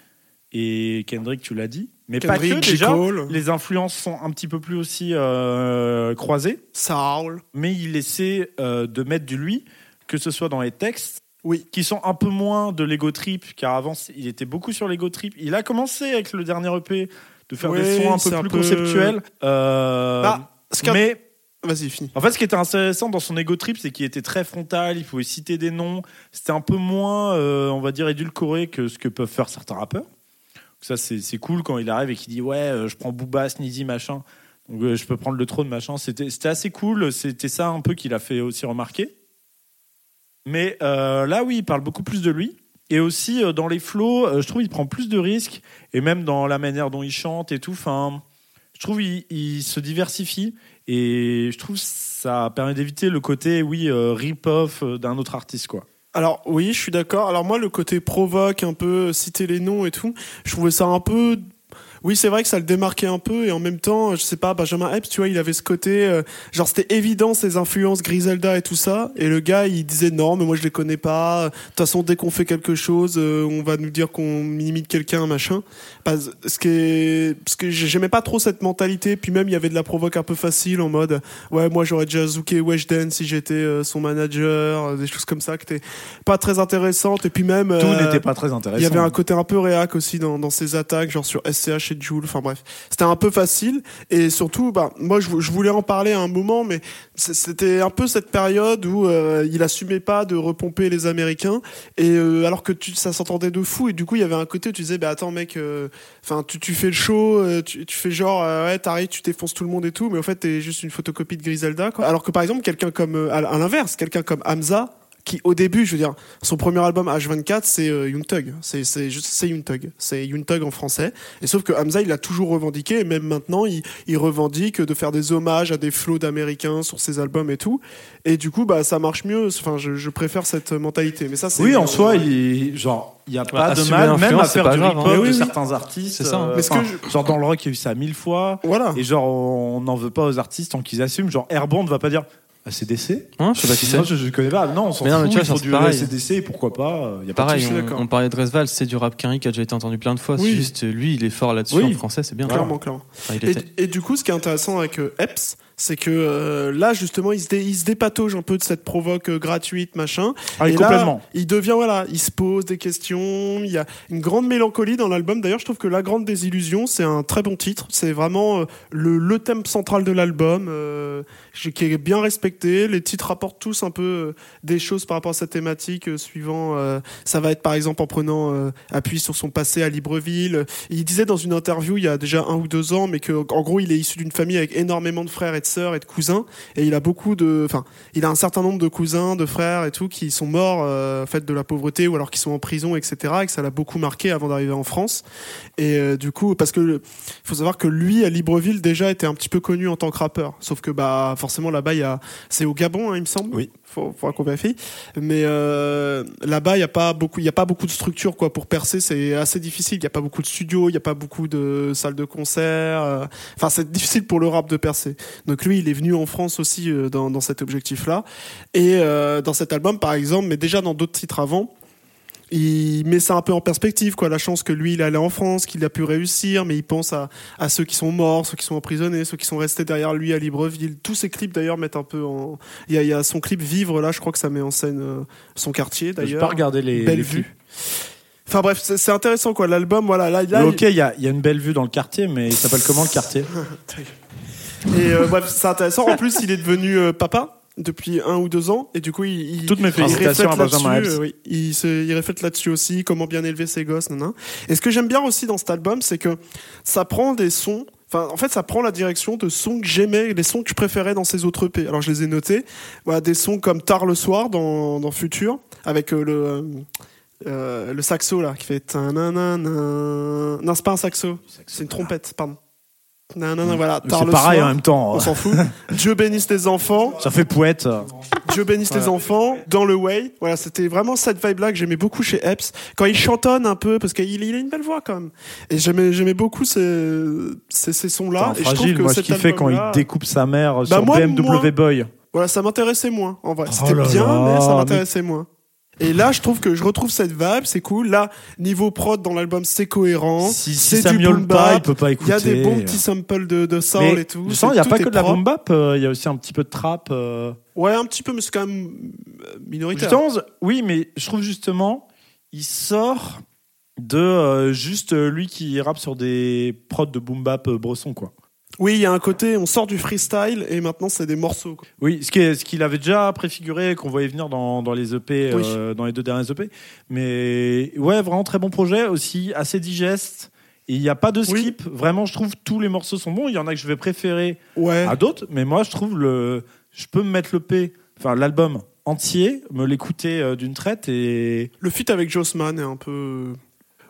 Et Kendrick, tu l'as dit. Mais pas
Kendrick,
que
J.
déjà.
Cole.
Les influences sont un petit peu plus aussi euh, croisées.
Saul.
Mais il essaie euh, de mettre du lui, que ce soit dans les textes.
Oui.
Qui sont un peu moins de l'ego trip, car avant, c'est- il était beaucoup sur l'ego trip. Il a commencé avec le dernier EP de faire
Ouais,
des sons un
c'est
peu
un
plus
peu-
conceptuels. Euh,
Bah, ce qu'a-
mais
Vas-y, fini.
en fait, ce qui était intéressant dans son ego trip, c'est qu'il était très frontal, il pouvait citer des noms. C'était un peu moins, euh, on va dire, édulcoré que ce que peuvent faire certains rappeurs. Donc ça, c'est c'est cool quand il arrive et qu'il dit Ouais, euh, je prends Booba, Sneezy, machin. Donc euh, je peux prendre le trône, machin. C'était c'était assez cool. C'était ça un peu qu'il a fait aussi remarquer. Mais euh, là, oui, il parle beaucoup plus de lui. Et aussi, euh, dans les flots, euh, je trouve il prend plus de risques. Et même dans la manière dont il chante et tout. Enfin, je trouve il, il se diversifie. Et je trouve ça permet d'éviter le côté, oui, euh, rip-off euh, d'un autre artiste, quoi.
Alors oui, je suis d'accord. Alors moi, le côté provoque, un peu euh, citer les noms et tout, je trouvais ça un peu... Oui, c'est vrai que ça le démarquait un peu et en même temps, je sais pas, Benjamin Epps, tu vois, il avait ce côté, euh, genre c'était évident ses influences Griselda et tout ça, et le gars il disait non, mais moi je les connais pas. De toute façon, dès qu'on fait quelque chose, euh, on va nous dire qu'on imite quelqu'un, machin. Bah, ce qui est, parce que j'aimais pas trop cette mentalité. Puis même il y avait de la provoque un peu facile en mode, ouais, moi j'aurais déjà zooké Weshden si j'étais euh, son manager, euh, des choses comme ça qui étaient pas très intéressantes. Et puis même
Tout
euh,
n'était pas très intéressant.
il y avait un côté un peu réac aussi dans, dans ses attaques, genre sur SCH et Joule. Enfin bref, c'était un peu facile. Et surtout, bah, moi, je, vou- je voulais en parler à un moment, mais c- c'était un peu cette période où euh, il assumait pas de repomper les Américains. Et euh, alors que tu, ça s'entendait de fou. Et du coup, il y avait un côté où tu disais, bah attends, mec, euh, enfin, tu, tu fais le show, euh, tu, tu fais genre, euh, ouais, t'arrives, tu t'effonces tout le monde et tout, mais en fait, t'es juste une photocopie de Griselda. Quoi. Alors que par exemple, quelqu'un comme, euh, à, à l'inverse, quelqu'un comme Hamza, qui au début, je veux dire, son premier album H24, c'est euh, Young Thug. C'est c'est juste- c'est Young Thug. C'est Young Thug en français. Et sauf que Hamza, il l'a toujours revendiqué, et même maintenant, il, il revendique de faire des hommages à des flots d'américains sur ses albums et tout. Et du coup, bah, ça marche mieux. Enfin, je, je préfère cette mentalité. Mais ça, c'est. euh,
Oui, en soi, il, genre, il n'y a pas de
Bah, assumer
mal, même à
l'influence, c'est
faire
pas
du
grave, hein.
hip-hop
Mais oui,
de
oui.
certains artistes.
C'est ça, hein.
euh,
Mais ce que
enfin,
je-
Genre, dans le rock, il y a eu ça mille fois.
Voilà.
Et genre, on n'en veut pas aux artistes tant qu'ils assument. Genre, Airbond va pas dire. ACDC
Hein, je sais pas qui c'est.
Moi, Ah. je, je connais pas. Non, on s'en
Mais non, mais
fout.
tu vois,
ils font
c'est
du
pareil.
ACDC, et pourquoi pas Il y a pas de
Pareil,
souci.
on, on parlait de Resval, c'est du rap quinri qui a déjà été entendu plein de fois.
Oui.
C'est juste euh, lui, il est fort là-dessus
Oui.
en français, c'est bien.
Clairement, clairement.
Enfin, il était.
Et, et du coup, ce qui est intéressant avec euh, Epps, c'est que euh, là, justement, il se, dé, il se dépatauge un peu de cette provoque euh, gratuite, machin.
Ah,
et là,
complètement.
il devient, voilà, il se pose des questions. Il y a une grande mélancolie dans l'album. D'ailleurs, je trouve que La Grande Désillusion, c'est un très bon titre. C'est vraiment euh, le, le thème central de l'album, euh, qui est bien respecté. Les titres rapportent tous un peu euh, des choses par rapport à cette thématique euh, suivant. euh, ça va être, par exemple, en prenant euh, appui sur son passé à Libreville. Il disait dans une interview il y a déjà un ou deux ans, mais que en gros, il est issu d'une famille avec énormément de frères et de sœurs et de cousins, et il a beaucoup de, enfin, il a un certain nombre de cousins, de frères et tout qui sont morts euh, en fait de la pauvreté ou alors qui sont en prison, etc. Et que ça l'a beaucoup marqué avant d'arriver en France. Et euh, du coup, parce que le- il faut savoir que lui à Libreville déjà était un petit peu connu en tant que rappeur, sauf que bah forcément là-bas, il y a, c'est au Gabon, hein, il me semble. Oui. Faut, faudra qu'on vérifie. Mais euh, là-bas, il y a pas beaucoup, il y a pas beaucoup de structures quoi pour percer. C'est assez difficile. Il y a pas beaucoup de studios, il y a pas beaucoup de salles de concert. euh. Enfin, c'est difficile pour le rap de percer. Donc lui, il est venu en France aussi euh, dans, dans cet objectif-là. Et euh, dans cet album, par exemple, mais déjà dans d'autres titres avant, il met ça un peu en perspective, quoi. La chance que lui, il est allé en France, qu'il a pu réussir, mais il pense à, à ceux qui sont morts, ceux qui sont emprisonnés, ceux qui sont restés derrière lui à Libreville. Tous ces clips, d'ailleurs, mettent un peu en. Il y, a- il y a son clip Vivre, là, je crois que ça met en scène euh, son quartier, d'ailleurs.
pas regardé les-
Belle
les
vue. Enfin bref, c'est c'est intéressant, quoi. L'album, voilà. Là, là,
Mais
il-
ok, il y, a il y a une belle vue dans le quartier, mais il s'appelle comment le quartier
Et euh, bref, c'est intéressant. En plus, il est devenu euh, papa depuis un ou deux ans, et du coup, il, il-
Toutes mes
il
félicitations
réflète
à Benjamin
là-dessus,
Epps.
euh, oui. il, se- il réflète là-dessus aussi, comment bien élever ses gosses, nanan. Et ce que j'aime bien aussi dans cet album, c'est que ça prend des sons. Enfin, en fait, ça prend la direction de sons que j'aimais, les sons que je préférais dans ses autres EP. Alors, je les ai notés. Voilà, des sons comme Tard le soir dans, dans Futur, avec euh, le euh, euh, le saxo là qui fait. tananana. Non, c'est pas un saxo, c'est une trompette, pardon. Non, non, non, voilà.
Mm. Mais
Tard
c'est
le
pareil hein.
soir,
en même temps. euh,
On s'en fout. Dieu bénisse les enfants.
Ça fait poète. euh.
Dieu bénisse les
Ouais.
enfants. Dans le way. Voilà, c'était vraiment cette vibe-là que j'aimais beaucoup chez Epps. Quand il chantonne un peu, parce qu'il il a une belle voix quand même. Et j'aimais, j'aimais beaucoup ces, ces, ces sons-là. Ah,
Putain,
Et je trouve
fragile,
que
moi je
cet
kiffais quand il
album-là-
découpe sa mère euh,
Bah,
sur
moi, hein,
BMW
moins.
Boy.
Voilà, ça m'intéressait moins, en vrai.
Oh
C'était
là
bien,
là,
mais ça
mais-
m'intéressait moins. Et là, je trouve que je retrouve cette vibe, c'est cool. Là, niveau prod dans l'album, c'est cohérent.
Si, si
c'est
ça
du
miaule
boom
pas,
bap.
il peut pas
Il y a des
écouter.
bons petits samples de, de soul
Mais
et tout.
je sens, il n'y a
C'est-
pas
tout
que
est
de la
propre.
boom bap, euh, il y a aussi un petit peu de trap. euh.
Ouais, un petit peu, mais c'est quand même euh, minoritaire.
Justement, je- oui, mais je trouve justement, il sort de euh, juste euh, lui qui rappe sur des prods de boom bap euh, bresson, quoi.
Oui, il y a un côté, on sort du freestyle et maintenant c'est des morceaux. quoi.
Oui, ce qui est- ce qu'il avait déjà préfiguré, qu'on voyait venir dans, dans les EP,
Oui.
euh, dans les deux derniers EP. Mais ouais, vraiment très bon projet, aussi assez digeste. Et Il n'y a pas de skip. Vraiment, je trouve tous les morceaux sont bons. Il y en a que je vais préférer à d'autres, mais moi, je trouve le, je peux me mettre le P, enfin l'album entier, me l'écouter euh, d'une traite et.
Le feat avec Jossman est un peu.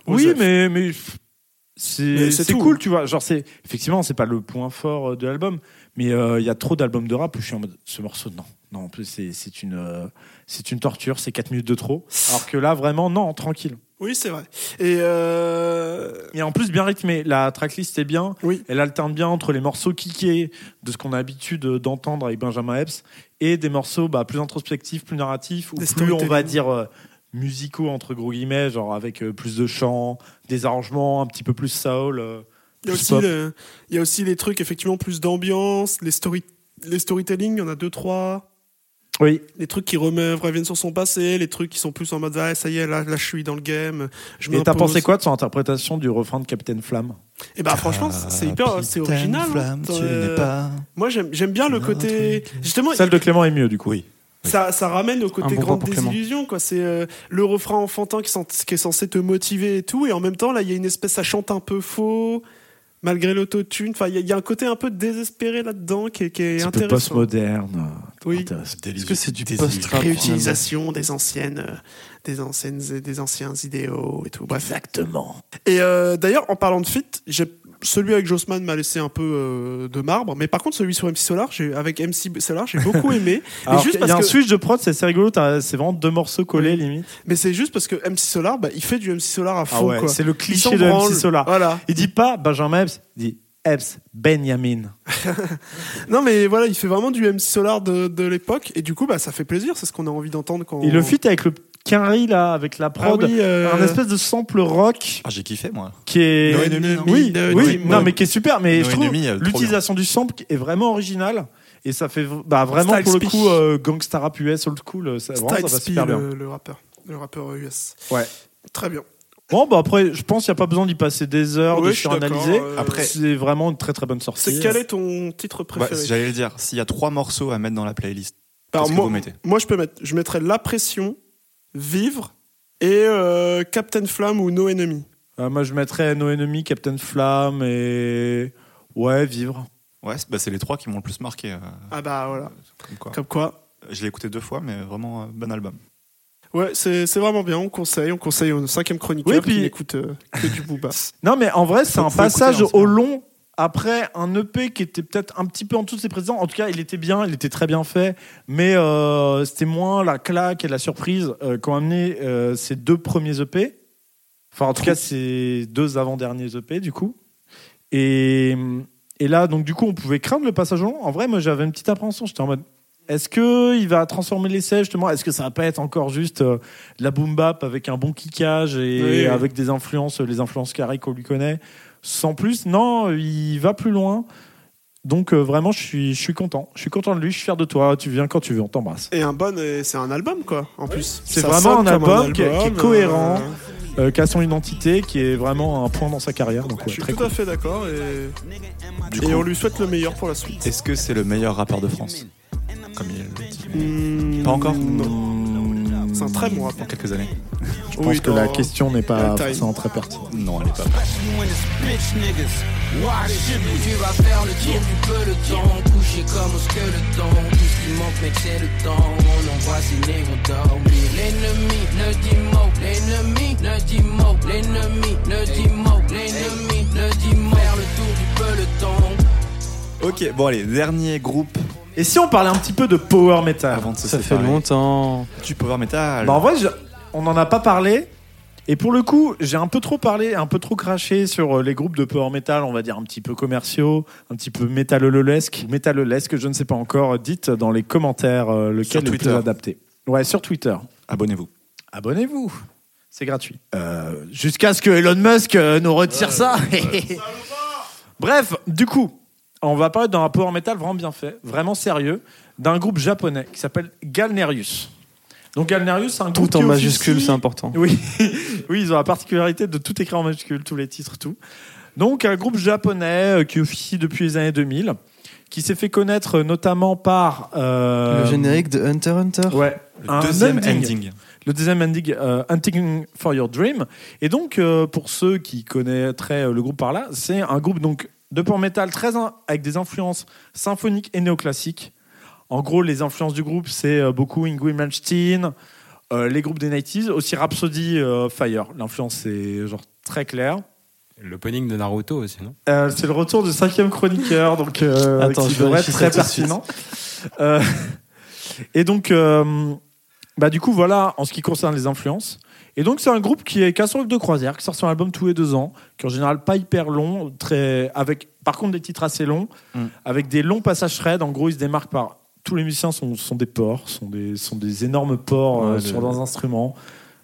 Oui,
Osef.
mais mais c'est
Mais c'est
c'est
tout.
cool, tu vois. Genre, c'est effectivement, c'est pas le point fort euh, de l'album, mais euh, il y a trop d'albums de rap où je suis en mode ce morceau, non, non, en plus, c'est c'est une, euh, c'est une torture, c'est 4 minutes de trop. Alors que là, vraiment, non, tranquille.
Oui, c'est vrai. Et, euh,
Et en plus, bien rythmé, la tracklist est bien, elle alterne bien entre les morceaux kickés de ce qu'on a l'habitude euh, d'entendre avec Benjamin Epps et des morceaux bah, plus introspectifs, plus narratifs, ou
Des
plus, on va
storytelling.
dire, euh, musicaux, entre gros guillemets, genre avec euh, plus de chants, des arrangements, un petit peu plus soul. euh,
Il y, a
plus
aussi
pop.
le- il y a aussi les trucs, effectivement, plus d'ambiance, les, story, les storytelling, il y en a deux, trois.
Oui.
Les trucs qui remeuvent, reviennent sur son passé, les trucs qui sont plus en mode, ah, ça y est, là, là, je suis dans le game. Je
Et t'as
m'impose.
pensé quoi de son interprétation du refrain de Capitaine Flamme
Et bah franchement, c'est hyper c'est original. hein.
Ah, Flamme, tu
Euh,
n'es pas
Moi, j'aime j'aime bien le côté. Justement,
Celle de Clément est mieux, du coup. Oui.
Ça, ça ramène au
Un
côté
bon
grande
point pour Clément.
désillusion, quoi. C'est euh, le refrain enfantin qui, sent- qui est censé te motiver et tout, et en même temps, là, il y a une espèce, ça chante un peu faux, malgré l'autotune. Enfin, il y, a- il y a un côté un peu désespéré là-dedans qui, est- qui est
C'est un peu
intéressant.
post-moderne.
Oui.
Est-ce que c'est du
post-rap,
Réutilisation des anciennes, euh, des anciennes, des anciens idéaux et tout. Bref.
Exactement.
Et euh, d'ailleurs, en parlant de feat, j'ai- celui avec Jossman m'a laissé un peu euh, de marbre, mais par contre celui sur MC Solar, j'ai- avec MC Solar, j'ai
[LAUGHS]
beaucoup aimé. Mais
Alors,
juste
il y
parce
a un
que-
switch de prod, c'est assez rigolo. t'as- C'est vraiment deux morceaux collés, limite.
Mais c'est juste parce que MC Solar, bah, il fait du MC Solar à fond.
Ah ouais,
quoi.
c'est le
Il s'en
cliché de MC
branle.
Solar.
Voilà.
Il dit pas Benjamin Epps, il dit Epps Benjamin.
Non, mais voilà, il fait vraiment du MC Solar de, de l'époque, et du coup, bah, ça fait plaisir, c'est ce qu'on a envie d'entendre quand.
Et
Oh.
le feat avec le Quinry, là, avec la prod,
Ah oui, euh,
un espèce de sample rock
Ah, j'ai kiffé, moi.
qui est.
No Enemy, non
oui,
No
oui,
Enemy,
non,
ouais.
mais qui est super. Mais
No
je trouve
Enemy, euh, trop bien.
l'utilisation du sample est vraiment originale. Et ça fait v- bah, vraiment
Style
pour le
speech.
coup euh, gangsta rap US old cool. euh, Ça, vraiment, ça
Style
va
Spee,
super bien.
le, le rappeur. Le rappeur US.
Ouais.
Très bien.
Bon, bah après, je pense qu'il n'y a pas besoin d'y passer des heures,
Ouais,
de
je suis
suranalyser.
d'accord, euh,
Après,
Après-
c'est vraiment une très très bonne sortie.
C'est quel est ton titre
Bah,
préféré
J'allais le dire, s'il y a trois morceaux à mettre dans la playlist,
Par
qu'est-ce que
moi-
vous mettez
Moi, je peux mettre, je mettrais La Pression, Vivre et euh, Captain Flamme ou No Enemy.
Euh, moi, je mettrais No Enemy, Captain Flamme et. Ouais, vivre.
Ouais, c'est bah, c'est les trois qui m'ont le plus marqué. euh,
Ah bah voilà.
comme quoi.
Comme quoi.
Je l'ai écouté deux fois, mais vraiment euh, bon album.
Ouais, c'est c'est vraiment bien. On conseille, on conseille au cinquième chroniqueur
Oui, puis-
qui n'écoute euh, que du Booba.
Non, mais en vrai, c'est
Faut-
un
faut l'écouter,
passage
hein, c'est
au
bien.
long après un EP qui était peut-être un petit peu en dessous de ses précédents. En tout cas, il était bien, il était très bien fait, mais euh, c'était moins la claque et la surprise euh, qu'ont amené euh, ces deux premiers EP. Enfin, en tout cas, ces deux avant-derniers EP, du coup. Et, et là, donc, du coup, on pouvait craindre le passage au long. En vrai, moi, j'avais une petite appréhension. J'étais en mode. Est-ce que il va transformer l'essai justement Est-ce que ça va pas être encore juste euh, de la boom bap avec un bon kickage et
Oui, oui.
avec des influences, les influences carrées qu'on lui connaît Sans plus, non, il va plus loin. Donc euh, vraiment, je suis, je suis content. Je suis content de lui. Je suis fier de toi. Tu viens quand tu veux. On t'embrasse.
[LAUGHS] Et un bon, euh, c'est un album quoi. En plus,
C'est
Ça
vraiment
sonne
un
comme
album qui est- qui est
euh,
cohérent. Euh, qui a son identité, qui est vraiment un point dans sa carrière. Donc ouais,
je suis
très
tout
cool.
à fait d'accord et,
Du
et
coup-
on lui souhaite le meilleur pour la suite.
Est-ce que c'est le meilleur rappeur de France Comme il le dit.
Hmm,
Pas encore
Non. C'est un très bon
Dans
rapport.
quelques années
Je pense que la question n'est
dans
pas
le time.
forcément très pertinente.
Non, elle est pas prête.
Tu vas faire le tour du peloton, couché comme au skeleton. Tout ce qui manque, mec, c'est le temps. On envoie ces négros dormir. L'ennemi ne dit mot, l'ennemi ne dit mot, l'ennemi ne dit mot, l'ennemi ne dit mot. Faire le tour du peloton.
Ok, bon, allez, dernier groupe
Et si on parlait un petit peu de power metal
avant de se
Ça fait
séparer.
longtemps.
Du power metal.
Bah, en vrai, je- on n'en a pas parlé. Et pour le coup, j'ai un peu trop parlé, un peu trop craché sur euh, les groupes de power metal, on va dire un petit peu commerciaux, un petit peu métallolesque, métallolesque, je ne sais pas encore. Dites dans les commentaires euh,
Sur
lequel est le plus
Twitter.
adapté. Ouais, sur Twitter.
Abonnez-vous.
Abonnez-vous, c'est gratuit. Euh, Jusqu'à ce que Elon Musk euh, nous retire ça. [LAUGHS] Bref, du coup, on va parler d'un power metal vraiment bien fait, vraiment sérieux, d'un groupe japonais qui s'appelle Galnerius. Donc Galnerius, c'est un groupe
Tout en
qui
majuscule,
officie-
c'est important.
[LAUGHS] oui, oui, ils ont la particularité de tout écrire en majuscule, tous les titres, tout. Donc, un groupe japonais euh, qui officie depuis les années 2000, qui s'est fait connaître euh, notamment par. euh,
Le générique de Hunter x Hunter.
Ouais,
Le
un
deuxième ending.
le deuxième ending euh, Hunting for Your Dream. Et donc, euh, pour ceux qui connaîtraient euh, le groupe par là, c'est un groupe donc, de power metal très in- avec des influences symphoniques et néoclassiques. En gros, les influences du groupe, c'est euh, beaucoup Ingrid Malmsteen, euh, les groupes des 90s, aussi Rhapsody euh, Fire. L'influence est genre très claire.
L'opening de Naruto aussi, non
Euh, c'est le retour du cinquième chroniqueur, donc euh,
Attends,
qui
je
devrait
vérifie ça
être très
tout de suite.
pertinent. Euh, et donc, euh, bah, du coup, voilà en ce qui concerne les influences. Et donc, c'est un groupe qui est casserole de croisière, qui sort son album tous les deux ans, qui est en général pas hyper long, très, avec par contre des titres assez longs,
Mm.
avec des longs passages shred. En gros, ils se démarquent par. Tous les musiciens sont, sont des porcs, sont des, sont des énormes porcs euh,
Ouais,
sur
le-
leurs instruments.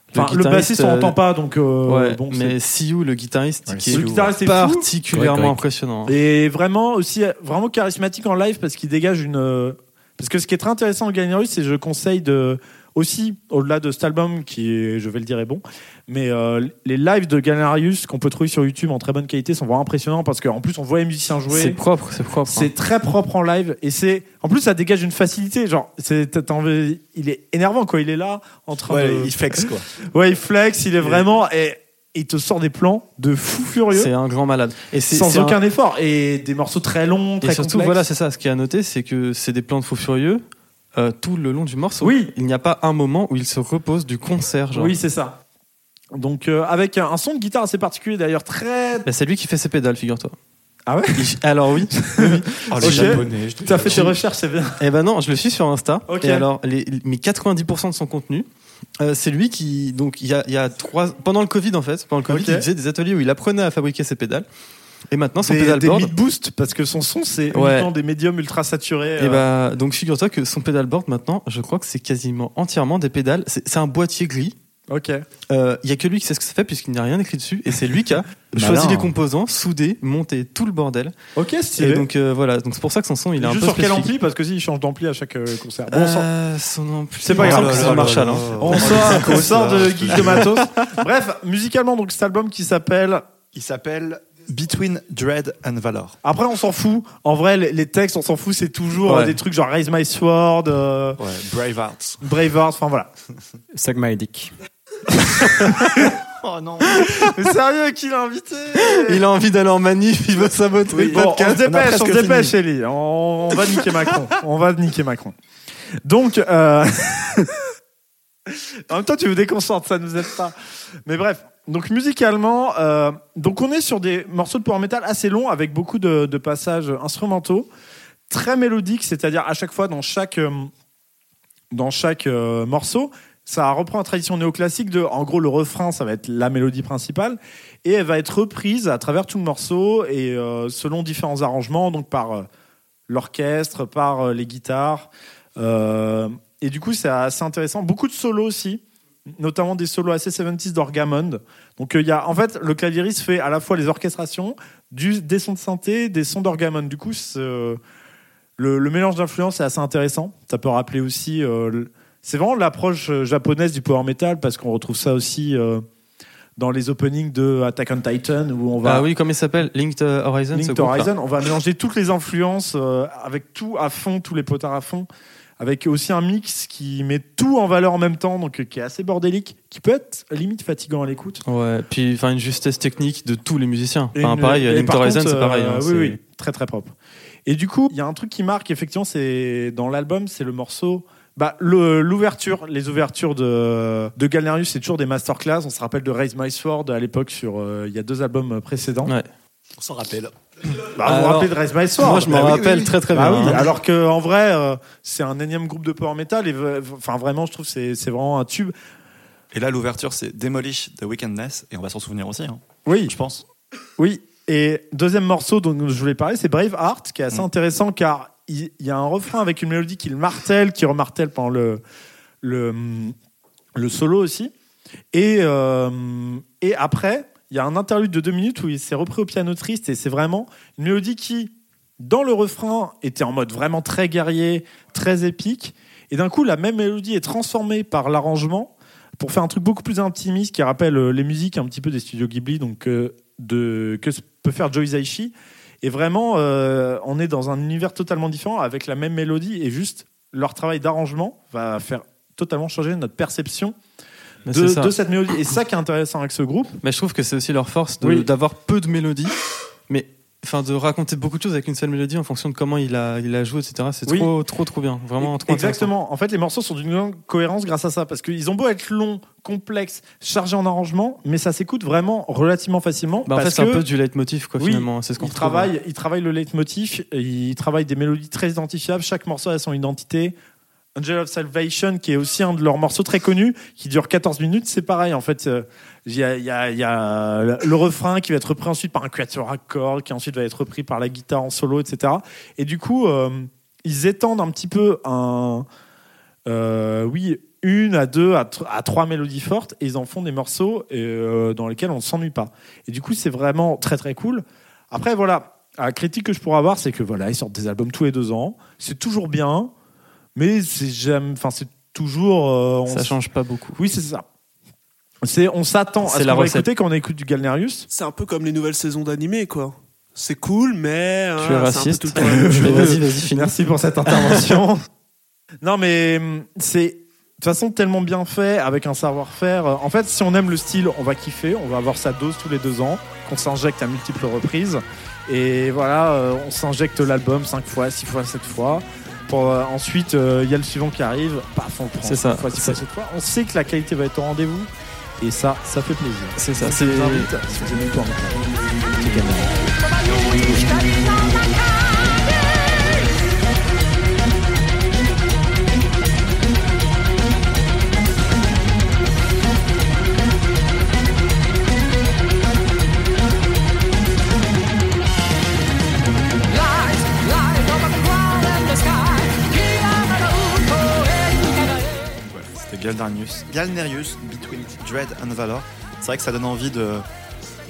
Enfin, le,
guitariste,
bassiste, on
euh,
l'entend pas, donc euh,
ouais,
bon, c'est-
mais Siou, le guitariste,
Ouais,
qui
le
Siou,
est
guitariste est fou.
Ouais,
particulièrement
correct.
impressionnant.
Et vraiment aussi vraiment charismatique en live parce qu'il dégage une euh, parce que ce qui est très intéressant de Gagnerus c'est je conseille de aussi au-delà de cet album qui est, je vais le dire est bon mais euh, les lives de Galerius qu'on peut trouver sur YouTube en très bonne qualité sont vraiment impressionnants parce qu'en plus on voit les musiciens
C'est
jouer
propre, c'est propre. hein.
c'est très propre en live et c'est en plus ça dégage une facilité genre c'est t'as- t'as envie- il est énervant quoi il est là en train
Ouais,
de
il flex, quoi.
ouais il flex il est vraiment et il te sort des plans de fou furieux
C'est un grand malade. Et c'est
sans
c'est un-
aucun effort et des morceaux très longs très
Et surtout,
complexes.
voilà, c'est ça. Ce qui est à noter, c'est que c'est des plans de fous furieux euh, tout le long du morceau. Oui. Il n'y a pas un moment où il se repose du concert. Genre.
Oui, c'est ça. Donc, euh, avec un, un son de guitare assez particulier d'ailleurs, très.
Bah, c'est lui qui fait ses pédales, figure-toi.
Ah ouais
Alors
[LAUGHS]
oui.
Oh, les abonnés, je te T'as fait tes recherches, c'est bien.
Eh ben non, je le suis sur Insta.
Ok.
Et alors, les, mais 90% de son contenu, euh, c'est lui qui. Donc, il y a, il y a trois. Pendant le Covid, en fait, pendant le Covid,
Ok.
il faisait des ateliers où il apprenait à fabriquer ses pédales. Et maintenant, son
Des- des
pédalboard.
mid-boost, parce que son son, c'est
Ouais.
uniquement des médiums ultra saturés.
Et
euh,
bah, donc figure-toi que son pédalboard maintenant, je crois que c'est quasiment entièrement des pédales. C'est c'est un boîtier gris.
euh, Ok.
Il Euh, y a que lui qui sait ce que ça fait puisqu'il n'y a rien écrit dessus. Et c'est lui qui a
[LAUGHS] Malin.
choisi les composants, soudé, monté tout le bordel.
Ok,
Et
stylé.
donc euh, voilà, donc c'est pour ça que son son il est un peu
Juste sur quel
spécifique.
ampli Parce que si, il change d'ampli à chaque euh, concert. Bon, on sort-
Euh, son ampli.
C'est
il
pas
me
grave,
semble que
c'est
c'est
un
un Marshall. hein.
On sort, on sort de Geek de Matos. Bref, musicalement, donc cet album qui s'appelle.
Il s'appelle Between Dread and Valor.
Après, on s'en fout. En vrai, les, les textes, on s'en fout. C'est toujours
Ouais.
euh, des trucs genre Raise My Sword, euh,
Ouais, Braveheart.
Braveheart, enfin voilà.
Suck my dick.
Oh non.
[LAUGHS] Mais sérieux, qui l'a invité
Il a envie d'aller en manif, il veut saboter le
Bon, on
podcast.
se dépêche, on,
presque
se dépêche,
fini.
Ellie. On, on va niquer Macron. on va niquer Macron. Donc, euh, [LAUGHS] en même temps, tu nous déconcentres, ça nous aide pas. Mais bref, donc musicalement, euh, donc on est sur des morceaux de power metal assez longs avec beaucoup de, de passages instrumentaux, très mélodiques, c'est-à-dire à chaque fois dans chaque euh, dans chaque euh, morceau. Ça reprend la tradition néoclassique de, en gros, le refrain, ça va être la mélodie principale, et elle va être reprise à travers tout le morceau et euh, selon différents arrangements, donc par euh, l'orchestre, par euh, les guitares. Euh, et du coup, c'est assez intéressant. Beaucoup de solos aussi, notamment des solos assez 70s d'Orgamond. Donc, euh, il y a, en fait, le clavieriste fait à la fois les orchestrations, du, des sons de synthé, des sons d'Orgamond. Du coup, c'est, euh, le, le mélange d'influences est assez intéressant. Ça peut rappeler aussi. euh, le- c'est vraiment l'approche euh, japonaise du power metal parce qu'on retrouve ça aussi euh, dans les openings de Attack on Titan où on va.
Ah oui, comment il s'appelle Linked Horizon. ce
Linked
groupe-là.
Horizon, on va mélanger toutes les influences euh, avec tout à fond, tous les potards à fond, avec aussi un mix qui met tout en valeur en même temps, donc euh, qui est assez bordélique, qui peut être limite fatigant à l'écoute.
Ouais, puis enfin une justesse technique de tous les musiciens.
Et
Enfin,
une-
Ah, pareil,
et
Linked
par
Horizon,
contre,
c'est pareil.
euh,
hein,
oui,
c'est-
oui, très très propre. Et du coup, il y a un truc qui marque, effectivement, c'est dans l'album, c'est le morceau. Bah, le- l'ouverture, les ouvertures de, de Galnerius, c'est toujours des masterclass. On se rappelle de Raise My Sword à l'époque sur. euh, Il y a deux albums précédents.
Ouais.
On s'en rappelle.
Bah, vous vous
Alors,
rappelez de Raise My Sword
moi, je m'en
Bah oui,
rappelle
oui.
très, très
Bah
bien,
oui,
hein.
Alors que en vrai, euh, c'est un énième groupe de power metal. Et v- enfin, vraiment, je trouve que c'est c'est vraiment un tube.
Et là, l'ouverture, c'est Demolish the Weekendness, et on va s'en souvenir aussi, hein,
Oui.
je pense.
Oui, et deuxième morceau dont je voulais parler, c'est Braveheart, qui est assez
Mm.
intéressant car il il y, a un refrain avec une mélodie qu'il martèle, qui remartèle pendant le, le, le solo aussi. Et, euh, et après, il y a un interlude de deux minutes où il s'est repris au piano triste et c'est vraiment une mélodie qui, dans le refrain, était en mode vraiment très guerrier, très épique. Et d'un coup, la même mélodie est transformée par l'arrangement pour faire un truc beaucoup plus intimiste qui rappelle euh, les musiques un petit peu des studios Ghibli, donc euh, de, que s- peut faire Joe Hisaishi. Et vraiment, euh, on est dans un univers totalement différent avec la même mélodie et juste leur travail d'arrangement va faire totalement changer notre perception
Mais c'est
de,
ça.
de cette mélodie. Et ça qui est intéressant avec ce groupe.
Mais je trouve que c'est aussi leur force de-
Oui.
d'avoir peu de mélodies, mais enfin de raconter beaucoup de choses avec une seule mélodie en fonction de comment il a il a joué, etc. C'est
Oui.
trop trop trop bien, vraiment trop intéressant.
Exactement. En fait, les morceaux sont d'une grande cohérence grâce à ça, parce qu'ils ont beau être longs, complexes, chargés en arrangement, mais ça s'écoute vraiment relativement facilement.
Bah, en fait,
parce
c'est un
que-
peu du leitmotiv quoi
Oui,
finalement. C'est ce qu'on
il
retrouve, ouais.
travaille, il travaille le leitmotiv, et il travaille des mélodies très identifiables, chaque morceau a son identité. Angel of Salvation, qui est aussi un de leurs morceaux très connus, qui dure 14 minutes, c'est pareil. En fait, euh, il y a, il y a- il y a le- le refrain qui va être repris ensuite par un quatuor à cordes, qui ensuite va être repris par la guitare en solo, etc. Et du coup, euh, ils étendent un petit peu un. euh, oui, une à deux à, tr- à trois mélodies fortes, et ils en font des morceaux euh, dans lesquels on ne s'ennuie pas. Et du coup, c'est vraiment très très cool. Après, voilà, la critique que je pourrais avoir, c'est que voilà, ils sortent des albums tous les deux ans. C'est toujours bien, mais c'est jamais. Enfin, c'est toujours. euh, on
Ça
s-
change pas beaucoup.
Oui, c'est ça. C'est, on s'attend à
C'est
ce
la
qu'on va
recette.
écouter quand on écoute du Galnerius.
C'est un peu comme les nouvelles saisons d'animé, quoi. C'est cool, mais. hein,
Tu es
c'est un peu
raciste.
tout le temps
[LAUGHS]
la même chose.
Mais vas-y, vas-y, finis.
Merci pour cette intervention. [LAUGHS] non, mais hum, c'est de toute façon tellement bien fait, avec un savoir-faire. euh, En fait, si on aime le style, on va kiffer, on va avoir sa dose tous les deux ans, qu'on s'injecte à multiples reprises. Et voilà, euh, on s'injecte l'album 5 fois, 6 fois, 7 fois. Pour, euh, ensuite, euh, il y a le suivant qui arrive. Paf, on le prend.
C'est ça,
Cette fois, cette
c'est-
fois, cette fois. On sait que la qualité va être au rendez-vous. Et ça, ça fait plaisir.
C'est ça,
Donc,
c'est-
Je vous invite, si vous aimez le porno, c'est canon.
C'était Galdarnius. Galnerius, Between Dread and Valor. C'est vrai que ça donne envie de,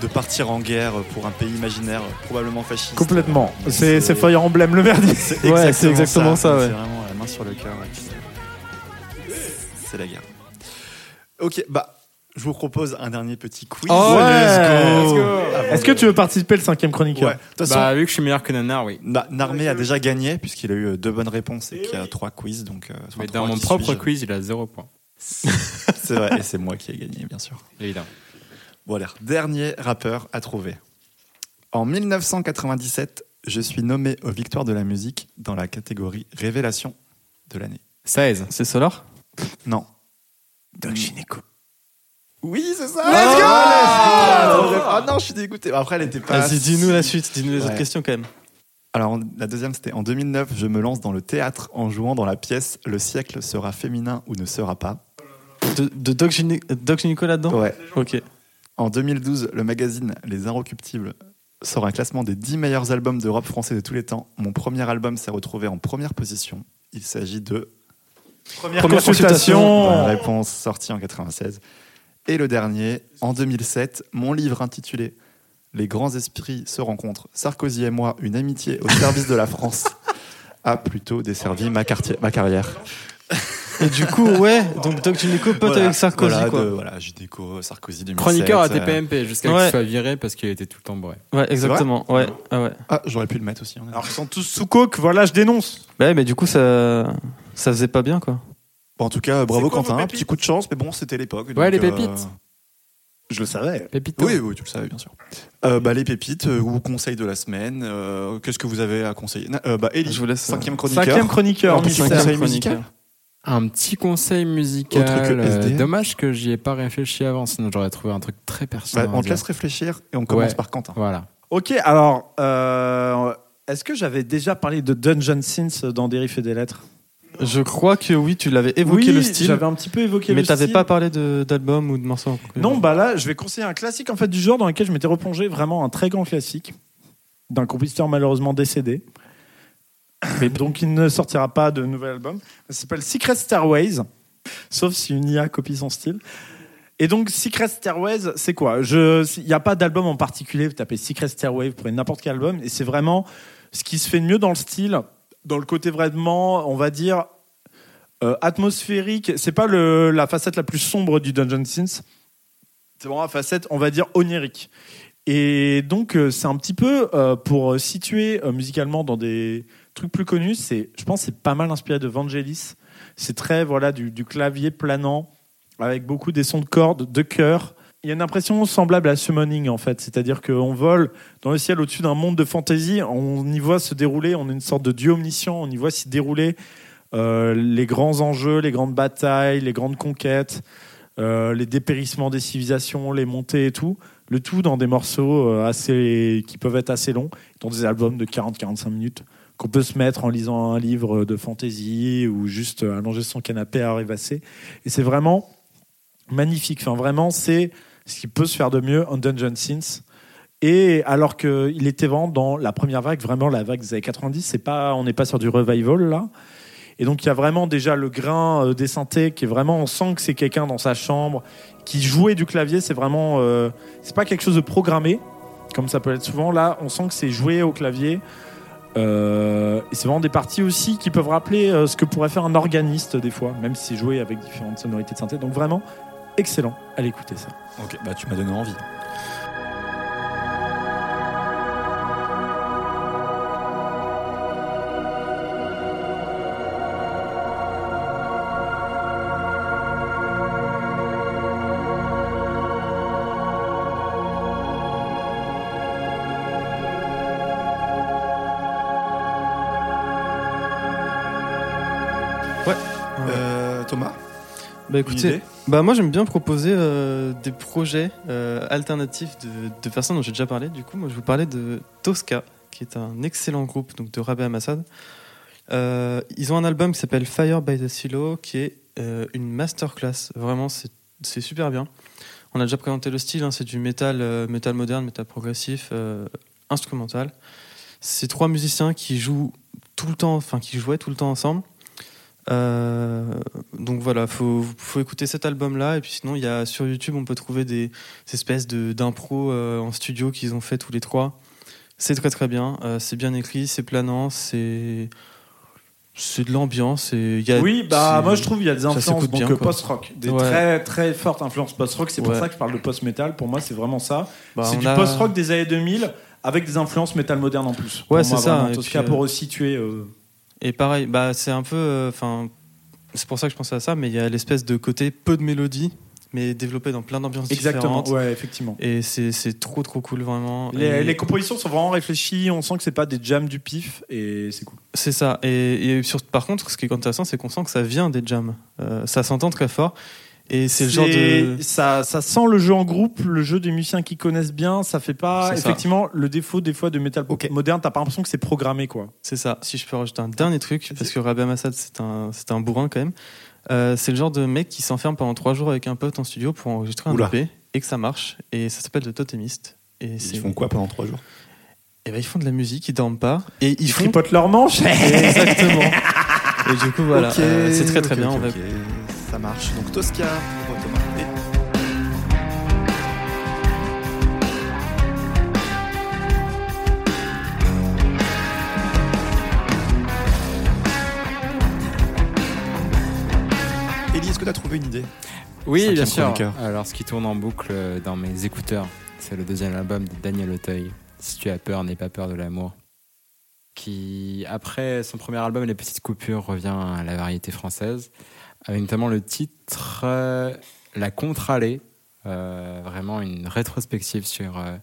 de partir en guerre pour un pays imaginaire, euh, probablement fasciste.
Complètement. C'est
c'est-
c'est Fire Emblem le merdier.
C'est C'est vraiment la main sur le cœur. ouais. C'est la guerre. Ok, bah, je vous propose un dernier petit quiz.
Oh, let's go.
Est-ce que tu veux participer le cinquième chroniqueur
Ouais. De toute façon,
Bah, vu que je suis meilleur que Nanar, oui.
Na- Narmé a déjà gagné puisqu'il a eu euh, deux bonnes réponses et qu'il y a trois quiz. Donc, euh, enfin,
Mais dans
trois,
mon
qui
propre
suis-je
quiz, il a 0 point.
C'est vrai, et c'est moi qui ai gagné, bien sûr.
Évidemment.
Voilà, dernier rappeur à trouver. En 1997, je suis nommé aux Victoires de la musique dans la catégorie Révélation de l'année.
16.
C'est Solar
Non.
Doc Gineco.
Oui, c'est ça
Let's go
Oh, Ah non, je suis dégoûté. Après, elle était pas.
Vas-y, dis-nous la suite, dis-nous les
Bah, Ouais.
autres questions quand même.
Alors, en- la deuxième, c'était en 2009, je me lance dans le théâtre en jouant dans la pièce Le siècle sera féminin ou ne sera pas.
De, de Doc, Gyné- Doc Gynéco là-dedans
Ouais.
Ok.
En 2012, le magazine Les Inrecuptibles sort un classement des 10 meilleurs albums de rap français de tous les temps. Mon premier album s'est retrouvé en première position. Il s'agit de
Première, consultation.
Bonne réponse sortie en 96. Et le dernier, en 2007, mon livre intitulé Les grands esprits se rencontrent, Sarkozy et moi, une amitié au service de la
[LAUGHS]
France, a plutôt desservi ma, quartier- ma carrière.
Et du coup, ouais, donc Doc Gynéco pote
Voilà,
avec Sarkozy
voilà,
quoi.
de- voilà, Gynéco, Sarkozy 2007.
Chroniqueur à
euh,
TPMP jusqu'à
Ouais.
qu'il soit viré parce qu'il était tout le temps bourré.
Ouais, exactement. Ouais, ah ouais.
Ah, j'aurais pu le mettre aussi. on est-
Alors qu'ils sont tous sous coke, voilà, je dénonce.
Bah Ouais, mais du coup, ça, ça faisait pas bien quoi.
Bon, en tout cas, bravo
quoi vos
Quentin,
pépites
petit coup de chance, mais bon, c'était l'époque.
Ouais, les
donc, euh,
pépites.
Je le savais.
Pépito.
Oui, oui, tu le savais, bien sûr. Euh, bah, les pépites euh, ou conseils de la semaine. euh, Qu'est-ce que vous avez à conseiller Na- euh, bah, Ellie,
Je vous laisse. euh,
cinquième chroniqueur. Bah,
Cinquième chroniqueur,
Alors,
mystère.
cinquième
cinquième
musical.
chroniqueur.
Un petit conseil musical.
Autre que
euh,
SDM.
dommage que j'y ai pas réfléchi avant, sinon j'aurais trouvé un truc très
Bah,
personnel.
on te laisse réfléchir et on commence
Ouais.
par Quentin.
Voilà.
Ok, alors, euh, est-ce que j'avais déjà parlé de Dungeon Synth dans Dérif et des Lettres
Je crois que oui, tu l'avais évoqué
Oui,
le style,
J'avais un petit peu évoqué
mais
le
t'avais
style.
pas parlé de- d'album ou de morceau.
Non, bah là, je vais conseiller un classique en fait du genre dans lequel je m'étais replongé, vraiment un très grand classique d'un compositeur malheureusement décédé. Mais [COUGHS] donc il ne sortira pas de nouvel album. Ça s'appelle Secret Stairways, sauf si une IA copie son style. Et donc Secret Stairways, c'est quoi Je, il n'y a pas d'album en particulier. Vous tapez Secret Stairways, vous prenez n'importe quel album, et c'est vraiment ce qui se fait de mieux dans le style, dans le côté vraiment, on va dire. euh, atmosphérique, c'est pas le, la facette la plus sombre du Dungeon Synth, c'est vraiment la facette, on va dire, onirique. Et donc, euh, c'est un petit peu, euh, pour situer euh, musicalement dans des trucs plus connus, c'est, je pense que c'est pas mal inspiré de Vangelis. C'est très, voilà, du, du clavier planant, avec beaucoup des sons de cordes, de chœurs. Il y a une impression semblable à Summoning, en fait. C'est-à-dire qu'on vole dans le ciel au-dessus d'un monde de fantaisie, on y voit se dérouler, on est une sorte de dieu omniscient, on y voit s'y dérouler euh, les grands enjeux, les grandes batailles, les grandes conquêtes euh, les dépérissements des civilisations, les montées et tout. Le tout dans des morceaux euh, assez, qui peuvent être assez longs, dans des albums de 40-45 minutes, qu'on peut se mettre en lisant un livre de fantasy ou juste euh, allonger son canapé à rêvasser. Et c'est vraiment magnifique. Enfin, vraiment, c'est ce qui peut se faire de mieux en Dungeon Synth. Et alors qu'il était vraiment dans la première vague, vraiment la vague des années 90, c'est pas, on n'est pas sur du revival là. Et donc il y a vraiment déjà le grain euh, des synthés qui est vraiment, on sent que c'est quelqu'un dans sa chambre qui jouait du clavier. C'est vraiment, euh, c'est pas quelque chose de programmé comme ça peut être souvent. Là, on sent que c'est joué au clavier. Euh, et c'est vraiment des parties aussi qui peuvent rappeler euh, ce que pourrait faire un organiste des fois, même si c'est joué avec différentes sonorités de synthé. Donc vraiment excellent. Allez écouter ça.
Ok, bah, tu m'as donné envie.
Voilà, euh,
Euh, Thomas
Bah
Une idée
écoutez, bah moi j'aime bien proposer euh, des projets euh, alternatifs de, de personnes dont j'ai déjà parlé. Du coup, moi je vous parlais de Tosca, qui est un excellent groupe donc de Rabé Amassad. Euh, ils ont un album qui s'appelle Fire by the Silo, qui est euh, une masterclass. Vraiment, c'est c'est super bien. On a déjà présenté le style, hein, c'est du métal, euh, métal moderne, métal progressif, euh, instrumental. C'est trois musiciens qui jouent tout le temps, enfin qui jouaient tout le temps ensemble. Euh, donc voilà, faut, faut écouter cet album-là. Et puis sinon, il y a sur YouTube, on peut trouver des, des espèces de- d'impro euh, en studio qu'ils ont fait tous les trois. C'est très très bien. Euh, c'est bien écrit, c'est planant, c'est c'est de l'ambiance. et il y a-
Oui, bah
c'est-
moi je trouve il y a des
ça
influences
s'écoute bien,
donc, euh,
quoi.
post-rock, des
Ouais.
très très fortes influences post-rock. C'est pour
Ouais.
ça que je parle de post-metal. Pour moi, c'est vraiment ça.
Bah,
c'est
on
du
a-
post-rock des années 2000 avec des influences métal moderne en plus.
Ouais,
Pour
c'est
moi,
ça.
vraiment,
et puis,
Tosca
euh,
pour resituer. euh,
Et pareil, bah c'est un peu, enfin, c'est pour ça que je pensais à ça, mais il y a l'espèce de côté peu de mélodie, mais développé dans plein d'ambiances
Exactement,
différentes.
ouais, effectivement.
Et c'est c'est trop trop cool vraiment.
Les,
Et-
les compositions sont vraiment réfléchies. On sent que c'est pas des jams du pif et c'est cool.
C'est ça. Et, et sur- par contre, ce qui est intéressant, c'est qu'on sent que ça vient des jams. Euh, ça s'entend très fort. Et c'est le genre de.
ça, ça sent le jeu en groupe, le jeu des musiciens qui connaissent bien. Ça fait pas
C'est ça.
effectivement le défaut des fois de métal moderne. T'as pas l'impression que c'est programmé quoi.
C'est ça. Si je peux rajouter un dernier truc, parce que Rabia Massad, c'est un, c'est un bourrin quand même. Euh, c'est le genre de mec qui s'enferme pendant trois jours avec un pote en studio pour enregistrer un
Oula.
EP et que ça marche. Et ça s'appelle The Totemist. Et c'est-
Ils font quoi pendant 3 jours
Eh ben, ils font de la musique, ils dorment pas. Et ils, font.
tripotent leurs
[LAUGHS]
manches.
Exactement. Et du coup, voilà.
Ok,
euh, c'est très très
ok,
bien.
ok,
on va-
ok. Ça marche. Donc Tosca, pour Thomas. Et- Ellie, est-ce que t'as trouvé une idée
Oui,
Cinquième
bien sûr.
chroniqueur.
Alors, ce qui tourne en boucle euh, dans mes écouteurs, c'est le deuxième album de Daniel Auteuil, Si tu as peur, n'aie pas peur de l'amour. Qui, après son premier album, Les Petites Coupures, revient à la variété française, avec notamment le titre euh, La Contre-Allée, euh, vraiment une rétrospective sur euh,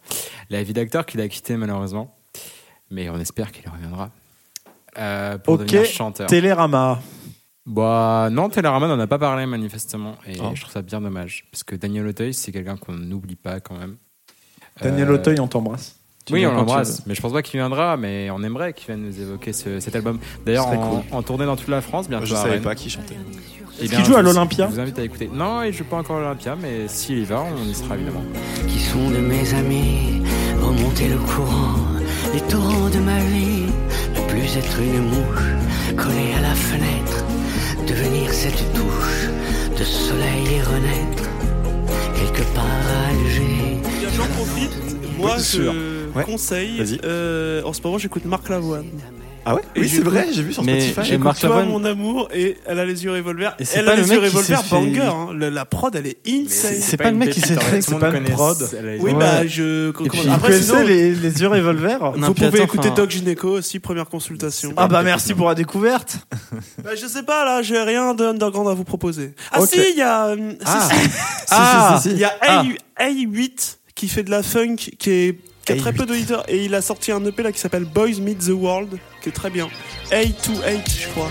la vie d'acteur qu'il a quitté malheureusement. Mais on espère qu'il reviendra euh, pour
Ok,
devenir chanteur.
Télérama.
Bah non, Télérama n'en a pas parlé manifestement et
Oh.
je trouve ça bien dommage parce que Daniel Auteuil c'est quelqu'un qu'on n'oublie pas quand même.
Daniel
Euh,
Auteuil, on t'embrasse. Tu
Oui,
viens
on
quand tu
l'embrasse,
veux.
mais je pense pas qu'il viendra, mais on aimerait qu'il vienne nous évoquer ce- cet album. D'ailleurs,
Ce serait
en,
cool.
en tournée dans toute la France, bientôt.
Je
à
savais
Rennes.
pas qui chantait.
Eh
Est-ce
bien,
qu'il joue à
je-
l'Olympia
Je vous invite à écouter. Non, il joue pas encore à l'Olympia, mais s'il y va, on y sera évidemment.
qui sont de mes amis, remonter le courant, les torrents de ma vie, ne plus être une mouche collée à la fenêtre, devenir cette touche de soleil et renaître, quelque part à Alger.
Bien, J'en profite, moi
Bien sûr.
je
Ouais.
conseille, euh, en ce moment j'écoute Marc Lavoine.
Ah ouais
Et
Oui, c'est
j'écoute-
vrai, j'ai vu sur
Mais-
Spotify.
et
J'écoute
Marc
Toi,
Lavoine-
mon amour et elle a les yeux revolver.
Et c'est
Elle
pas
a
le
les
mec
yeux
qui s'est
revolver
fait-
banger. hein. Le- La prod elle est insane.
c'est pas le mec qui s'est fait-
c'est pas une prod.
Oui, bah je.
Et
comment-
puis,
Après,
vous
sinon,
connaissez les, les
[LAUGHS]
yeux revolver
vous pouvez écouter Doc Gynéco aussi, première consultation.
Ah bah merci pour la découverte.
Bah, je sais pas là, j'ai rien d'underground à vous proposer. Ah
Ok.
si, il y a. euh, si,
Ah.
si.
Ah.
Il y a
Ah.
A8 qui fait de la funk, qui est qui a très peu d'auditeurs et il a sorti un EP là qui s'appelle Boys Meet the World, qui est très bien. A28, je crois.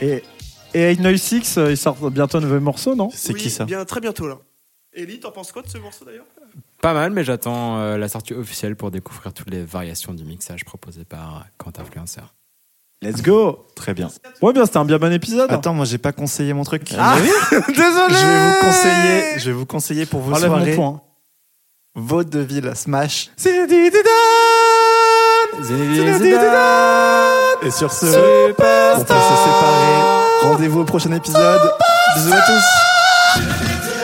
Et et Noise 6, ils sortent bientôt un nouveau morceau, non
Oui, Bien, très bientôt là. Ellie, t'en penses quoi de ce morceau d'ailleurs
Pas mal, mais j'attends euh, la sortie officielle pour découvrir toutes les variations du mixage proposées par Quant Influenceur.
Let's go.
Très bien.
Ouais, bien, c'était un bien bon épisode.
Attends, moi j'ai pas conseillé mon truc.
Ah, [LAUGHS] désolé.
Je vais vous conseiller, je vais vous conseiller pour vos
Enlève mon
soirées.
point.
Vaudeville Smash.
Zinedine Zidane
Zinedine Et sur ce, on peut se séparer. Rendez-vous au prochain épisode. Bisous à tous.